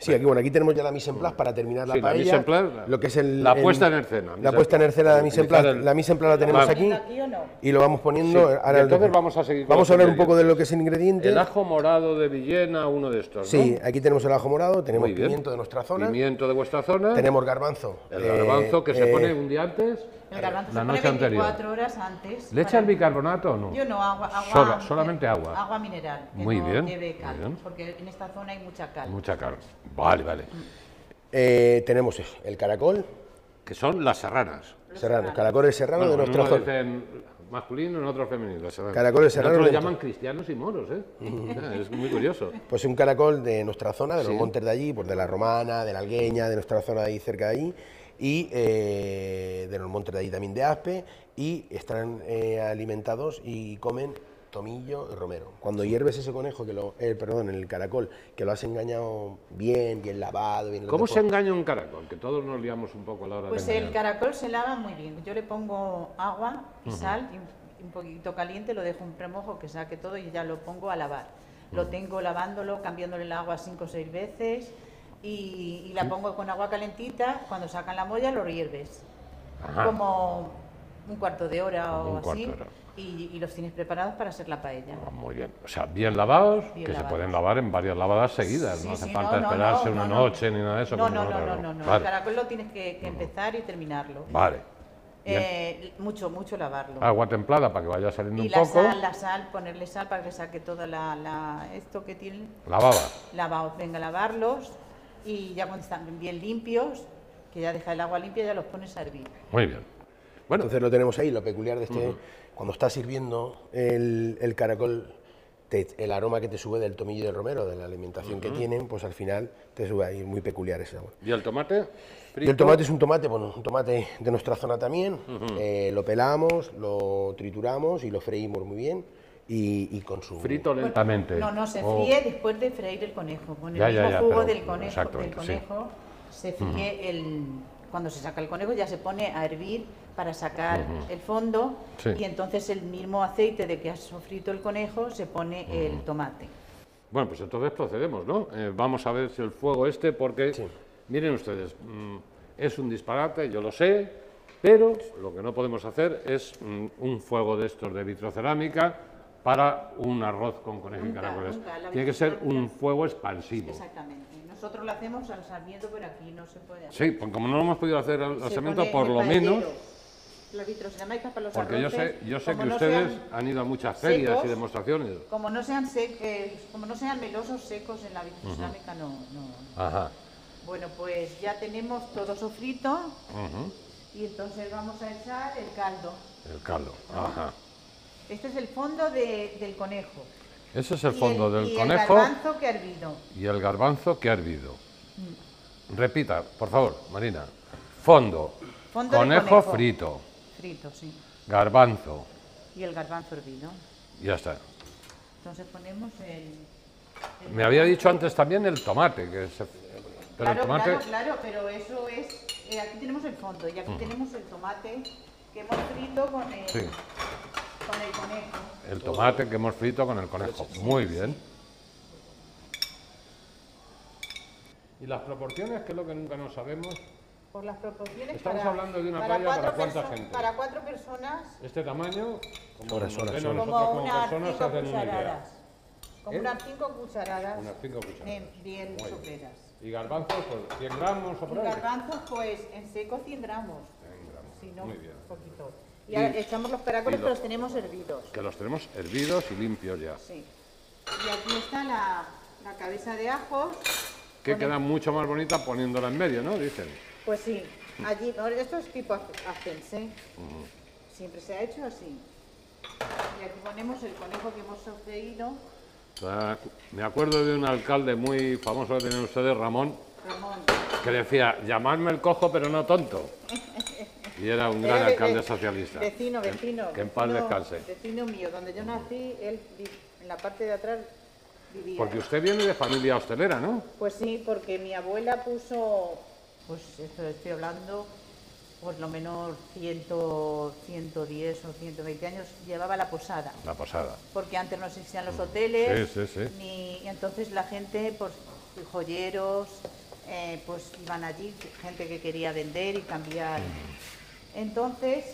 Speaker 13: Sí, aquí, bueno, aquí tenemos ya la mise en place para terminar la
Speaker 2: Sí, la
Speaker 13: paella.
Speaker 2: mise en place, la-
Speaker 13: lo que es el,
Speaker 2: la puesta en escena, mise
Speaker 13: La
Speaker 2: en
Speaker 13: puesta en
Speaker 2: place.
Speaker 13: escena de la mise en place.
Speaker 2: Utilizar el-
Speaker 13: La mise en place la tenemos
Speaker 2: Vale.
Speaker 13: aquí
Speaker 4: ¿Aquí o no?
Speaker 13: y lo vamos poniendo.
Speaker 2: Sí, y
Speaker 13: ahora el-
Speaker 2: entonces vamos a seguir con
Speaker 13: Vamos
Speaker 2: los
Speaker 13: a hablar un poco de lo que es el ingrediente.
Speaker 2: El ajo morado de Villena, uno de estos. ¿no?
Speaker 13: Sí, aquí tenemos el ajo morado, tenemos
Speaker 2: Muy bien.
Speaker 13: pimiento de nuestra zona,
Speaker 2: Pimiento de vuestra zona.
Speaker 13: tenemos garbanzo.
Speaker 2: el
Speaker 13: eh,
Speaker 2: garbanzo que se
Speaker 13: eh,
Speaker 2: pone un día antes.
Speaker 4: El garbanzo
Speaker 2: la
Speaker 4: se pone
Speaker 2: noche anterior.
Speaker 4: 24 horas antes.
Speaker 2: ¿Le
Speaker 4: para-
Speaker 2: echas bicarbonato o no?
Speaker 4: Yo no, agua. agua
Speaker 2: Sola- solamente agua.
Speaker 4: Agua mineral. Que
Speaker 2: Muy
Speaker 4: no
Speaker 2: bien,
Speaker 4: lleve
Speaker 2: muy
Speaker 4: cal,
Speaker 2: bien.
Speaker 4: Porque en esta zona hay mucha cal.
Speaker 2: Mucha carne. Vale, vale.
Speaker 13: eh, tenemos eso, el caracol,
Speaker 2: Que son las serranas.
Speaker 13: serrano, caracoles serrano
Speaker 2: Bueno,
Speaker 13: de
Speaker 2: en
Speaker 13: nuestra
Speaker 2: uno
Speaker 13: zona.
Speaker 2: dicen masculino, en otro femenino. las serranas. En
Speaker 13: Caracoles serranos
Speaker 2: otro lo
Speaker 13: dentro.
Speaker 2: llaman cristianos y moros, ¿eh? es muy curioso.
Speaker 13: Pues un caracol de nuestra zona, de los
Speaker 2: Sí.
Speaker 13: montes de allí, pues de la Romana, de la Algueña, de nuestra zona de ahí cerca de allí, y eh, de los montes de allí también de Aspe, y están eh, alimentados y comen tomillo y romero. Cuando hierves ese conejo, que lo, eh, perdón, el caracol, que lo has engañado bien, bien lavado, bien...
Speaker 2: ¿Cómo se
Speaker 13: después-
Speaker 2: engaña un caracol? Que todos nos liamos un poco a la hora
Speaker 4: Pues
Speaker 2: de
Speaker 4: el
Speaker 2: engañar.
Speaker 4: caracol se lava muy bien. Yo le pongo agua y sal y un- y un poquito caliente, lo dejo un premojo que saque todo y ya lo pongo a lavar. Lo tengo lavándolo, cambiándole el agua cinco o seis veces y, y la pongo con agua calentita. Cuando sacan la molla lo hierves.
Speaker 2: Ajá.
Speaker 4: Como un cuarto de hora
Speaker 2: Como
Speaker 4: o
Speaker 2: un cuarto
Speaker 4: así.
Speaker 2: de hora.
Speaker 4: Y, y los tienes preparados para hacer la paella.
Speaker 2: Ah, Muy bien. O sea, bien lavados, que
Speaker 4: Bien
Speaker 2: se
Speaker 4: lavados.
Speaker 2: pueden lavar en varias lavadas seguidas.
Speaker 4: Sí,
Speaker 2: no hace
Speaker 4: sí,
Speaker 2: falta
Speaker 4: no, no,
Speaker 2: esperarse
Speaker 4: no,
Speaker 2: una
Speaker 4: no, no.
Speaker 2: noche ni nada de eso.
Speaker 4: No,
Speaker 2: como
Speaker 4: no,
Speaker 2: en
Speaker 4: no,
Speaker 2: otra,
Speaker 4: no, no, no. El
Speaker 2: Vale.
Speaker 4: caracol lo tienes que, que empezar y terminarlo.
Speaker 2: Vale. Bien. Ah,
Speaker 4: Eh, mucho, mucho lavarlo.
Speaker 2: Agua templada para que vaya saliendo
Speaker 4: Y
Speaker 2: un
Speaker 4: la
Speaker 2: poco.
Speaker 4: sal, la sal, ponerle sal para que saque toda la, la- esto que tiene.
Speaker 2: La baba.
Speaker 4: Lavaos, venga, lavarlos y ya cuando están bien limpios, que ya deja el agua limpia, ya los pones a hervir.
Speaker 2: Muy bien. Bueno,
Speaker 13: Entonces lo tenemos ahí, lo peculiar de este, cuando estás sirviendo el, el caracol, te- el aroma que te sube del tomillo y del romero, de la alimentación que tienen, pues al final te sube ahí, muy peculiar ese sabor.
Speaker 2: ¿y el tomate?
Speaker 13: Y el tomate es un tomate, bueno, un tomate de nuestra zona también, eh, lo pelamos, lo trituramos y lo freímos muy bien y, y con su...
Speaker 2: Frito lentamente. Oh.
Speaker 4: No, no, se
Speaker 2: O-
Speaker 4: fríe después de freír el conejo. Con el
Speaker 2: Ya, ya,
Speaker 4: mismo
Speaker 2: ya,
Speaker 4: jugo
Speaker 2: pero-
Speaker 4: del conejo, del
Speaker 2: exactamente, sí.
Speaker 4: conejo se fríe el... Cuando se saca el conejo ya se pone a hervir para sacar el fondo
Speaker 2: Sí.
Speaker 4: y entonces el mismo aceite de que has sofrito el conejo se pone el tomate.
Speaker 2: Bueno, pues entonces procedemos, ¿no? Eh, vamos a ver si el fuego este, porque miren ustedes, mm, es un disparate, yo lo sé, pero lo que no podemos hacer es mm, un fuego de estos de vitrocerámica para un arroz con conejo y
Speaker 4: Nunca,
Speaker 2: caracoles.
Speaker 4: nunca, la
Speaker 2: Tiene que ser
Speaker 4: vitrocerámica-
Speaker 2: un fuego expansivo.
Speaker 4: Exactamente. Nosotros lo hacemos al sarmiento, pero aquí no se puede hacer.
Speaker 2: Sí, pues como no lo hemos podido hacer al al
Speaker 4: Se
Speaker 2: cemento,
Speaker 4: pone
Speaker 2: por
Speaker 4: en
Speaker 2: lo
Speaker 4: paellero.
Speaker 2: menos,
Speaker 4: Los vitrocerámicas para los
Speaker 2: porque yo sé,
Speaker 4: arroces,
Speaker 2: yo sé
Speaker 4: como
Speaker 2: que
Speaker 4: no
Speaker 2: ustedes
Speaker 4: sean-
Speaker 2: han ido a muchas ferias y
Speaker 4: secos,
Speaker 2: demostraciones.
Speaker 4: Como no sean, sec- eh, como no sean melosos secos en la vitrocerámica, no, no.
Speaker 2: Ajá.
Speaker 4: Bueno, pues ya tenemos todo sofrito
Speaker 2: Ujú.
Speaker 4: y entonces vamos a echar el caldo.
Speaker 2: El caldo. Ajá.
Speaker 4: Este es el fondo de- del conejo.
Speaker 2: Ese es el
Speaker 4: Y
Speaker 2: fondo
Speaker 4: y
Speaker 2: del conejo.
Speaker 4: El garbanzo que ha hervido.
Speaker 2: y el garbanzo que ha hervido. Repita, por favor, Marina. Fondo.
Speaker 4: Mm. Fondo de
Speaker 2: conejo,
Speaker 4: conejo.
Speaker 2: frito.
Speaker 4: Frito, sí.
Speaker 2: Garbanzo.
Speaker 4: Y el garbanzo hervido.
Speaker 2: Ya está.
Speaker 4: Entonces ponemos el. el
Speaker 2: Me había dicho antes también el tomate. Que se- Pero el
Speaker 4: claro,
Speaker 2: tomate.
Speaker 4: claro, claro, pero eso es. eh, aquí tenemos el fondo y aquí tenemos el tomate que hemos frito con el,
Speaker 2: Mm. Sí,
Speaker 4: con el conejo.
Speaker 2: el tomate que hemos frito con el conejo. Muy bien. ¿Y las proporciones, que es lo que nunca nos sabemos?
Speaker 4: Por las proporciones.
Speaker 2: Estamos
Speaker 4: para,
Speaker 2: hablando de una
Speaker 4: para
Speaker 2: paella para
Speaker 4: cuatro
Speaker 2: cuánta
Speaker 4: perso-
Speaker 2: gente.
Speaker 4: Para cuatro personas,
Speaker 2: Este tamaño, como
Speaker 13: Ahora,
Speaker 2: nos
Speaker 13: ahora,
Speaker 2: ven a
Speaker 13: ahora.
Speaker 2: nosotros
Speaker 4: como
Speaker 2: como
Speaker 4: unas
Speaker 2: personas, se
Speaker 4: cinco
Speaker 2: hacen una idea.
Speaker 4: cucharadas. Como
Speaker 2: ¿Eh?
Speaker 4: unas cinco cucharadas.
Speaker 2: Unas cinco cucharadas.
Speaker 4: en- Bien
Speaker 2: Muy bien.
Speaker 4: soperas.
Speaker 2: ¿Y garbanzos? Pues 100 gramos o
Speaker 4: Y
Speaker 2: por ahí. Eh,
Speaker 4: garbanzos, pues en seco 100 gramos. Si no,
Speaker 2: Muy bien.
Speaker 4: poquito. Y ahora echamos los caracoles
Speaker 2: Y
Speaker 4: que
Speaker 2: los-
Speaker 4: los tenemos hervidos.
Speaker 2: Que los tenemos hervidos y limpios ya.
Speaker 4: Sí. Y aquí está la, la cabeza de ajo.
Speaker 2: Que
Speaker 4: Pone-
Speaker 2: queda mucho más bonita poniéndola en medio, ¿no? Dicen.
Speaker 4: Pues sí, allí, no, esto es tipo acense. ¿eh? Siempre se ha hecho así. Y aquí ponemos el conejo que hemos sofreído,
Speaker 2: Ah, Me acuerdo de un alcalde muy famoso que tenían ustedes, Ramón,
Speaker 4: Ramón.
Speaker 2: que decía, llamadme el cojo pero no tonto. Y era un gran
Speaker 4: Era de-
Speaker 2: alcalde
Speaker 4: de-
Speaker 2: socialista.
Speaker 4: Eh, Vecino, vecino.
Speaker 2: que en paz
Speaker 4: vecino-
Speaker 2: descanse.
Speaker 4: Vecino mío, donde yo nací, él vi- en la parte de atrás vivía.
Speaker 2: Porque usted viene de familia hostelera, ¿no?
Speaker 4: Pues sí, porque mi abuela puso, pues esto estoy hablando, por lo menos 100, 110 o 120 años, llevaba la posada.
Speaker 2: La posada.
Speaker 4: Porque antes no existían los hoteles,
Speaker 2: Sí, sí, sí.
Speaker 4: ni- y entonces la gente, pues joyeros, eh, pues iban allí, gente que quería vender y cambiar. Entonces,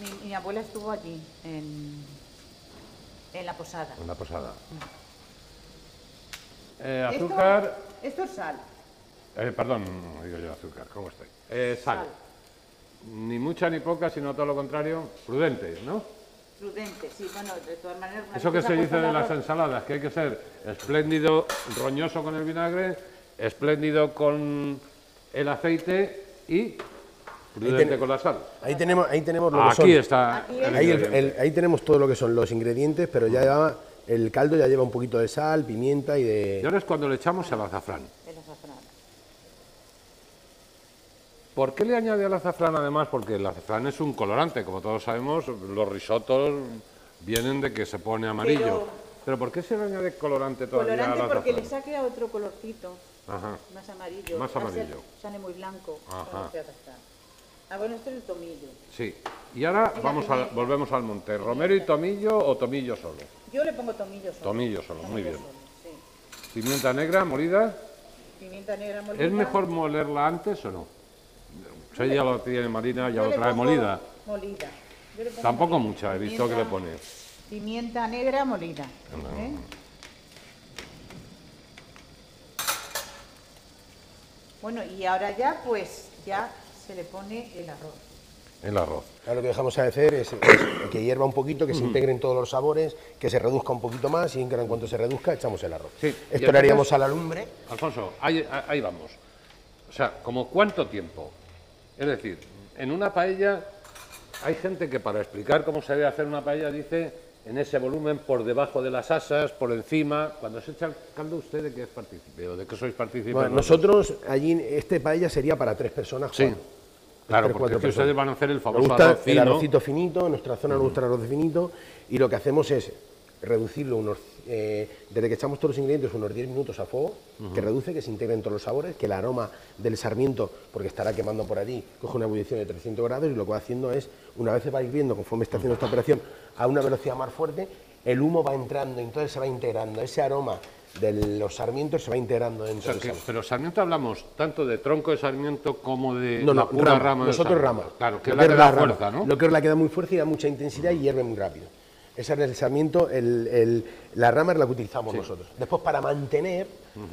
Speaker 4: mi, mi abuela estuvo allí, en, en la posada.
Speaker 2: En la posada. Eh,
Speaker 4: Esto-
Speaker 2: azúcar,
Speaker 4: Esto es sal.
Speaker 2: eh, perdón, digo yo azúcar, ¿cómo estoy? Eh, sal. Ni mucha ni poca, sino todo lo contrario, prudente, ¿no?
Speaker 4: Prudente, sí, bueno, de todas maneras. una
Speaker 2: Eso que
Speaker 4: vez
Speaker 2: se
Speaker 4: has
Speaker 2: dice
Speaker 4: puesto
Speaker 2: de
Speaker 4: el
Speaker 2: las
Speaker 4: arroz-
Speaker 2: ensaladas, que hay que ser espléndido, roñoso con el vinagre, espléndido con el aceite y prudente
Speaker 13: ten-
Speaker 2: con la sal.
Speaker 13: Ahí tenemos, ahí tenemos lo que
Speaker 2: Ah, Aquí
Speaker 13: son.
Speaker 2: está Aquí el es.
Speaker 13: ahí, el-
Speaker 2: ingrediente.
Speaker 13: el- ahí tenemos todo lo que son los ingredientes, pero ya lleva, el caldo ya lleva un poquito de sal, pimienta y de...
Speaker 2: Y ahora es cuando le echamos el azafrán.
Speaker 4: el azafrán.
Speaker 2: ¿Por qué le añade al azafrán además? Porque el azafrán es un colorante, como todos sabemos, los risotos vienen de que se pone amarillo. Pero,
Speaker 4: Pero-
Speaker 2: ¿por qué se le añade colorante todavía
Speaker 4: Colorante
Speaker 2: al
Speaker 4: porque
Speaker 2: azafrán?
Speaker 4: le saque otro colorcito,
Speaker 2: Ajá.
Speaker 4: más amarillo.
Speaker 2: Más
Speaker 4: Va a ser-
Speaker 2: amarillo.
Speaker 4: Sale muy blanco.
Speaker 2: Ajá.
Speaker 4: cuando se azafrán. Ah, bueno, esto es el tomillo.
Speaker 2: Sí. Y ahora
Speaker 4: Mira,
Speaker 2: vamos a,
Speaker 4: pimienta.
Speaker 2: volvemos al monte. ¿Romero y tomillo o tomillo solo?
Speaker 4: Yo le pongo tomillo solo.
Speaker 2: Tomillo solo, muy bien.
Speaker 4: solo, sí.
Speaker 2: Pimienta negra, molida.
Speaker 4: Pimienta negra molida.
Speaker 2: ¿Es mejor molerla antes o no? Usted ya lo tiene Marina, ya
Speaker 4: Yo
Speaker 2: lo
Speaker 4: le
Speaker 2: trae
Speaker 4: pongo
Speaker 2: molida.
Speaker 4: Molida. Yo le pongo
Speaker 2: Tampoco
Speaker 4: molida.
Speaker 2: mucha, he visto que le
Speaker 4: Pimienta-
Speaker 2: pone.
Speaker 4: Pimienta negra molida. ¿eh? Bueno, y ahora ya, pues, ya se le pone el arroz.
Speaker 2: El arroz.
Speaker 13: Ahora lo que dejamos hacer es, es que hierva un poquito, que se
Speaker 2: Mm.
Speaker 13: integren todos los sabores, que se reduzca un poquito más y en gran- cuanto se reduzca echamos el arroz.
Speaker 2: Sí, y
Speaker 13: Esto lo haríamos
Speaker 2: entonces-
Speaker 13: a la lumbre.
Speaker 2: Alfonso, ahí, a- ahí vamos. O sea, ¿como cuánto tiempo? Es decir, en una paella hay gente que para explicar cómo se debe hacer una paella dice en ese volumen por debajo de las asas, por encima. Cuando se echa el caldo, ¿usted de qué es partícipe o de qué sois partícipes?
Speaker 13: Bueno, nosotros allí, este paella sería para tres personas.
Speaker 2: Sí.
Speaker 13: cuatro.
Speaker 2: Claro,
Speaker 13: tres,
Speaker 2: porque
Speaker 13: cuatro
Speaker 2: es que ustedes
Speaker 13: personas.
Speaker 2: van a hacer el
Speaker 13: Nos
Speaker 2: famoso
Speaker 13: gusta
Speaker 2: arroz
Speaker 13: el
Speaker 2: fino.
Speaker 13: arrocito finito, en nuestra zona nos gusta el arroz finito y lo que hacemos es reducirlo unos, eh, desde que echamos todos los ingredientes unos 10 minutos a fuego, que reduce, que se integren todos los sabores, que el aroma del sarmiento, porque estará quemando por allí, coge una ebullición de 300 grados y lo que va haciendo es, una vez se va hirviendo conforme está haciendo esta operación a una velocidad más fuerte, el humo va entrando, entonces se va integrando, ese aroma de los sarmientos se va integrando
Speaker 2: O
Speaker 13: dentro
Speaker 2: sea,
Speaker 13: del
Speaker 2: que-
Speaker 13: sabor.
Speaker 2: pero sarmiento hablamos tanto de tronco de sarmiento como de
Speaker 13: No,
Speaker 2: la
Speaker 13: no,
Speaker 2: pura
Speaker 13: rama.
Speaker 2: rama de
Speaker 13: Nosotros
Speaker 2: sarmiento.
Speaker 13: rama.
Speaker 2: Claro, que
Speaker 13: Lo
Speaker 2: es la que da
Speaker 13: rama.
Speaker 2: fuerza, ¿no?
Speaker 13: Lo que es la que da muy fuerza y da mucha intensidad y hierve muy rápido. Ese es el sarmiento, el- el- la rama es la que utilizamos nosotros. Después, para mantener,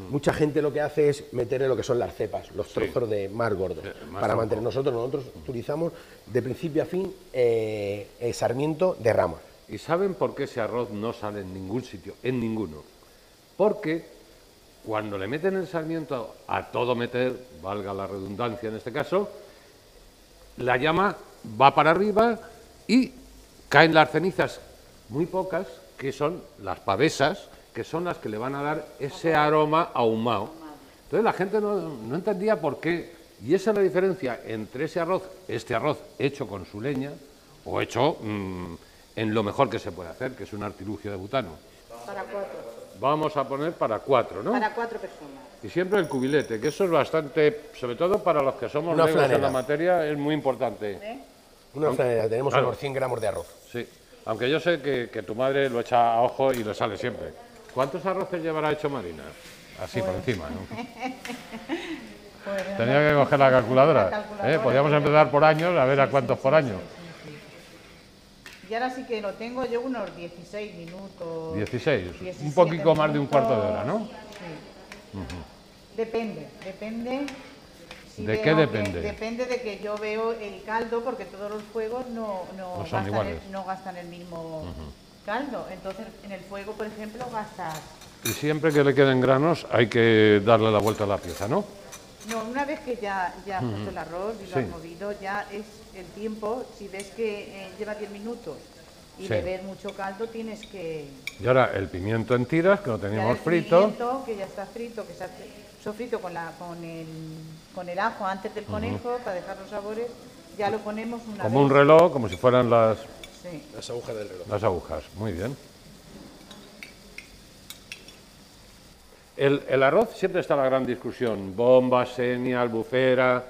Speaker 13: mucha gente lo que hace es meterle lo que son las cepas, los trozos de más gordos.
Speaker 2: más
Speaker 13: para
Speaker 2: tronco.
Speaker 13: mantener, nosotros nosotros utilizamos de principio a fin eh, eh, sarmiento de rama.
Speaker 2: ¿Y saben por qué ese arroz no sale en ningún sitio? En ninguno. Porque cuando le meten el sarmiento a todo meter, valga la redundancia en este caso, la llama va para arriba y caen las cenizas, muy pocas, que son las pavesas, que son las que le van a dar ese aroma ahumado. Entonces la gente no, no entendía por qué. Y esa es la diferencia entre ese arroz, este arroz hecho con su leña, o hecho mm, en lo mejor que se puede hacer, que es un artilugio de butano.
Speaker 4: Para cuatro.
Speaker 2: Vamos a poner para cuatro, ¿no?
Speaker 4: Para cuatro personas.
Speaker 2: Y siempre el cubilete, que eso es bastante, sobre todo para los que somos
Speaker 13: Una
Speaker 2: negros en la
Speaker 13: flanela.
Speaker 2: materia, es muy importante.
Speaker 4: ¿Eh?
Speaker 13: Una flanela, tenemos
Speaker 2: Claro.
Speaker 13: unos 100 gramos de arroz.
Speaker 2: Sí, aunque yo sé que, que tu madre lo echa a ojo y le sale siempre. ¿Cuántos arroces llevará hecho Marina? Así por
Speaker 4: Pues.
Speaker 2: encima, ¿no? Tenía que coger la calculadora.
Speaker 4: La calculadora,
Speaker 2: ¿eh? Podríamos
Speaker 4: sí.
Speaker 2: empezar por años, a ver a cuántos por año.
Speaker 4: Y ahora sí que lo tengo yo unos 16 minutos.
Speaker 2: 16,
Speaker 4: 17
Speaker 2: un poquito más de un cuarto de hora, ¿no?
Speaker 4: minutos, sí. Depende, depende sí
Speaker 2: ¿De
Speaker 4: veo
Speaker 2: qué
Speaker 4: que-
Speaker 2: depende?
Speaker 4: depende de que yo veo el caldo, porque todos los fuegos no, no,
Speaker 2: No son
Speaker 4: gastan,
Speaker 2: iguales.
Speaker 4: el, no gastan el mismo
Speaker 2: Ujú.
Speaker 4: caldo. Entonces, en el fuego, por ejemplo, gastas...
Speaker 2: Y siempre que le queden granos hay que darle la vuelta a la pieza, ¿no?
Speaker 4: No, una vez que ya, ya has
Speaker 2: Ujú.
Speaker 4: puesto el arroz y lo
Speaker 2: Sí.
Speaker 4: has movido, ya es el tiempo. Si ves que eh, lleva 10 minutos y
Speaker 2: Sí.
Speaker 4: le ves mucho caldo, tienes que...
Speaker 2: Y ahora el pimiento en tiras, que lo teníamos
Speaker 4: el
Speaker 2: frito.
Speaker 4: pimiento, que ya está frito, que se ha sofrito con, la, con, el, con el ajo antes del
Speaker 2: Ujú.
Speaker 4: conejo para dejar los sabores, ya lo ponemos una
Speaker 2: Como un
Speaker 4: vez.
Speaker 2: reloj, como si fueran las,
Speaker 4: Sí.
Speaker 13: Las agujas del reloj.
Speaker 2: las agujas. Muy bien. El, el arroz siempre está la gran discusión. Bomba, senia, albufera.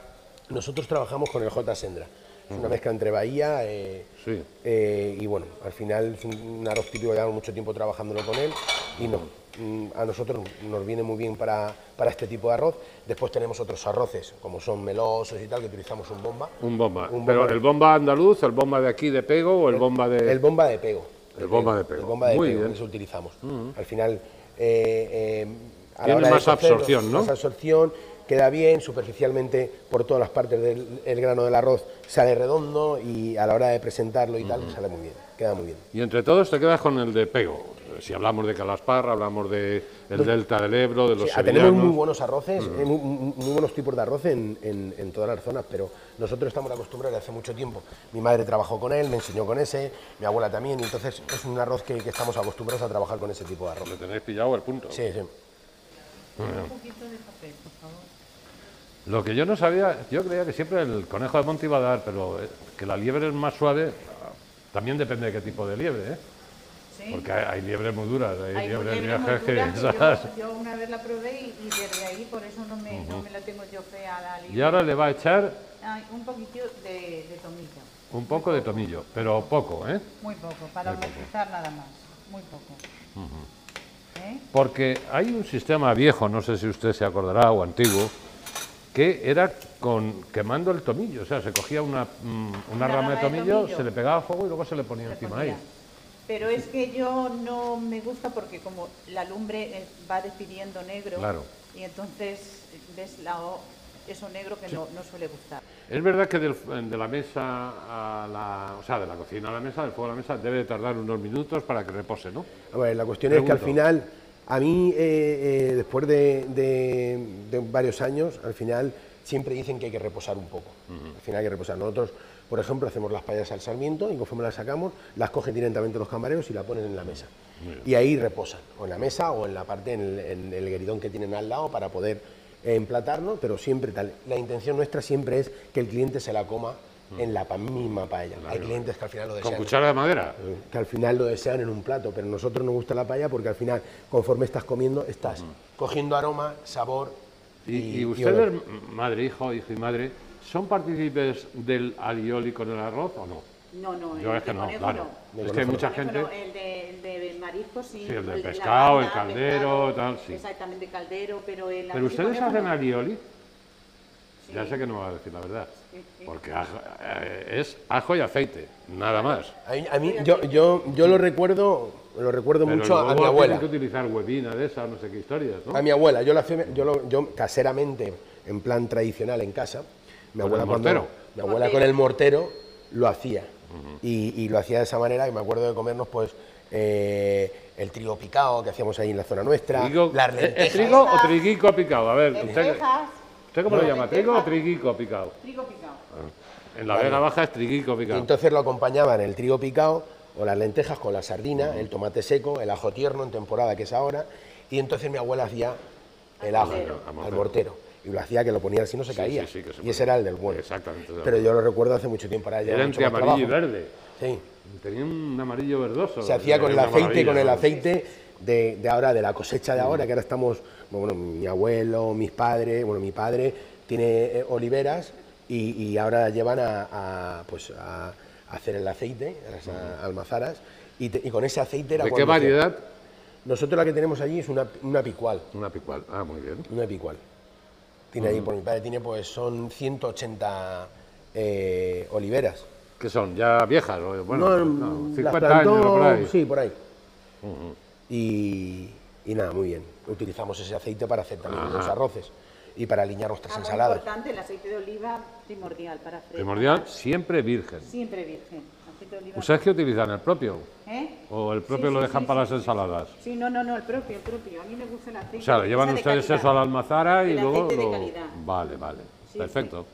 Speaker 13: Nosotros trabajamos con el J. Sendra. Es una mezcla entre Bahía eh,
Speaker 2: Sí.
Speaker 13: eh, y bueno, al final es un, un arroz típico, llevamos mucho tiempo trabajándolo con él y no, mm, a nosotros nos viene muy bien para, para este tipo de arroz. Después tenemos otros arroces, como son melosos y tal, que utilizamos un bomba.
Speaker 2: Un bomba.
Speaker 13: Un
Speaker 2: Pero
Speaker 13: bomba.
Speaker 2: el bomba andaluz, el bomba de aquí de pego o el, bomba de.
Speaker 13: El bomba de pego.
Speaker 2: El bomba de pego.
Speaker 13: El bomba de
Speaker 2: Muy
Speaker 13: pego,
Speaker 2: bien. Mm.
Speaker 13: eso utilizamos. Al final, eh, eh, a la
Speaker 2: Tiene
Speaker 13: hora de
Speaker 2: más
Speaker 13: cocerlo,
Speaker 2: absorción, ¿no?
Speaker 13: Más absorción, queda bien, superficialmente por todas las partes del el grano del arroz sale redondo y a la hora de presentarlo y tal, sale muy bien, queda muy bien.
Speaker 2: Y entre todos te quedas con el de pego. Si hablamos de Calasparra, hablamos de el
Speaker 13: Los-
Speaker 2: delta del Ebro, de los
Speaker 13: Sí, ah, tenemos muy
Speaker 2: sevillanos. Mm.
Speaker 13: buenos arroces, eh, muy, muy- muy buenos tipos de arroz en, en- en todas las zonas, pero nosotros estamos acostumbrados hace mucho tiempo. Mi madre trabajó con él, me enseñó con ese, mi abuela también, y entonces es un arroz que, que estamos acostumbrados a trabajar con ese tipo de arroz.
Speaker 2: Le tenéis pillado el punto.
Speaker 13: Sí, sí.
Speaker 2: Muy bien.
Speaker 4: Un poquito de papel, por favor.
Speaker 2: Lo que yo no sabía, yo creía que siempre el conejo de monte iba a dar, pero eh, que la liebre es más suave, ah, también depende de qué tipo de liebre, ¿eh?
Speaker 4: Sí.
Speaker 2: Porque hay, hay liebres muy duras, hay,
Speaker 4: Hay
Speaker 2: liebres
Speaker 4: culebras muy
Speaker 2: viejas que
Speaker 4: duras que
Speaker 2: esas.
Speaker 4: yo, yo una vez la probé y, y desde ahí por eso no me, no me la tengo yo fea a la
Speaker 2: Y
Speaker 4: liebre.
Speaker 2: ahora le va a echar
Speaker 4: Ay, un poquito de, de tomillo,
Speaker 2: un poco de tomillo, pero poco, ¿eh?
Speaker 4: muy poco, para
Speaker 2: Muy poco.
Speaker 4: amortizar nada más, muy poco. ¿eh?
Speaker 2: Porque hay un sistema viejo, no sé si usted se acordará o antiguo, que era con quemando el tomillo, o sea, se cogía una, mm, una rama de tomillo, se le pegaba fuego y luego se le ponía encima ahí.
Speaker 4: Pero es que yo no me gusta porque como la lumbre eh, va despidiendo negro
Speaker 2: Claro.
Speaker 4: y entonces ves la o- eso negro que no, no suele gustar.
Speaker 2: Es verdad que del- de la mesa a la, o sea, de la cocina a la mesa, del fuego a la mesa, debe de tardar unos minutos para que repose, ¿no?
Speaker 13: A ver, la cuestión es que al
Speaker 2: Pregunto.
Speaker 13: final, a mí, eh, eh, después de, de- de varios años, al final siempre dicen que hay que reposar un poco. Al final hay que reposar. Nosotros, por ejemplo, hacemos las payas al sarmiento y conforme las sacamos, las cogen directamente los camareros y la ponen en la mesa. Y ahí reposan, o en la mesa o en la parte, en el, en el gueridón que tienen al lado para poder eh, emplatarlo, pero siempre tal. La intención nuestra siempre es que el cliente se la coma en la pa- misma paella. Hay clientes que al final lo
Speaker 2: Con
Speaker 13: desean.
Speaker 2: cuchara de madera.
Speaker 13: Eh, que al final lo desean en un plato, pero a nosotros nos gusta la paella porque al final, conforme estás comiendo, estás cogiendo aroma, sabor
Speaker 2: Y, y
Speaker 13: y
Speaker 2: ustedes,
Speaker 13: olor.
Speaker 2: m- madre, hijo, hijo y madre, ¿son partícipes del alioli con el arroz o no?
Speaker 4: No, no,
Speaker 2: Yo
Speaker 4: el
Speaker 2: es que
Speaker 4: de
Speaker 2: no,
Speaker 4: conejo
Speaker 2: claro.
Speaker 13: no.
Speaker 2: Es que hay
Speaker 13: De
Speaker 2: mucha
Speaker 4: Bueno,
Speaker 2: gente.
Speaker 4: el, de, el de marisco sí.
Speaker 2: Sí, el de
Speaker 4: de la
Speaker 2: pescado, el
Speaker 4: banda,
Speaker 2: caldero, tal, sí.
Speaker 4: Exactamente, caldero, pero el...
Speaker 2: Pero ustedes
Speaker 4: conejo
Speaker 2: hacen
Speaker 4: no.
Speaker 2: alioli. Ya
Speaker 4: Sí.
Speaker 2: sé que no me va a decir la verdad.
Speaker 4: Sí, sí.
Speaker 2: Porque ajo- eh, es ajo y aceite, nada más.
Speaker 13: A mí, a mí- yo, yo, yo lo recuerdo, lo recuerdo
Speaker 2: Pero
Speaker 13: mucho a- a,
Speaker 2: luego
Speaker 13: mi abuela.
Speaker 2: Tienen que utilizar huevina de esa, no sé qué historias, ¿no?
Speaker 13: A mi abuela, yo, la, hacía- yo, lo- yo caseramente, en plan tradicional en casa, mi
Speaker 2: ¿Con
Speaker 13: abuela,
Speaker 2: el
Speaker 13: cuando-
Speaker 2: mortero?
Speaker 13: mi abuela con el mortero lo hacía. y, y lo hacía de esa manera, y me acuerdo de comernos pues eh, el trigo picado que hacíamos ahí en la zona nuestra,
Speaker 2: Trigo- eh,
Speaker 13: las
Speaker 2: ¿Es- ¿Es
Speaker 13: lentejas.
Speaker 2: trigo o triguico picado? A ver, usted,
Speaker 4: Lentejas,
Speaker 2: ¿usted cómo lo
Speaker 4: No,
Speaker 2: llama?
Speaker 4: lentejas.
Speaker 2: ¿Trigo o triguico picado?
Speaker 4: trigo picado.
Speaker 2: En la Vega Baja es triguico
Speaker 13: Y
Speaker 2: picado.
Speaker 13: entonces lo acompañaban el trigo picado o las lentejas con la sardina, el tomate seco, el ajo tierno en temporada que es ahora. Y entonces mi abuela hacía el ajo
Speaker 2: mortero. Al
Speaker 13: al
Speaker 2: mortero.
Speaker 13: mortero. Y lo hacía que lo ponía así, no se
Speaker 2: Sí,
Speaker 13: caía.
Speaker 2: sí, sí, que se
Speaker 13: y ese
Speaker 2: ponía.
Speaker 13: era el del bueno.
Speaker 2: Exactamente.
Speaker 13: Pero yo lo recuerdo hace mucho tiempo. Ahora ya
Speaker 2: Era
Speaker 13: mucho
Speaker 2: entre
Speaker 13: más
Speaker 2: amarillo y
Speaker 13: trabajo.
Speaker 2: verde.
Speaker 13: Sí.
Speaker 2: Tenía un amarillo verdoso.
Speaker 13: Se hacía con el
Speaker 2: Era una
Speaker 13: aceite, con el
Speaker 2: maravilla.
Speaker 13: aceite de, de ahora, de la cosecha de ahora, que ahora estamos, bueno, mi abuelo, mis padres, bueno, mi padre tiene eh, oliveras y, y ahora llevan a, a, pues, a hacer el aceite, a las a- almazaras, y, te- y con ese aceite era
Speaker 2: ¿De qué
Speaker 13: cuando hacía-
Speaker 2: variedad?
Speaker 13: Nosotros la que tenemos allí es una, una picual,
Speaker 2: Una picual. Ah, muy bien.
Speaker 13: una picual. Tiene ahí, por mi padre tiene pues son 180 eh, oliveras.
Speaker 2: ¿Qué son? ¿Ya viejas? O, Bueno, no,
Speaker 13: las
Speaker 2: 50
Speaker 13: plantó,
Speaker 2: años o por ahí.
Speaker 13: Sí, por ahí. Y, y nada, muy bien. Utilizamos ese aceite para hacer también
Speaker 2: Ajá.
Speaker 13: los arroces. y para aliñar nuestras
Speaker 4: Ah, muy
Speaker 13: ensaladas.
Speaker 4: importante, el aceite de oliva primordial para freír.
Speaker 2: Primordial, siempre virgen.
Speaker 4: Siempre virgen. Aceite de oliva.
Speaker 2: ¿Ustedes que utilizan? ¿El propio?
Speaker 4: ¿Eh?
Speaker 2: ¿O el propio
Speaker 4: Sí,
Speaker 2: lo
Speaker 4: sí,
Speaker 2: dejan
Speaker 4: sí,
Speaker 2: para
Speaker 4: sí.
Speaker 2: las ensaladas?
Speaker 4: Sí, no, no, no, el propio, el propio. A mí me gusta el aceite.
Speaker 2: O sea, lo
Speaker 4: que
Speaker 2: llevan
Speaker 4: sea de
Speaker 2: ustedes
Speaker 4: calidad.
Speaker 2: eso a la almazara y
Speaker 4: El
Speaker 2: luego
Speaker 4: aceite de
Speaker 2: lo-
Speaker 4: calidad.
Speaker 2: Vale, vale.
Speaker 4: Sí,
Speaker 2: Perfecto.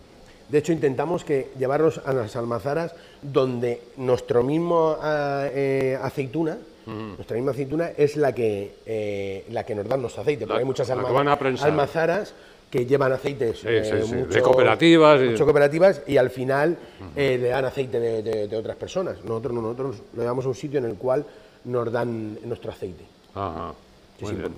Speaker 13: De hecho, intentamos que llevarlos a las almazaras donde nuestro mismo ah, eh, aceituna, nuestra misma aceituna es la que eh, la que nos dan los aceites.
Speaker 2: La-
Speaker 13: porque hay muchas
Speaker 2: la que
Speaker 13: alma-
Speaker 2: van a prensar.
Speaker 13: almazaras que llevan aceites eh,
Speaker 2: Sí, sí, sí, de
Speaker 13: mucho-
Speaker 2: cooperativas y-
Speaker 13: mucho cooperativas y al final eh, le dan aceite de, de- de otras personas. Nosotros no, nosotros lo llevamos a un sitio en el cual nos dan nuestro aceite.
Speaker 2: Ajá.
Speaker 13: Sí,
Speaker 2: Muy
Speaker 13: sí,
Speaker 2: bien.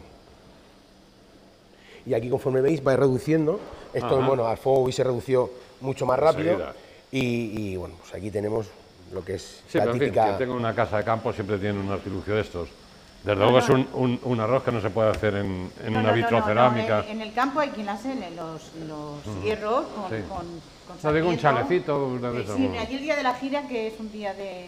Speaker 13: Y aquí, conforme veis, va reduciendo. Esto,
Speaker 2: Ajá.
Speaker 13: bueno, al fuego hubiese reducido mucho más rápido.
Speaker 2: Enseguida.
Speaker 13: Y, y, bueno, pues aquí tenemos lo que es
Speaker 2: Sí,
Speaker 13: la
Speaker 2: pero en fin,
Speaker 13: típica.
Speaker 2: quien tenga una casa de campo siempre tiene un artilugio de estos. Desde
Speaker 4: No,
Speaker 2: luego es
Speaker 4: no.
Speaker 2: un, un- un arroz que no se puede hacer en, en
Speaker 4: No,
Speaker 2: una
Speaker 4: no, no, no,
Speaker 2: vitrocerámica.
Speaker 4: no, en, en el campo hay quien las hele, los, los
Speaker 2: Ujú.
Speaker 4: hierros con,
Speaker 2: Sí.
Speaker 4: con, con
Speaker 2: No, digo un
Speaker 4: sarmiento.
Speaker 2: chalecito, una de
Speaker 4: Eh,
Speaker 2: esas,
Speaker 4: sí,
Speaker 2: bueno.
Speaker 4: allí el día de la gira, que es un día de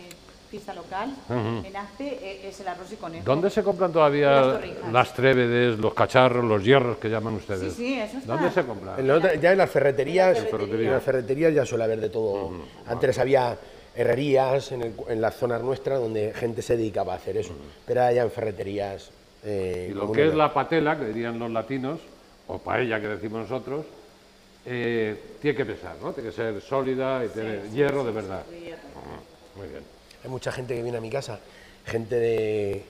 Speaker 4: fiesta local,
Speaker 2: Ujú.
Speaker 4: en Aspe, eh, es el arroz y conejo.
Speaker 2: ¿Dónde se compran
Speaker 4: Las
Speaker 2: todavía
Speaker 4: torrijas.
Speaker 2: las trévedes, los cacharros, los hierros que llaman ustedes?
Speaker 4: Sí, sí, eso está.
Speaker 2: ¿Dónde se compran?
Speaker 13: En la otra- ya en las ferreterías,
Speaker 2: En las ferreterías.
Speaker 13: en las ferreterías ya suele haber de todo. Antes había herrerías en, el cu- en las zonas nuestras donde gente se dedicaba a hacer eso. Pero ahora ya en ferreterías. eh,
Speaker 2: Y lo
Speaker 13: comunes.
Speaker 2: que es la patela, que dirían los latinos, o paella que decimos nosotros, eh, tiene que pesar, ¿no? Tiene que ser sólida y tener hierro de verdad. Ujú, Muy bien.
Speaker 13: Hay mucha gente que viene a mi casa, gente de,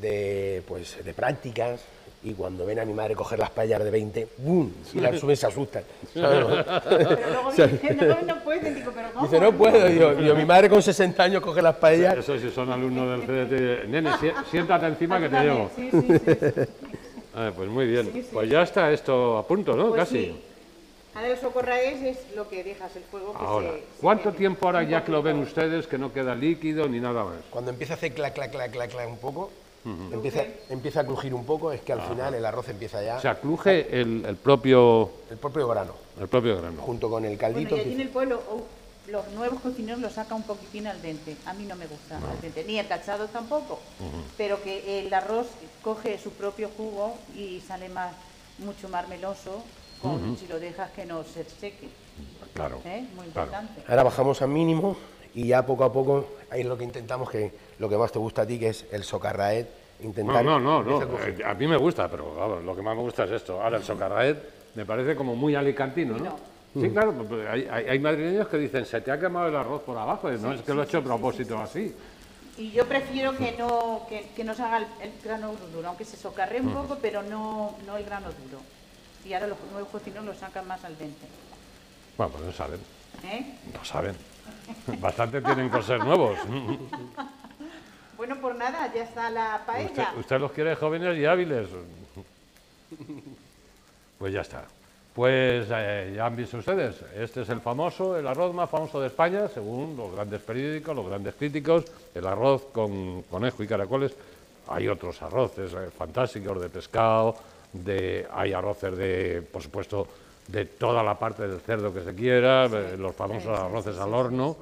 Speaker 13: de, pues, de prácticas, y cuando ven a mi madre coger las payas de 20, ¡bum! Y las suben se asustan. ¿sabes?
Speaker 4: Pero luego
Speaker 13: O sea,
Speaker 4: dicen, no, no pueden, digo, pero ¿cómo?
Speaker 13: Dice, no puedo. Y Yo, y yo, mi madre con 60 años coge las paellas.
Speaker 2: Eso si son alumnos del CDT. Nene, si- siéntate encima que te
Speaker 4: Ayúdame,
Speaker 2: llevo.
Speaker 4: sí, sí, sí,
Speaker 2: Ah, pues muy bien.
Speaker 4: Sí, sí.
Speaker 2: Pues ya está esto a punto, ¿no?
Speaker 4: Pues
Speaker 2: Casi.
Speaker 4: sí. pues Ahora el socorraes es lo que dejas el fuego que
Speaker 2: Ahora,
Speaker 4: se-
Speaker 2: ¿cuánto tiempo ahora ya que lo ven ustedes que no queda líquido ni nada más?
Speaker 13: Cuando empieza a hacer clac, clac, clac, clac, clac un poco, empieza, empieza a crujir un poco, es que al final el arroz empieza ya,
Speaker 2: O sea, cruje el, el propio,
Speaker 13: el propio grano,
Speaker 2: el propio grano.
Speaker 13: junto con el
Speaker 4: Bueno,
Speaker 13: caldito.
Speaker 4: y allí en
Speaker 13: empieza-
Speaker 4: el pueblo oh, los nuevos cocineros lo saca un poquitín al dente. A mí no me gusta al dente, ni el cachado tampoco. Pero que el arroz coge su propio jugo y sale más, mucho más meloso con, si lo dejas que no se seque.
Speaker 2: Claro.
Speaker 4: ¿eh? Muy
Speaker 2: claro.
Speaker 4: importante.
Speaker 13: Ahora bajamos a mínimo y ya poco a poco, ahí es lo que intentamos, que lo que más te gusta a ti, que es el socarraet,
Speaker 2: No,
Speaker 13: intentar...
Speaker 2: no, no, no.
Speaker 13: empieza a crujir.
Speaker 2: eh, A mí me gusta, pero vamos, lo que más me gusta es esto. Ahora el socarraet me parece como muy alicantino, ¿no? Sí, claro, porque hay, hay- hay madrileños que dicen, se te ha quemado el arroz por abajo, y no es que lo he hecho a propósito así.
Speaker 4: Y yo prefiero que no, que, que no se haga el, el grano duro, aunque se socarre un poco, pero no, no el grano duro. Y ahora los nuevos cocineros lo sacan más al dente.
Speaker 2: Bueno, pues no saben,
Speaker 4: ¿eh?
Speaker 2: no saben. Bastante tienen que ser nuevos.
Speaker 4: Bueno, por nada, ya está la
Speaker 2: Usted,
Speaker 4: paella.
Speaker 2: usted los quiere jóvenes y hábiles. Pues ya está. Pues eh, ya han visto ustedes, este es el famoso, el arroz más famoso de España, según los grandes periódicos, los grandes críticos, el arroz con conejo y caracoles. Hay otros arroces eh, fantásticos de pescado, de, hay arroces de, por supuesto, de toda la parte del cerdo que se quiera, eh, los famosos arroces al horno,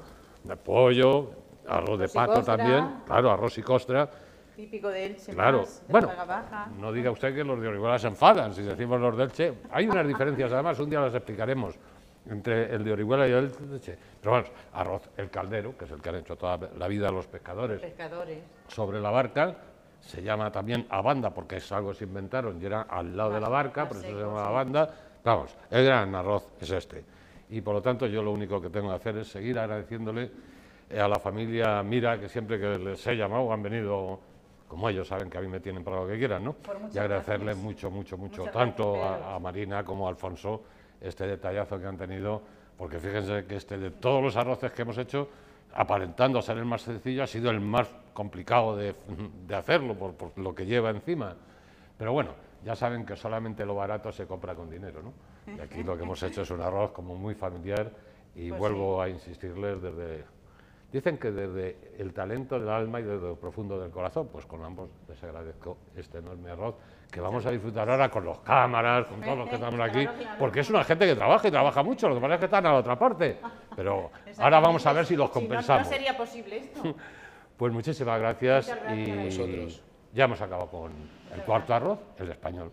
Speaker 2: de pollo, arroz de
Speaker 4: Arroz y
Speaker 2: pato
Speaker 4: costra.
Speaker 2: también, claro, arroz y costra.
Speaker 4: Típico de Elche,
Speaker 2: Claro,
Speaker 4: más, de
Speaker 2: bueno,
Speaker 4: la paga baja.
Speaker 2: no diga usted que los de Orihuela se enfadan si decimos los de Elche. Hay unas diferencias, además, un día las explicaremos entre el de Orihuela y el de Elche. Pero vamos, arroz, el caldero, que es el que han hecho toda la vida los pescadores
Speaker 4: Pescadores.
Speaker 2: sobre la barca, se llama también abanda porque es algo que se inventaron y era al lado de la barca, por eso se llama abanda. Vamos, el gran arroz es este. Y por lo tanto yo lo único que tengo que hacer es seguir agradeciéndole eh, a la familia Mira, que siempre que les he llamado han venido, como ellos saben que a mí me tienen para lo que quieran, ¿no? Y agradecerles mucho, mucho, mucho,
Speaker 4: Muchas
Speaker 2: tanto
Speaker 4: gracias,
Speaker 2: a-
Speaker 4: Pedro.
Speaker 2: a, Marina como a Alfonso este detallazo que han tenido, porque fíjense que este de todos los arroces que hemos hecho, aparentando ser el más sencillo, ha sido el más complicado de, de hacerlo por, por lo que lleva encima. Pero bueno, ya saben que solamente lo barato se compra con dinero, ¿no? Y aquí lo que hemos hecho es un arroz como muy familiar y
Speaker 4: Pues
Speaker 2: vuelvo a insistirles desde... Dicen que desde el talento del alma y desde lo profundo del corazón, pues con ambos les agradezco este enorme arroz que vamos a disfrutar ahora con los cámaras, con todos los que estamos aquí, porque es una gente que trabaja y trabaja mucho, lo que pasa es que están a la otra parte. Pero ahora vamos a ver si los
Speaker 4: no-
Speaker 2: compensamos.
Speaker 4: no, sería posible esto.
Speaker 2: Pues muchísimas gracias,
Speaker 4: Muchas gracias a
Speaker 2: y
Speaker 4: vosotros.
Speaker 2: ya hemos acabado con el cuarto arroz, el español.